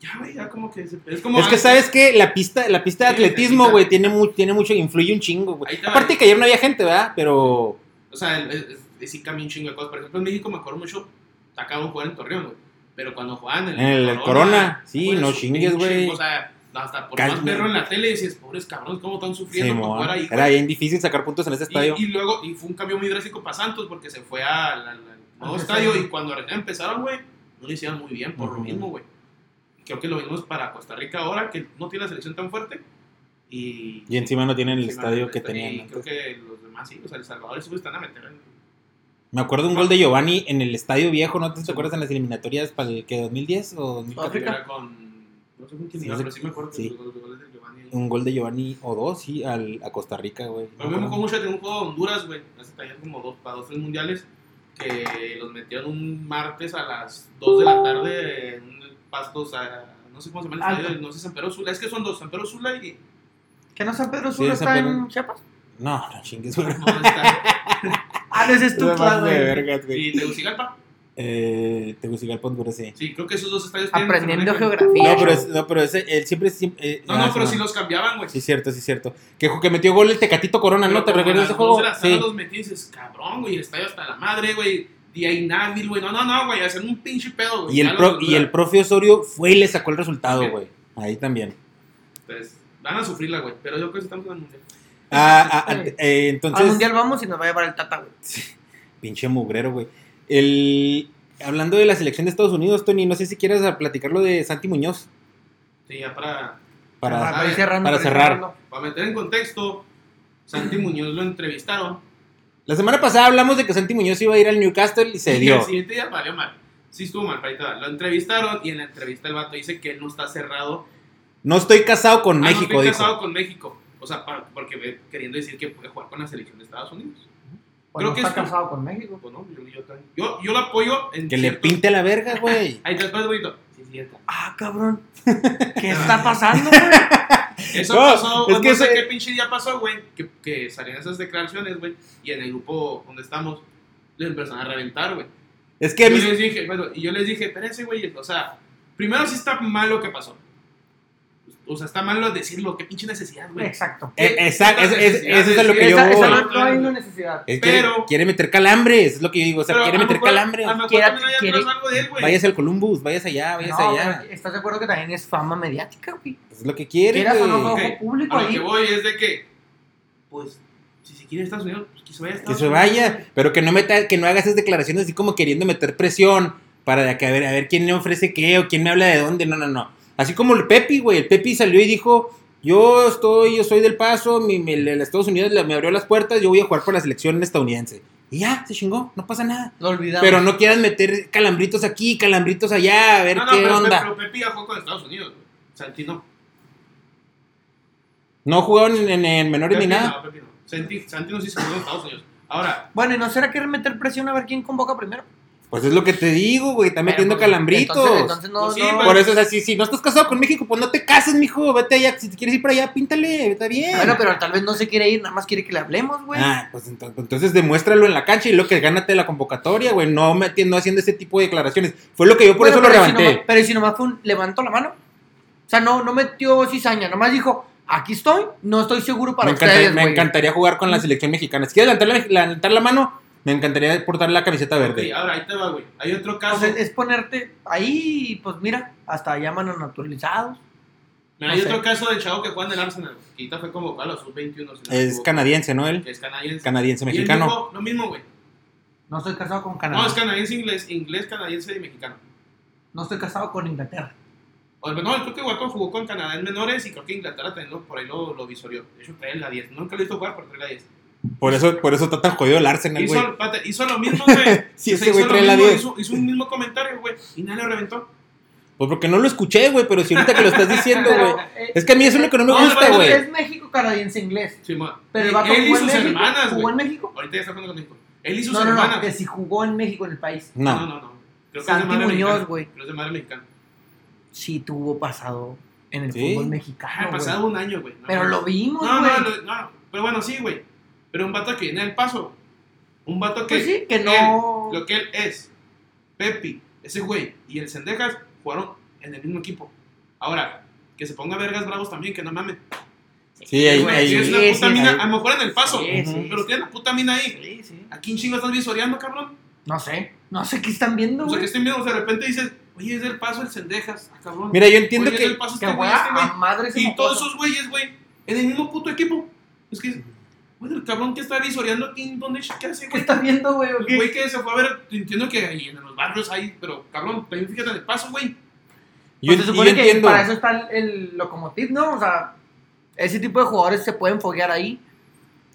C: Ya, güey, ya como que. se- es como.
A: Es que
C: antes.
A: sabes que la pista, la pista de
C: Sí,
A: atletismo,
C: necesita-
A: güey, tiene, mu- tiene mucho, influye un chingo, güey.
C: Ahí te va.
A: Aparte que ayer no había gente, ¿verdad? Pero.
C: O sea, el- el- el- sí cambia un chingo de cosas. Por ejemplo, en México me acuerdo mucho, acabo de jugar en Torreón, güey. Pero cuando jugaban en
A: En el Corona, sí,
C: güey,
A: no
C: su
A: chingues,
C: pinche-
A: güey.
C: O sea, hasta por
A: Cal-
C: más perro en la tele decías, pobres cabrones, cómo están sufriendo por
A: Simón.
C: jugar ahí.
A: Era
C: güey".
A: bien difícil sacar puntos en ese estadio.
C: Y, y luego, y fue un cambio muy drástico para Santos porque se fue al, al- al
A: Ah,
C: nuevo
B: Al
C: estadio
B: estadio.
C: y cuando recién empezaron, güey, no lo hicieron muy bien por lo
A: Ujú.
C: mismo, güey. Creo que lo vimos para Costa Rica ahora, que no tiene la selección tan fuerte. Y,
A: Y encima no tienen el
C: encima
A: estadio que
C: está- y
A: tenían.
C: creo que los demás sí, o sea, El Salvador sí están a meter en
A: Me acuerdo un gol de Giovanni en el estadio viejo, ¿no te te acuerdas en las eliminatorias para el que 2010 o 2014?
B: África.
C: Era con. No sé con quién iba,
A: Sí,
C: pero sí me acuerdo que
A: sí.
C: los los goles de Giovanni.
A: Un gol de Giovanni o dos, sí, al, a Costa Rica, güey.
C: A mí me acuerdo mucho de un juego de Honduras, güey. Hace taller como dos para dos, tres mundiales. Que los metieron un martes a las 2 de la tarde en un pastos a. No sé cómo se llama el
B: Alto.
C: estadio, no sé San Pedro Sula. Es que son dos, San Pedro Sula y.
B: ¿Que no San Pedro
A: Sí,
B: Sula
A: San
B: está
A: Pedro.
B: en Chiapas?
A: No, no chingues, güey.
C: No, está.
B: Ah, no, ese es tu
A: Más de
B: güey.
A: vergas, güey.
C: y Tegucigalpa.
A: Eh, Tegucigalpa, Honduras, sí.
C: Sí, creo que esos dos estadios. tienen-
B: Aprendiendo
C: se manejan.
B: geografía.
A: No, pero, es- no, pero ese, él siempre... siem- eh,
C: No, no,
A: ah,
C: pero
A: sí,
C: si los cambiaban, güey.
A: Sí, cierto, sí, cierto. Que, ju- que metió gol el Tecatito Corona, ¿no? ¿Te recuerdas ese juego?
C: Sí.
A: Sí.
C: los metí y dices, cabrón, güey, el estadio hasta la madre, güey. Día inhábil, güey. No, no, no, güey, hacen un pinche pedo, güey.
A: Y
C: Ya
A: el,
C: los
A: pro- y el
C: Honduras.
A: profe Osorio fue y le sacó el resultado,
C: También.
A: güey. Ahí también.
C: Entonces, pues, van a sufrirla, güey. Pero yo creo que estamos en el mundial.
A: Ah, ah, ah,
B: Sí.
A: eh,
B: Al
A: entonces...
B: mundial vamos y nos va a llevar el Tata, güey.
A: Pinche mugrero, güey. El... Hablando de la selección de Estados Unidos, Tony, no sé si quieres ah, platicar lo de Santi Muñoz
C: Sí, ya para,
A: para,
C: Ajá.
B: ir cerrando,
A: para
B: ir
A: cerrar.
B: cerrando.
C: para meter en contexto, Santi Muñoz lo entrevistaron.
A: La semana pasada hablamos de que Santi Muñoz iba a ir al Newcastle y se
C: Y
A: dio.
C: el siguiente día valió mal. Sí estuvo mal, para ahí te va. Lo entrevistaron y en la entrevista el vato dice que él no está cerrado.
A: No estoy casado con
C: Ah, no,
A: México,
C: estoy
A: dijo.
C: casado con México. O sea, pa- porque ve- queriendo decir que puede jugar con la selección de Estados Unidos.
B: Bueno,
C: Creo que
B: está
C: es-
B: casado con México.
C: Pues no, yo, yo, también. yo, yo lo apoyo en
A: Que le
C: cierto-
A: pinte la verga, güey.
C: Ahí te espérate un poquito. Sí, sí, ya está.
B: Ah, cabrón. ¿Qué está pasando, güey?
C: Eso
A: No,
C: pasó, pues
A: es
C: no
A: que
C: sé
A: ese-
C: qué pinche día pasó, güey, que, que salían esas declaraciones, güey, y en el grupo donde estamos, les empezaron a reventar, güey.
A: Es que
C: Yo
A: a mí...
C: les dije, bueno, y yo les dije, espérense, güey, o sea, primero sí está mal lo que pasó. O sea, está mal lo de decirlo, qué pinche necesidad, güey.
B: Exacto.
A: Eh, exacto, es- es-
C: Esa-
A: eso es a lo que yo Eh,
B: Esa,
A: voy.
B: esa no, no hay una necesidad.
A: Él quiere,
C: pero-
A: quiere meter calambres, es lo que yo digo. O sea,
C: Pero a
A: quiere
C: lo
A: meter
C: mejor-
A: calambres.
C: A lo mejor
B: Quiere-
C: también hay atrás
B: quiere-
C: algo de él, güey.
A: Váyase al Columbus, váyase allá, váyase
B: No,
A: allá.
B: pero ¿Estás de acuerdo que también es fama mediática, güey?
A: Es lo que quiere,
B: Quieras o no,
A: güey.
B: ojo
C: Ok,
B: público
C: A lo
B: ahí.
C: que voy es de que, pues, si se quiere a Estados Unidos, pues que se vaya a
A: Que
C: Estados
A: se
C: Unidos.
A: vaya, pero que no meta, que no haga esas declaraciones así como queriendo meter presión para de que a ver, a ver quién me ofrece qué o quién me habla de dónde. No, no, no. Así como el Pepi, güey. El Pepi salió y dijo, yo estoy, yo soy del paso, mi, mi- el Estados Unidos le- me abrió las puertas, yo voy a jugar por la selección estadounidense. Y ya, se chingó, no pasa nada.
B: Lo olvidamos.
A: Pero no quieran meter calambritos aquí, calambritos allá, a ver
C: No, no,
A: qué
C: pero,
A: onda.
C: pero Pepe ya jugó con Estados Unidos, güey. Santi no.
A: No jugaron en, en- en menores ni
C: Pepe
A: nada.
C: no, Pepe no. Santi, Santi no sí se jugó en Estados Unidos. Ahora,
B: Bueno, ¿y no será que meter presión a ver quién convoca primero?
A: Pues es lo que te digo, güey, está metiendo
B: Pero, pues,
A: calambritos.
B: Entonces, entonces no,
C: Pues sí,
B: no-
C: pero-
A: Por eso es así, si no estás casado con México, pues no te cases, mijo, vete allá, si te quieres ir para allá, píntale, está bien.
B: Bueno, pero tal vez no se quiere ir, nada más quiere que le hablemos, güey.
A: Ah, pues entonces, entonces demuéstralo en la cancha y lo que gánate la convocatoria, güey, no metiendo, haciendo ese tipo de declaraciones. Fue lo que yo por
B: Bueno,
A: eso lo
B: pero si
A: levanté.
B: nomás- pero si nomás fue un levanto la mano. O sea, no, no metió cizaña, nomás dijo, aquí estoy, no estoy seguro para
A: me, encanta-
B: ustedes,
A: me
B: güey".
A: encantaría jugar con la selección mexicana. Si quieres levantar la, levantar la mano, me encantaría portar la camiseta verde.
C: Ok, ahora ahí te va, güey. Hay otro caso.
B: Entonces, Pues, es ponerte ahí, y, pues mira, hasta llaman a naturalizados. no
C: Mira, hay
B: sé.
C: otro caso del chavo que juega en el Arsenal. güey. Que ahorita fue convocado a los sub-21. si no me
A: Es
C: equivoco,
A: canadiense, ¿no? Él,
C: Que es canadiense.
A: canadiense
C: Y él
A: mexicano.
C: dijo lo mismo, güey.
B: No estoy casado con Canadá.
C: No, es canadiense inglés, inglés, canadiense y mexicano.
B: No estoy casado con Inglaterra.
C: O, no, creo que Watson jugó con Canadá en menores y creo que Inglaterra también lo- por ahí lo, lo visoreó. De hecho, trae la 10. Nunca lo hizo jugar, pero trae la 10.
A: Por eso, por eso está tan jodido el Arsenal, güey.
C: Hizo, espérate, hizo lo mismo, güey.
A: Sí,
C: O
A: ese
C: sea, hizo
A: güey
C: lo
A: trae la
C: mismo,
A: 10.
C: Hizo, hizo un mismo comentario, güey. Y nadie lo reventó.
A: Pues porque no lo escuché, güey, pero si ahorita que lo estás diciendo,
B: Pero,
A: güey.
B: eh,
A: Es que a mí eso es lo que no me
C: No,
A: gusta,
C: el vato
A: güey.
B: Es México, canadiense, inglés.
C: Simón.
B: Pero el
C: Y
B: vato
C: él y
B: jugó en
C: sus
B: México.
C: hermanas,
B: ¿Jugó en
C: güey.
B: México?
C: Ahorita ya está jugando con México. Él y sus
B: No, no,
C: hermanas.
B: no. Que si jugó en México, en el país.
C: No,
A: No.
C: no, no. Creo que
B: Santi
C: es de madre
B: Muñoz,
C: mexicana.
B: güey.
C: Creo que es de madre mexicana.
B: Sí tuvo pasado en el
A: Sí.
B: fútbol
C: Ah,
B: mexicano.
C: pasado
B: güey.
C: un año, güey. No,
B: Pero
C: güey.
B: lo vimos,
C: No,
B: güey.
C: no, lo- no. Pero bueno, sí, güey. Pero un vato que viene del paso. Un vato que.
B: Pues sí, que
C: él,
B: no.
C: lo que él es, Pepi, ese güey y el Cendejas jugaron en el mismo equipo. Ahora, que se ponga vergas bravos también, que no mamen.
A: Sí, ahí,
C: Güey,
A: ahí-
C: tienes
B: sí,
C: una
B: sí,
C: puta
B: sí.
C: mina, a lo mejor en el paso,
B: Sí, sí,
C: pero
B: sí.
C: tienes la puta mina ahí.
B: Sí, sí.
C: ¿A quién chingo estás visoreando, cabrón?
B: No sé. No sé qué están viendo,
C: O sea, que
B: güey.
C: estoy viendo, o sea, de repente dices, oye, es del paso el Cendejas, ah, cabrón.
A: Mira, yo entiendo
C: Oye, es
A: que.
C: del paso
B: Que
C: este
B: güey,
C: güey, este güey.
B: a madre se
C: Y todos esos güeyes, güey, en el mismo puto equipo. Es que, bueno, el cabrón que está visoreando aquí, ¿dónde ch- qué hace,
B: ¿Qué
C: güey?
B: están viendo, güey? o
C: El
B: qué?
C: güey que se fue a ver, entiendo que ahí en los barrios hay, pero cabrón, también fíjate en el paso, güey.
A: Yo,
B: Pues se
A: yo
B: supone que
A: entiendo.
B: para eso está el, el locomotiv, ¿no? O sea, ese tipo de jugadores se pueden foguear ahí.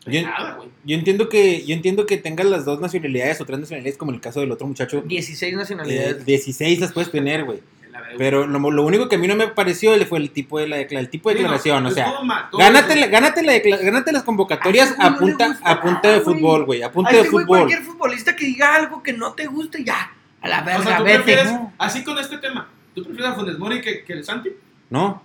A: Yo,
C: Nada, güey.
A: yo entiendo que yo entiendo que tengas las dos nacionalidades o tres nacionalidades, como en el caso del otro muchacho.
B: 16
A: eh,
B: nacionalidades.
A: 16 las puedes tener, güey.
C: En la verga.
A: Pero lo, lo único que a mí no me pareció fue el tipo de, la, decla- el tipo de
C: Sí, no,
A: declaración. O sea,
C: estuvo mal, todo
A: gánate,
C: eso.
A: la- gánate, la decla- gánate las
B: Ay,
A: convocatorias
B: güey,
A: a
B: no le
A: punta,
B: gusta
A: a punta de
B: nada, güey.
A: fútbol, güey. A punta
B: Ahí
A: de
B: sí, güey,
A: fútbol.
B: cualquier futbolista que diga algo que no te guste, ya. A la verga,
C: O sea, ¿tú
B: vete.
C: prefieres, así con este tema, ¿tú prefieres a Funes Mori que, que el Santi?
A: No.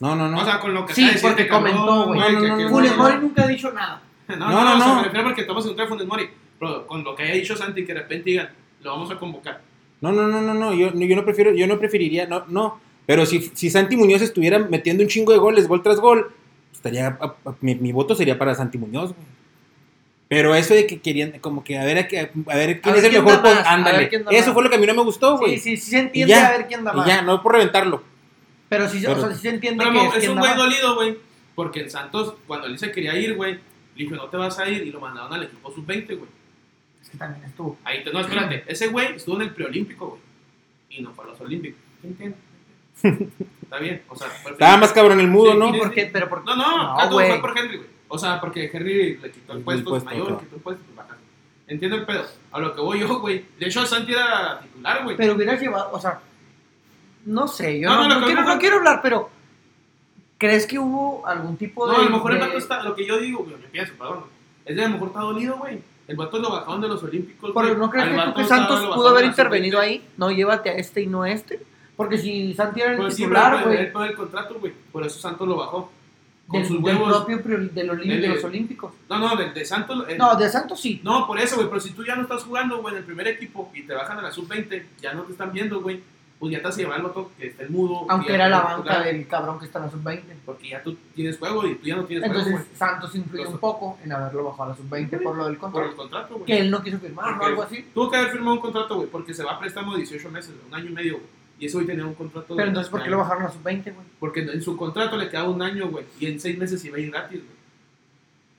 A: No, no, no.
C: O sea, con lo que
B: Sí,
C: acaba de decir
B: porque
C: este cabrón,
B: comentó, güey.
C: que-
A: No, no,
C: que-
A: no,
B: Funes
A: no,
B: Mori nunca ha dicho nada.
C: No,
A: No,
C: no,
A: no,
C: o sea,
A: no.
C: me refiero porque estamos en contra de Funes Mori. Pero con lo que haya dicho Santi, que de repente digan, lo vamos a convocar.
A: No, no, no, no, no. Yo, no- yo no prefiero, yo no preferiría, no, no. Pero si, si Santi Muñoz estuviera metiendo un chingo de goles, gol tras gol, estaría, a- a- mi, mi voto sería para Santi Muñoz, güey. Pero eso de que querían, como que a ver, a, que- a ver quién
B: ver
A: es el
B: quién da más,
A: mejor, pon-
B: a ver
A: ándale.
B: quién da
A: Eso
B: más.
A: fue lo que a mí no me gustó, güey.
B: Sí, sí, sí se entiende
A: Y ya.
B: a ver quién da
A: y
B: más.
A: ya, no por reventarlo.
B: Pero sí, o
A: Pero-
B: sea, sí se entiende
C: Pero
B: que
C: no,
B: es,
C: es
B: quien
C: un
B: da
C: güey
B: más.
C: dolido, güey. Porque en Santos, cuando él se quería ir, güey, le dijo, no te vas a ir. Y lo mandaron al equipo sub-20, güey.
B: Es que también estuvo.
C: Ahí te, no, espérate. Ese güey estuvo en el preolímpico, güey. Y no fue a los olímpicos. Entiendo. Está bien, o sea, fue el
A: Estaba más cabrón el mudo,
C: Sí,
A: ¿no?
B: ¿Y por qué? Pero por
C: No, no,
B: No,
C: Cato
B: güey.
C: fue por Henry, güey. O sea, porque Henry le quitó el
A: El
C: puesto,
A: puesto,
C: mayor,
A: ajá.
C: le quitó el puesto, pues baja. Entiendo el pedo. A lo que voy yo, güey. De hecho, Santi era titular, güey.
B: Pero hubieras llevado, o sea, no sé, yo
C: No,
B: no,
C: no,
B: no
C: lo que
B: quiero,
C: mejor-
B: no quiero hablar, pero ¿crees que hubo algún tipo
C: No,
B: de...
C: a lo mejor el
B: de-
C: vato está, lo que yo digo, güey, yo pienso, perdón, güey, es de a lo mejor está dolido, güey. El vato lo bajaron de los olímpicos,
B: Pero
C: güey.
B: ¿no crees
C: Al
B: que tú
C: vato
B: que
C: estaba-
B: Santos
C: lo
B: pudo
C: bajaron
B: haber
C: a sub-20.
B: intervenido ahí? No, llévate a este y no a este. Porque si Santi era el
C: Pues sí,
B: titular,
C: pero
B: güey,
C: él perdió el contrato, güey. Por eso Santos lo bajó. Con
B: del,
C: sus
B: del
C: huevos.
B: propio prior- del Olim-
C: Él
B: de
C: le-
B: los Olímpicos.
C: No, no, del de Santos. el-
B: No, de Santos sí.
C: No, por eso, güey, pero si tú ya no estás jugando, güey, en el primer equipo y te bajan a la sub-20, ya no te están viendo, güey, pues ya te has llevado al vato que está el mudo.
B: Aunque
C: que ya
B: era
C: no
B: la
C: puede
B: banca
C: jugar,
B: del cabrón que está en la sub-20.
C: Porque ya tú tienes juego y tú ya no tienes
B: Entonces
C: juego,
B: Santos influyó un poco en haberlo bajado a la sub-20 por lo del
C: güey, por el
B: contrato.
C: contrato,
B: Que
C: güey.
B: él no quiso firmar o
C: Porque-
B: algo así.
C: Tuvo que haber firmado un contrato, güey, porque se va a préstamo 18 meses, un año y medio, güey. Y eso hoy tenía un contrato.
B: Pero
C: de-
B: entonces, ¿por qué lo bajaron a la sub-20, güey?
C: Porque en su contrato le quedaba un año, güey, y en seis meses iba a ir gratis, güey.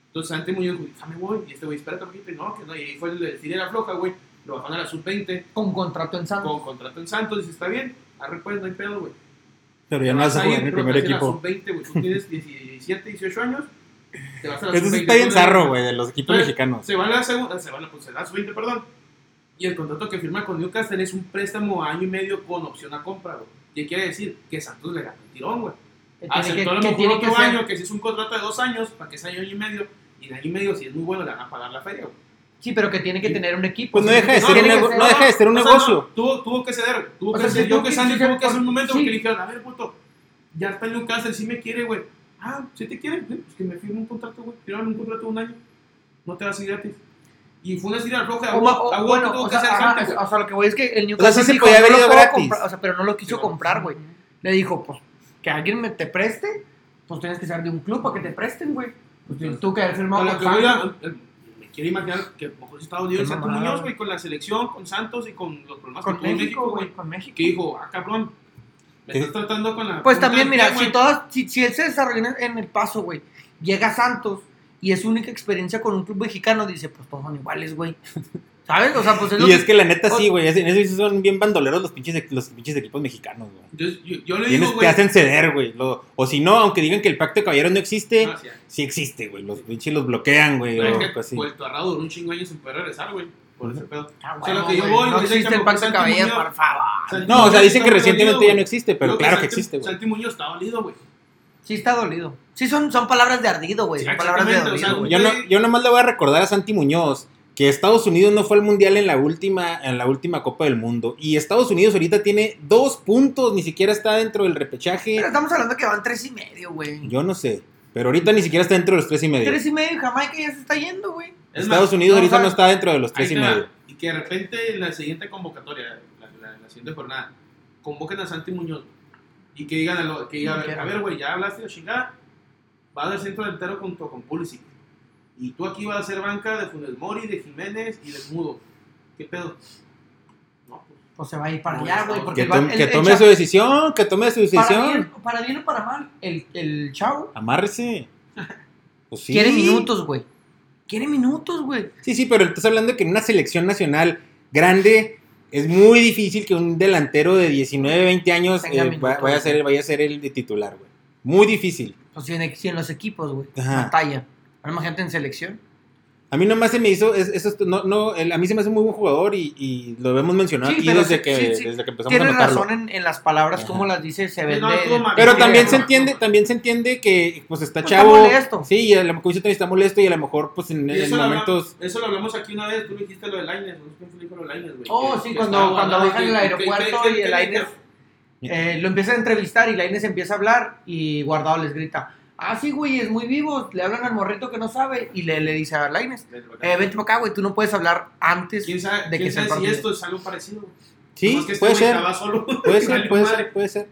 C: Entonces Santi Muñoz, güey, ya me voy, y este güey, espérate un poquito, y no, que no, y ahí fue el de la floja, güey, lo bajaron a la sub-20,
B: Con contrato en Santos.
C: con contrato en Santos, dice, está bien, arre pues, no hay pedo, güey.
A: Pero ya no vas a
C: ahí,
A: jugar en el
C: pero
A: primer
C: te hacen la
A: equipo.
C: sub-20, güey. Tú tienes 17, 18 años. Te vas a la
A: Eso sí
C: sub-20.
A: está bien zarro, güey, de los equipos
C: Entonces,
A: mexicanos.
C: Se va a la segunda, se va a la, pues, se da sub-20, perdón. Y el contrato que firma con Newcastle es un préstamo a año y medio con opción a compra, güey. ¿Qué quiere decir? Que Santos le gana el tirón, güey.
B: que tiene que-
C: Aceptó a lo
B: que
C: mejor
B: tiene que
C: otro
B: ser-
C: año, que si es un contrato de dos años, para que sea año y medio. Y de año y medio, si es muy bueno, le van a pagar la feria, güey.
B: Sí, pero que tiene que tener un equipo.
A: Pues no
B: sí,
A: deja de
B: que
A: ser un
B: tiene que
A: nego- no deja de ser un
C: O sea,
A: negocio.
C: no, tuvo, tuvo que ceder, güey. tuvo
B: O
C: que
B: sea,
C: ceder.
B: sí,
C: Yo
B: tuvo
C: que
B: que
C: Sandy
B: ceder
C: tuvo que hacer
B: por-
C: un momento
B: sí.
C: porque le dijeron, a ver, puto, ya está en Newcastle, si me quiere, güey. Ah, si te quiere, güey, pues que me firme un contrato, güey. Firmaron un contrato de un año. No te vas a ir gratis. Y fue una tira floja.
B: O,
C: güey.
B: o-
C: A huevo
B: bueno,
C: que tuvo
B: o
C: que
B: sea,
C: hacer
B: ajá,
C: Santi, güey.
B: o sea, lo que voy es que el
A: sea, sí
B: Newcastle
A: se
B: dijo, "No
A: podía haber
B: lo
A: ido
B: puedo
A: gratis".
B: comprar", o sea, pero no lo quiso
C: Sí,
B: comprar, güey. Le dijo, pues, que alguien me te preste, pues tienes que ser de un club para que te presten, güey. Pues tienes tú que haber firmado
C: Con lo
B: con
C: que voy a-
B: Santos.
C: eh, Me quiero imaginar que a lo mejor se estaba unido el
B: Qué
C: Santo
B: mamada,
C: Muñoz,
B: güey.
C: güey, con la selección, con Santos y con los problemas que
B: con
C: tuvo en
B: México,
C: México, güey.
B: güey, con México.
C: Que dijo, ah, cabrón, me
A: Sí.
C: estás tratando con la.
B: Pues
C: punta
B: también,
C: del
B: mira,
C: pie,
B: si,
C: güey.
B: todas, si, si él se desarrolla en el- en el paso, güey, llega a Santos y es su única experiencia con un club mexicano, dice, pues todos son iguales, güey. O ¿Sabes? O sea, pues es lo
A: Y es que la neta sí, güey. es- En eso sí son bien bandoleros los pinches, los pinches equipos mexicanos, güey.
C: Yo, yo, yo le
A: Tienes-
C: digo,
A: te
C: güey.
A: hacen ceder, güey. lo- O si no, aunque digan que el pacto de caballeros no existe,
C: Ah, sí, ah.
A: sí existe, güey. Los pinches los bloquean, güey.
C: Pero
A: O
C: es que, pues,
A: algo así.
C: Puerto Arrado duró un chingo de años sin poder regresar, güey. Por ese
A: pues Ujú.
C: pedo.
B: Ah,
C: O sea, lo
B: bueno,
C: que yo
B: güey,
C: voy,
B: no
C: güey, es
B: existe
C: que
B: el pacto de
C: Santi
B: cabello,
C: Muñoz-
B: por favor.
C: Santi
A: No, o sea,
C: Muñoz
A: dicen que
C: está
A: recientemente
C: dolido,
A: ya no
C: güey.
A: existe, pero
C: Creo
A: claro que
C: Santi-
A: existe, güey.
C: Santi Muñoz está dolido, güey.
B: Sí está dolido.
D: Sí, son, son palabras de ardido, güey.
C: Sí,
D: Son palabras de
C: exactamente, o sea,
D: dolido, güey.
A: Yo, no, yo nomás le voy a recordar a Santi Muñoz que Estados Unidos no fue al mundial en la última en la última Copa del Mundo y Estados Unidos ahorita tiene dos puntos ni siquiera está dentro del repechaje
D: Pero estamos hablando que van tres y medio, güey.
A: yo no sé pero ahorita ni siquiera está dentro de los tres y medio
D: Tres y medio, Jamaica ya se está yendo, güey.
C: Es
A: Estados
C: más,
A: Unidos
C: no,
A: ahorita
C: o sea,
A: no está dentro de los
C: ahí
A: tres y
C: te va.
A: medio
C: Y que de repente en la siguiente convocatoria, la, la- la siguiente jornada, convoquen a Santi Muñoz y que digan a, lo- que digan,
B: No
C: a ver,
B: quiero.
C: a ver, güey, ya hablaste de chingada, va del centro delantero junto con Pulisic. Y tú aquí vas a ser banca de Funes Mori, de Jiménez y del Mudo. ¿Qué pedo? No, pues,
B: Pues se va a ir para
C: No,
B: allá,
C: no,
B: güey.
C: no.
B: porque
A: que,
B: el va-
A: tome-
B: el-
A: que
B: el
A: tome
B: chavo-
A: su decisión que tome su
B: para
A: decisión
B: bien, para bien o para mal, el, el chavo
A: amárrese Pues sí.
B: quiere minutos, güey. Quiere minutos, güey.
A: sí sí pero estás hablando que en una selección nacional grande es muy difícil que un delantero de 19, 20 años
B: Tenga
A: eh, va-
B: minutos.
A: vaya, a ser, vaya a ser el de titular, güey. Muy difícil.
B: Pues si en, si en los equipos, güey.
A: Ajá.
B: Batalla. Ahora imagínate en selección.
A: A mí nomás se me hizo, es- eso, es- no, no, el- a mí se me hace un muy buen jugador y, y lo hemos mencionado
B: Sí,
A: aquí
B: pero
A: desde,
B: sí,
A: que,
B: sí, sí.
A: desde que empezamos a
B: Tiene
A: notarlo.
B: razón en, en las palabras,
A: Ajá.
B: como las dice, se
C: Sí,
B: vende.
C: no, estuvo mal.
A: Pero
C: Sí,
A: también
C: claro.
A: se entiende, también se entiende que pues está
B: Pues está
A: chavo.
B: molesto.
A: Sí, y a lo mejor también está molesto y a lo mejor pues en,
C: y
A: en
C: eso, lo hablamos-
A: momentos.
C: eso lo hablamos aquí una vez, tú dijiste lo de Lainez, no sé quién fue el hijo de Lainez, güey.
B: Oh,
C: que-
B: sí,
C: que
B: cuando-
C: estaba
B: cuando
C: guardado,
B: bajan
C: que-
B: el
C: que-
B: aeropuerto
C: que-
B: y
C: que-
B: el
C: que-
B: Lainez- Eh, lo empieza a entrevistar y Lainez empieza a hablar y Guardado les grita, ah, sí, güey, es muy vivo, le hablan al morrito que no sabe y le, le dice a Lainez, eh, vente para acá, güey, tú no puedes hablar antes.
C: ¿Quién sabe,
B: de que
C: quién
B: sea
C: sabe si
B: partido.
C: esto es algo parecido?
A: Sí,
C: Nomás que este
A: puede
C: güey
A: ser,
C: estaba solo.
A: puede ser,
C: Vale,
A: puede
C: madre.
A: ser, puede ser.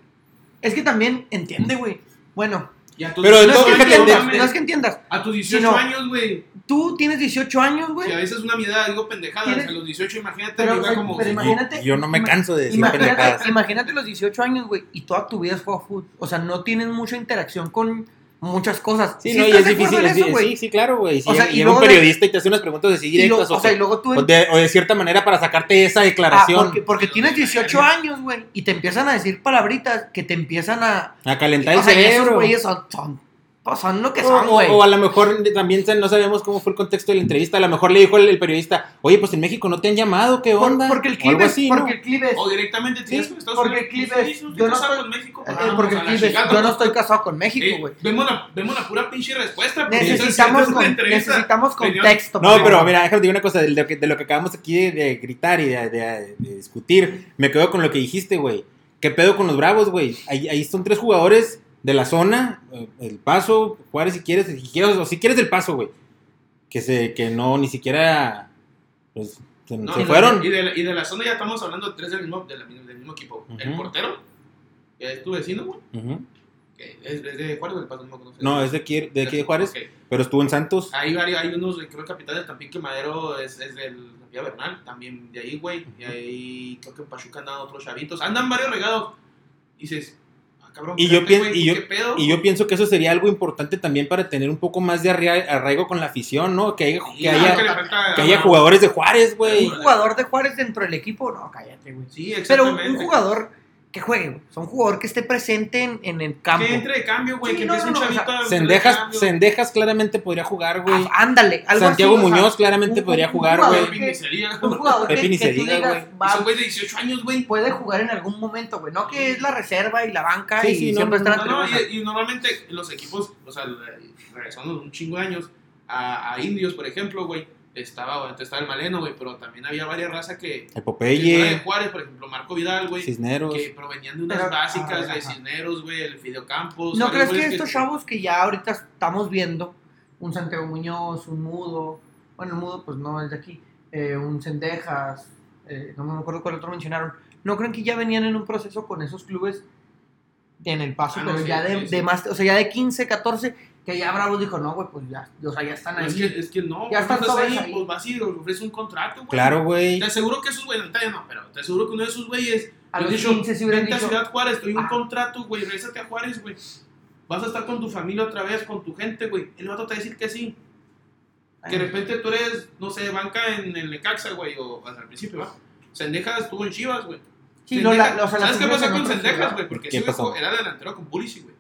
B: Es que también entiende, güey. Bueno,
C: Y a tus
A: Pero de
B: no es,
A: todo-
C: 18
B: que
A: fíjate,
C: años,
B: entiendas,
C: mames,
B: no es que entiendas,
C: A tus 18
B: sino-
C: años, güey.
B: tú tienes 18 años,
C: Que a
B: güey.
C: veces es una mi edad, digo pendejada.
B: Pues, Tienes-
C: A los 18, imagínate,
B: Pero,
C: que iba
B: güey,
C: como.
B: pero
A: Y-
B: imagínate-
A: y yo no me
B: ima-
A: canso de decir pendejadas.
B: Imagínate, imagínate los 18 años, güey, y toda tu vida has jugado fútbol. O sea, no tienes mucha interacción con muchas cosas.
A: Sí,
B: ¿Sí
A: no, y
B: estás
A: es
B: de acuerdo en
A: difícil. es di-
B: eso, güey?
A: sí, sí, claro, güey. Si
B: O sea,
A: llega-
B: y
A: llega un
B: luego de-
A: periodista y te hace unas preguntas así
B: Y lo-
A: directas
B: o sea, y luego tú...
A: o de, o de cierta manera para sacarte esa
B: Ah,
A: declaración
B: porque, porque tienes 18 años, güey, y te empiezan a decir palabritas que te empiezan a...
A: a calentar el
B: o sea, y esos
A: cerebro.
B: güeyes son, son, pues, son lo que
A: O,
B: son, güey.
A: o- o a lo mejor también se- no sabemos cómo fue el contexto de la entrevista. A lo mejor le dijo el, el periodista, oye, pues en México no te han llamado, ¿qué
B: Por-
A: onda?
B: porque el
A: O
B: clip
A: algo
B: es...
A: así, ¿no?
B: porque el clip es...
C: O directamente te
A: Sí,
B: porque el clip es- yo no estoy-
C: con México.
B: eh,
C: pues, vamos
B: porque
C: a
B: el
C: la
B: clip es,
C: chingada.
B: Yo no estoy casado con
C: Eh,
B: México, güey.
C: vemos, la, vemos la pura pinche respuesta. porque
B: necesitamos
C: esa es una
B: con-
C: entrevista.
B: necesitamos
C: Señor,
B: contexto.
A: No,
B: por
A: pero
B: favor.
A: mira, déjame decir una cosa, de lo que, de lo que acabamos aquí de, de gritar y de, de- de discutir, me quedo con lo que dijiste, güey. ¿Qué pedo con los bravos, güey? Ahí, ahí son tres jugadores de la zona, eh, El Paso, Juárez si quieres, si quieres o si quieres El Paso, güey. Que, se, que no, ni siquiera, pues, se,
C: No,
A: se
C: y de-
A: fueron.
C: Y de, la- y de la zona ya estamos hablando tres del mismo, de la- del mismo equipo. El
A: Ujú.
C: portero, que es tu vecino, güey.
A: Ujú.
C: que Es, es de Juárez, del Paso, no me acuerdo.
A: No, es de aquí de, aquí de Juárez,
C: Ok. Ah.
A: pero estuvo en Santos.
C: Hay varios, hay unos, creo, capitales también que Madero es, es del Vía Bernal, también de ahí, güey. Y ahí creo que en Pachuca andan otros chavitos. Andan varios regados. Y dices, ah, cabrón,
A: Y yo pienso-
C: espérate, güey,
A: y yo-
C: ¿qué pedo?
A: Y yo pienso que eso sería algo importante también para tener un poco más de arria- arraigo con la afición, ¿no? Que haya,
C: Y
A: que
C: creo
A: haya,
C: le falta-
A: que haya jugadores de Juárez, güey.
B: Un jugador de Juárez dentro del equipo, no, cállate, güey.
C: Sí,
B: Pero un,
C: exactamente.
B: un jugador que juegue, güey. O sea, un jugador que esté presente en, en el campo.
C: Que entre de cambio, güey,
B: Sí,
C: que
B: no,
C: empiece
B: no,
C: un
B: no,
C: chavito. a meter de
A: Sendejas,
C: cambio.
A: Sendejas claramente podría jugar, güey.
B: Ah, Ándale, algo
A: Santiago
B: así, o sea,
A: Muñoz claramente
B: un-
A: podría
B: un
A: jugar,
B: jugador
A: güey.
C: Pepe Nicería.
B: Un jugador que,
A: Pepe ni
B: que
A: se
B: tú
A: diga,
B: digas,
A: güey.
B: va,
C: Es un güey de 18 años, güey.
B: puede jugar en algún momento, güey. No que es la reserva y la banca
A: Sí,
B: y
A: sí, no,
B: siempre
A: no,
B: están
C: No,
B: en
C: no,
B: tribuna.
C: y, y normalmente los equipos, o sea, re- regresando un chingo de años, a, a indios, por ejemplo, güey, estaba, antes estaba el Maleno, güey, pero también había varias razas que,
A: El
C: que no eran de
A: Popeye,
C: Juárez, por ejemplo, Marco Vidal, güey,
A: Cisneros.
C: que provenían de unas
B: Pero-
C: básicas,
B: ah,
C: de
B: ajá.
C: Cisneros, güey, el Fideo Campos.
B: ¿No crees
C: varios
B: que
C: güeyes
B: estos chavos que ya ahorita estamos viendo, un Santiago Muñoz, un Mudo, bueno, el Mudo pues no es de aquí, eh, un Cendejas, eh, no me acuerdo cuál otro mencionaron, ¿no creen que ya venían en un proceso con esos clubes en el paso,
C: Ah, no,
B: pero
C: sí,
B: ya de,
C: sí, sí.
B: de más, o sea, ya de 15, 14, que ya Bravos dijo, no, güey, pues ya, o sea, ya están
C: No,
B: ahí.
C: es, que, es que no,
B: Ya
C: güey,
B: están
C: estás
B: todos
C: ahí,
B: ahí.
C: pues vas y le ofreces un contrato, güey.
A: Claro, güey.
C: Te aseguro que esos güeyes, ahorita ya no, pero te aseguro que uno de esos güeyes,
B: a
C: le
B: los
C: han dicho,
B: 15 se hubieran
C: vente a
B: dicho,
C: Ciudad Juárez, estoy un
B: Ah.
C: contrato, güey, regresate a Juárez, güey. Vas a estar con tu familia otra vez, con tu gente, güey. El vato te va a decir que sí. Que de repente tú eres, no sé, banca en el Necaxa, güey, o hasta el principio, ¿va? Sendejas estuvo en Chivas, güey.
B: Sí, lo- la-
C: Sendejas-
B: o sea, la
C: ¿Sabes qué
B: figura
C: pasa
B: que
C: con
B: nosotros
C: Sendejas,
B: jugamos.
C: güey? Porque
A: ¿Qué
C: ese güey
A: pasó?
C: era delantero con Pulisic, güey.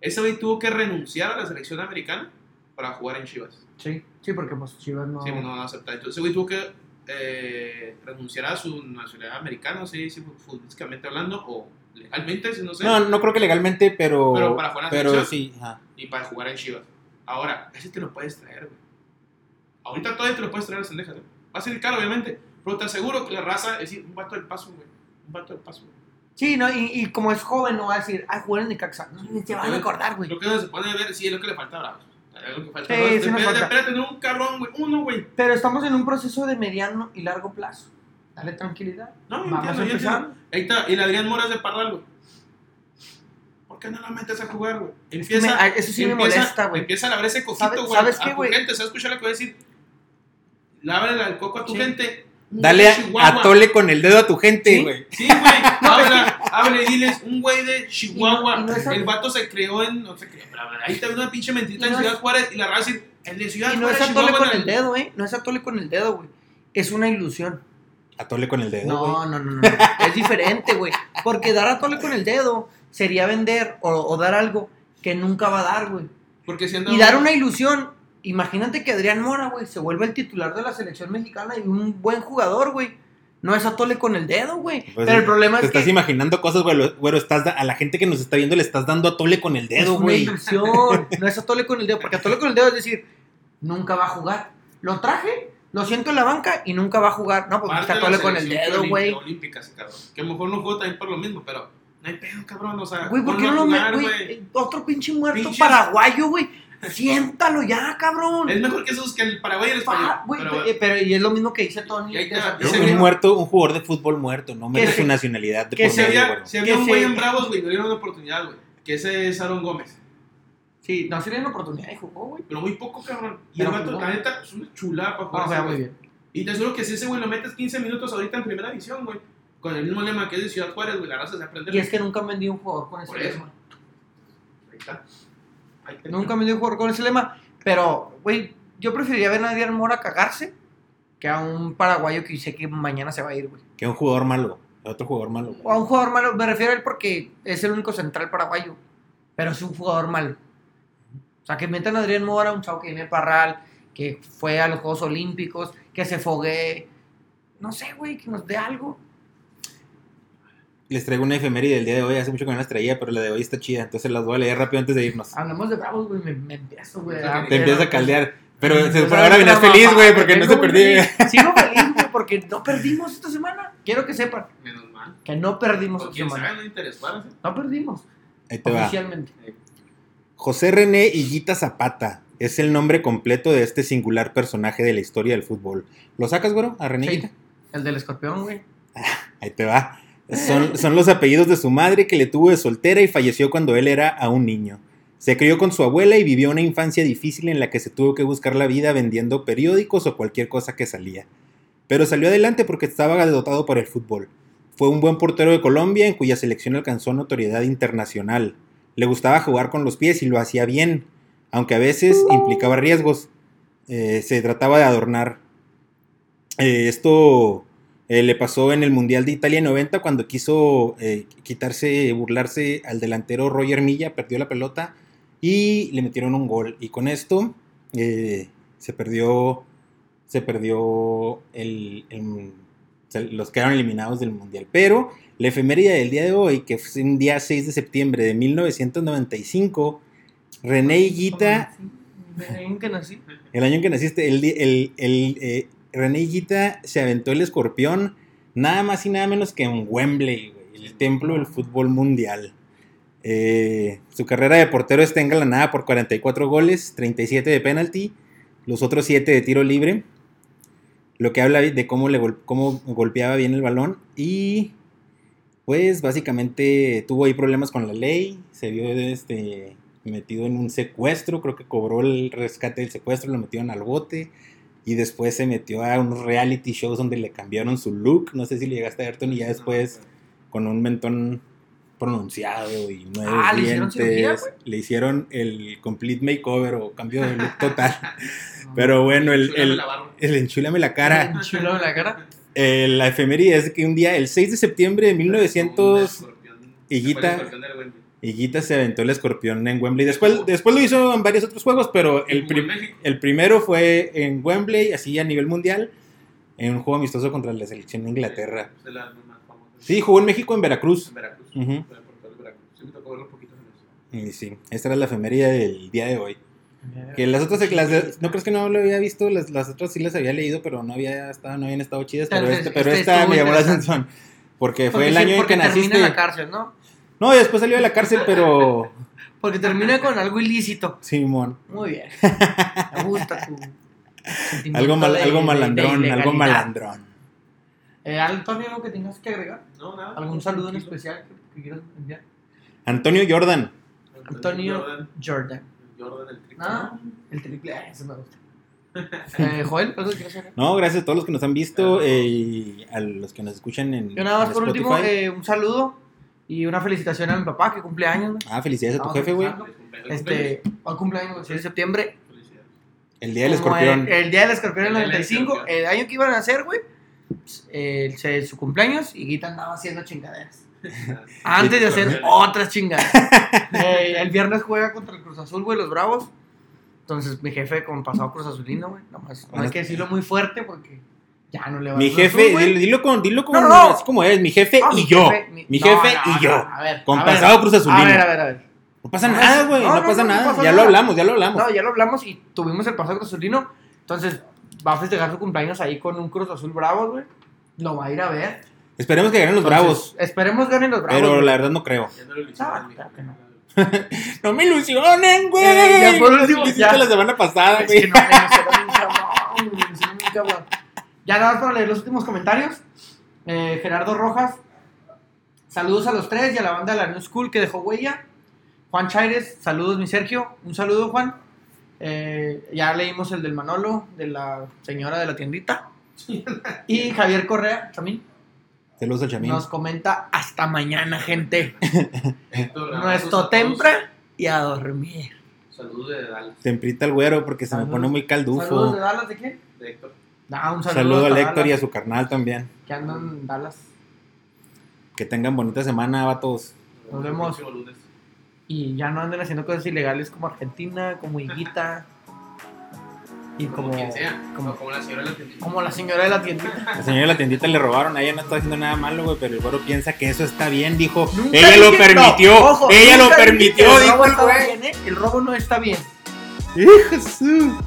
C: Ese güey tuvo que renunciar a la selección americana para jugar en Chivas.
B: Sí, sí, porque pues Chivas no.
C: Sí, no va a aceptar. Entonces, ese güey tuvo que eh, renunciar a su nacionalidad americana, sí, sí, pues, futbolísticamente hablando, o legalmente, sí, no sé,
A: No, no creo que legalmente, pero.
C: Pero para jugar a la
A: Pero sí,
C: selección.
A: ajá.
C: y para jugar en Chivas. Ahora, ese te lo puedes traer, güey. Ahorita todavía te lo puedes traer a Sendejas, güey. Va a ser caro, obviamente, pero te aseguro que la raza es decir, un vato del paso, güey. Un vato del paso, güey.
B: Sí, no, y, y como es joven, no va a decir, ah, jugar en Necaxa. No,
D: Ni te van a acordar, güey.
C: Lo que no se puede ver, sí, es lo que le falta a Bravos. Es lo que falta.
B: Sí,
C: Bravos.
B: sí nos
C: Espera-
B: falta.
C: espera tener un cabrón, güey. Uno, güey.
B: Pero estamos en un proceso de mediano y largo plazo. Dale tranquilidad.
C: No, yo
B: Vamos
C: entiendo,
B: a
C: yo
B: empezar.
C: entiendo. Ahí está, y el Adrián Moras de Parral, güey. ¿Por qué no la metes a jugar, güey? Empieza,
B: me- ah, eso sí me
C: empieza-
B: molesta, güey.
C: Empieza a labrar ese
B: ¿Sabe-
C: coquito, güey.
B: sabes qué,
C: a tu
B: güey?
C: gente, ¿sabes escuchar lo que voy a decir? Lábrale al coco a tu
B: Sí.
C: gente. Un
A: Dale
C: güey
A: a,
C: de Chihuahua.
A: a Tole con el dedo a tu gente,
B: Sí.
A: güey.
C: Sí, güey. Habla, habla y diles, un güey de Chihuahua.
B: Y no- y no es-
C: el vato se creó en. No se creó, pero ahí está una pinche mentita
B: Y
C: en
B: no es-
C: Ciudad Juárez y la raza dice, el de Ciudad
B: Y no
C: Juárez.
B: es atole
C: Chihuahua,
B: con el
C: la-
B: dedo, ¿eh? No es atole con el dedo, güey. Es una ilusión.
A: A Tole con el dedo.
B: No, no, no, no. Es diferente, güey. Porque dar atole con el dedo sería vender o, o dar algo que nunca va a dar, güey.
C: Porque si anda-
B: Y dar una ilusión. Imagínate que Adrián Mora, güey, se vuelve el titular de la selección mexicana y un buen jugador, güey. No es atole con el dedo, güey.
A: Pues,
B: Pero el problema
A: Te
B: es
A: estás
B: que
A: imaginando cosas, güey. lo- güey, estás da- a la gente que nos está viendo le estás dando a Tole con el
B: es
A: dedo,
B: una
A: güey.
B: ilusión. No es atole con el dedo. Porque atole con el dedo es decir, nunca va a jugar. Lo traje, lo siento en la banca y nunca va a jugar. No, pues
C: Parte
B: está
C: de
B: atole
C: la
B: con el
C: selección
B: dedo,
C: olí-
B: güey.
C: olímpica, sí, cabrón. Que a lo mejor no jugó también por lo mismo, pero no hay pedo, cabrón. O sea,
B: Güey, ¿por qué no
C: ponlo a
B: lo
C: jugar,
B: metes,
C: güey?
B: güey? Otro pinche muerto
C: Pinches-
B: paraguayo, güey. Siéntalo ya, cabrón.
C: Es mejor que esos que el Paraguay y el español.
B: Pa- güey,
C: pero,
B: pe-
C: bueno,
B: eh, pero, y es lo mismo que dice Tony.
C: Y ahí te
B: de
C: va,
B: Zapata.
A: Es
C: ese
A: un
C: güey-
A: muerto, un jugador de fútbol muerto. No merece
B: se-
A: su nacionalidad de
B: que
A: por
C: si
B: se
A: medio,
C: había,
A: güey.
C: si había
B: Que
C: un
B: se-
C: güey en Bravos, güey, no le dieron una oportunidad, güey. Que ese es Aaron Gómez.
B: Sí, no se le dio la oportunidad y jugó, güey.
C: Pero muy poco, cabrón. Y
B: Pero
C: el vato,
B: jugó.
C: la neta, es una chulada para
B: Ah, o
C: jugar. ese
B: sea, muy
C: güey.
B: bien.
C: Y te aseguro que si ese güey lo metes 15 minutos ahorita en primera división, güey. Con el mismo lema que es de Ciudad Juárez, güey, la raza se aprende.
B: Y es que nunca han vendido un jugador con ese
C: Por eso.
B: lema.
C: Ahí está. Ahí está.
B: Nunca han vendido un jugador con ese lema. Pero, güey, yo preferiría ver a Adrián Mora cagarse que a un paraguayo que sé que mañana se va a ir, güey.
A: Que un jugador malo. Otro jugador malo. güey.
B: O a un jugador malo, me refiero a él porque es el único central paraguayo. Pero es un jugador malo. O sea, que metan a Adrián Mora, un chavo que viene de Parral, que fue a los Juegos Olímpicos, que se foguee. No sé, güey, que nos dé algo.
A: Les traigo una efeméride del día de hoy. Hace mucho que no las traía, pero la de hoy está chida. Entonces las voy a leer rápido antes de irnos.
B: Hablamos de Bravos, güey, me, me empiezo, güey.
C: Te
A: Te empiezas a caldear. Pero
B: Me empiezo
A: por
B: a
A: ahora venías
B: trabajar,
A: feliz, güey, porque no se
B: vengo muy
A: perdí. güey.
B: feliz. Sigo feliz, güey, porque no perdimos esta semana. Quiero que sepan
C: Menos mal.
B: que no perdimos
C: O
B: esta
C: quién
B: semana.
C: sabe, no interesó.
B: No perdimos,
A: Ahí te va.
B: oficialmente.
A: José René Higuita Zapata es el nombre completo de este singular personaje de la historia del fútbol. ¿Lo sacas, güero? A René
B: Sí.
A: Higuita?
B: El del escorpión, güey.
A: Ahí te va. Son, son los apellidos de su madre que le tuvo de soltera y falleció cuando él era aún niño. Se crió con su abuela y vivió una infancia difícil en la que se tuvo que buscar la vida vendiendo periódicos o cualquier cosa que salía. Pero salió adelante porque estaba dotado por el fútbol. Fue un buen portero de Colombia en cuya selección alcanzó notoriedad internacional. Le gustaba jugar con los pies y lo hacía bien, aunque a veces implicaba riesgos. Eh, se trataba de adornar. Eh, esto eh, le pasó en el Mundial de Italia 90 cuando quiso eh, quitarse, burlarse al delantero Roger Milla, perdió la pelota y le metieron un gol. Y con esto eh, se perdió, se perdió el, el- se- los quedaron eliminados del Mundial. Pero la efeméride del día de hoy, que fue un día 6 de septiembre de 1995, René Higuita
B: Ven que nací.
A: el año en que naciste, el, di- el, el, eh, René Higuita se aventó el escorpión, nada más y nada menos que en Wembley, güey, el templo del fútbol mundial. Eh, su carrera de portero está engalanada por 44 goles, 37 de penalti, los otros 7 de tiro libre, lo que habla de cómo, le gol- cómo golpeaba bien el balón y pues básicamente tuvo ahí problemas con la ley, se vio este, metido en un secuestro, creo que cobró el rescate del secuestro, lo metieron al bote y después se metió a unos reality shows donde le cambiaron su look, no sé si le llegaste a ver Tony, ya después con un mentón pronunciado y nueve
B: Ah, ¿le hicieron
A: dientes.
B: cirugía, güey?
A: le hicieron el complete makeover o cambio de look total.
B: No,
A: Pero bueno, el,
C: Chúrame
A: el,
C: la barba.
A: el enchúlame la cara.
B: un chulo en la cara.
A: Eh, la efeméride es que un día, el 6 de septiembre de 1900, Higuita.
C: Higuita. El,
A: Higuita se aventó el escorpión en Wembley. Después, después lo hizo en varios otros juegos, pero el,
C: primer
A: prim- el primero fue en Wembley, así a nivel mundial, en un juego amistoso contra la selección de Inglaterra.
C: De las más famosas.
A: Sí, jugó en México, en Veracruz.
C: En Veracruz.
A: Ujú.
C: Fue portero de Veracruz. Sí, me tocó verlo un poquito en eso.
A: Y sí, esta era la efeméride del día de hoy. Que las otras, las de- no crees que no lo había visto, las, las otras sí las había leído, pero no había estado, no habían estado chidas, pero,
B: Tal vez
A: este- pero
B: este
A: esta
B: estuvo
A: me llamó la
B: interesante.
A: atención. Porque fue
B: Porque
A: el
B: sí,
A: año en
B: porque
A: que
B: termina
A: naciste.
B: en la cárcel, ¿no?
A: No, y después salió de la cárcel, pero
B: Porque termina con algo ilícito.
A: Simón.
B: Muy bien. Me gusta tu sentimiento
A: Algo mal,
B: de-
A: algo
B: de- de
A: malandrón, algo
B: ilegalidad.
A: malandrón.
B: Eh, ¿Algo Tony, algo que tengas que agregar?
C: No, nada.
B: ¿Algún saludo en
C: Tranquilo.
B: especial que, que quieras enviar?
A: Antonio Jordan.
B: Antonio-
C: Jordan,
B: Jordan.
C: Jordan el triple.
B: Ah, el triple A, ese me gusta. Eh, Joel, ¿algo que quieras agregar?
A: No, gracias a todos los que nos han visto eh, y a los que nos escuchan en,
B: Yo nada más
A: en
B: por último,
A: Spotify.
B: eh, un saludo y una felicitación a mi papá que cumple años. güey.
A: ah, felicidades a tu
B: vamos
A: jefe,
B: a
A: güey.
B: empezar.
C: Cumpleaños.
B: Este, va a cumplir años el 6 de septiembre.
C: Felicidades.
A: El día del
B: Como
A: escorpión.
B: El, el día del escorpión del
C: El día del
B: 95,
C: escorpión.
B: el año que iban a hacer, güey. pues, eh, se- su cumpleaños y Guita andaba haciendo chingaderas. Antes de hacer otras chingaderas. Eh, el viernes juega contra el Cruz Azul, güey, los Bravos. Entonces mi jefe con pasado Cruz Azulino, güey. Nomás, no hay que decirlo muy fuerte porque ya no le va
A: mi
B: al Cruz Azul,
A: jefe,
B: güey.
A: dilo, dilo con, dilo con
B: No, no, no.
A: así como es, mi jefe
B: Ah,
A: y yo.
B: mi-
A: mi
B: no,
A: jefe
B: no,
A: y yo.
B: no, a ver,
A: Con
B: a ver.
A: pasado Cruz Azulino.
B: A ver, a ver, a ver.
A: No pasa
B: No,
A: nada, güey.
B: no,
A: No,
B: no,
A: pasa
B: no
A: nada.
B: pasa
A: ya
B: nada.
A: lo hablamos, ya lo hablamos.
B: No, ya lo hablamos y tuvimos el pasado Cruz Azulino. Entonces, va a festejar su cumpleaños ahí con un Cruz Azul Bravos, güey. Lo va a ir a ver.
A: Esperemos que ganen los
B: Entonces,
A: bravos.
B: Esperemos ganen los Bravos.
A: Pero
B: güey.
A: la verdad no creo.
C: Ya no lo
B: Ah,
C: hicieron.
B: claro que no.
A: No me ilusionen, güey.
B: Eh, ya por último,
A: Hiciste
B: ya.
A: la semana
C: Ah,
A: pasada,
B: Es
A: güey.
B: que no, me emocionó bien cabrón, güey, me emocionó bien cabrón. Ya nada más para leer los últimos comentarios. Eh, Gerardo Rojas. Saludos a los tres y a la banda de la New School que dejó huella. Juan Chaires, saludos mi Sergio. Un saludo, Juan. Eh, ya leímos el del Manolo, de la señora de la tiendita. Y Javier Correa también
A: Saludos al chamín.
B: nos comenta hasta mañana, gente.
C: Héctor, abrazos a
B: Nuestro
C: todos.
B: tempra y a dormir.
C: Saludos de Dallas,
A: Temprita al güero porque se me
B: Saludos.
A: pone muy
B: ¿Saludos
A: caldufo.
B: de Dallas de quién?
C: de Héctor.
B: Ah, un saludo.
A: Saludo al
B: hasta
A: Héctor y a
B: Dallas,
A: su carnal también.
B: Que andan en Dallas.
A: Que tengan bonita semana, vatos.
B: Nos vemos.
C: El próximo lunes.
B: Y ya no anden haciendo cosas ilegales como Argentina, como Higuita. Y
C: Como,
B: como,
C: quien sea.
B: como-
C: Como, como la señora la atendida.
B: como la señora de la tiendita.
A: La señora de la tiendita le robaron, a ella no está haciendo nada malo, güey, pero el güero piensa que eso está bien, dijo.
B: Nunca
A: ella
B: dije-
A: lo
B: no,
A: permitió,
B: ojo,
A: ella lo
B: nunca dije
A: permitió,
B: que El
A: dijo
B: robo,
A: el
B: estaba
A: güey.
B: bien, ¿eh? el robo no está bien.
A: Hijo su-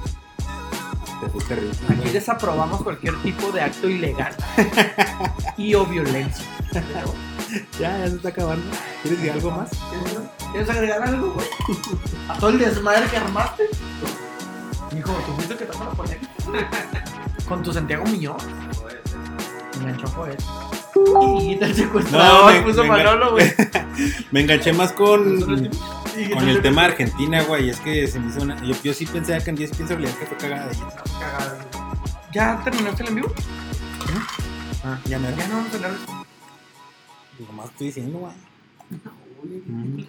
A: Te fuiste rico,
B: Aquí
A: güey.
B: desaprobamos cualquier tipo de acto ilegal y o violencia.
A: Ya, ya se está acabando. ¿Quieres decir algo más?
B: ¿Quieres agregar algo, güey? A todo el desmadre que armaste. Hijo, tú fuiste el que trajo la polémica. Con tu Santiago Miñón.
C: Joder,
B: Me enganchó joder. Y el secuestrador
A: No, me-
B: puso
A: me engan-
B: Manolo, güey.
A: Me enganché más con,
B: Y
A: con el
B: entonces-
A: tema de Argentina, güey. Es que se me hizo una. Yo, yo sí pensé que en 10 pienso realidad que fue cagada de ella.
B: Cagado, güey. ¿Ya terminaste el en vivo?
A: Ah, ya me
B: Ya no vamos a hablar de
A: Nomás estoy diciendo, güey.
C: Uy.
A: Mm.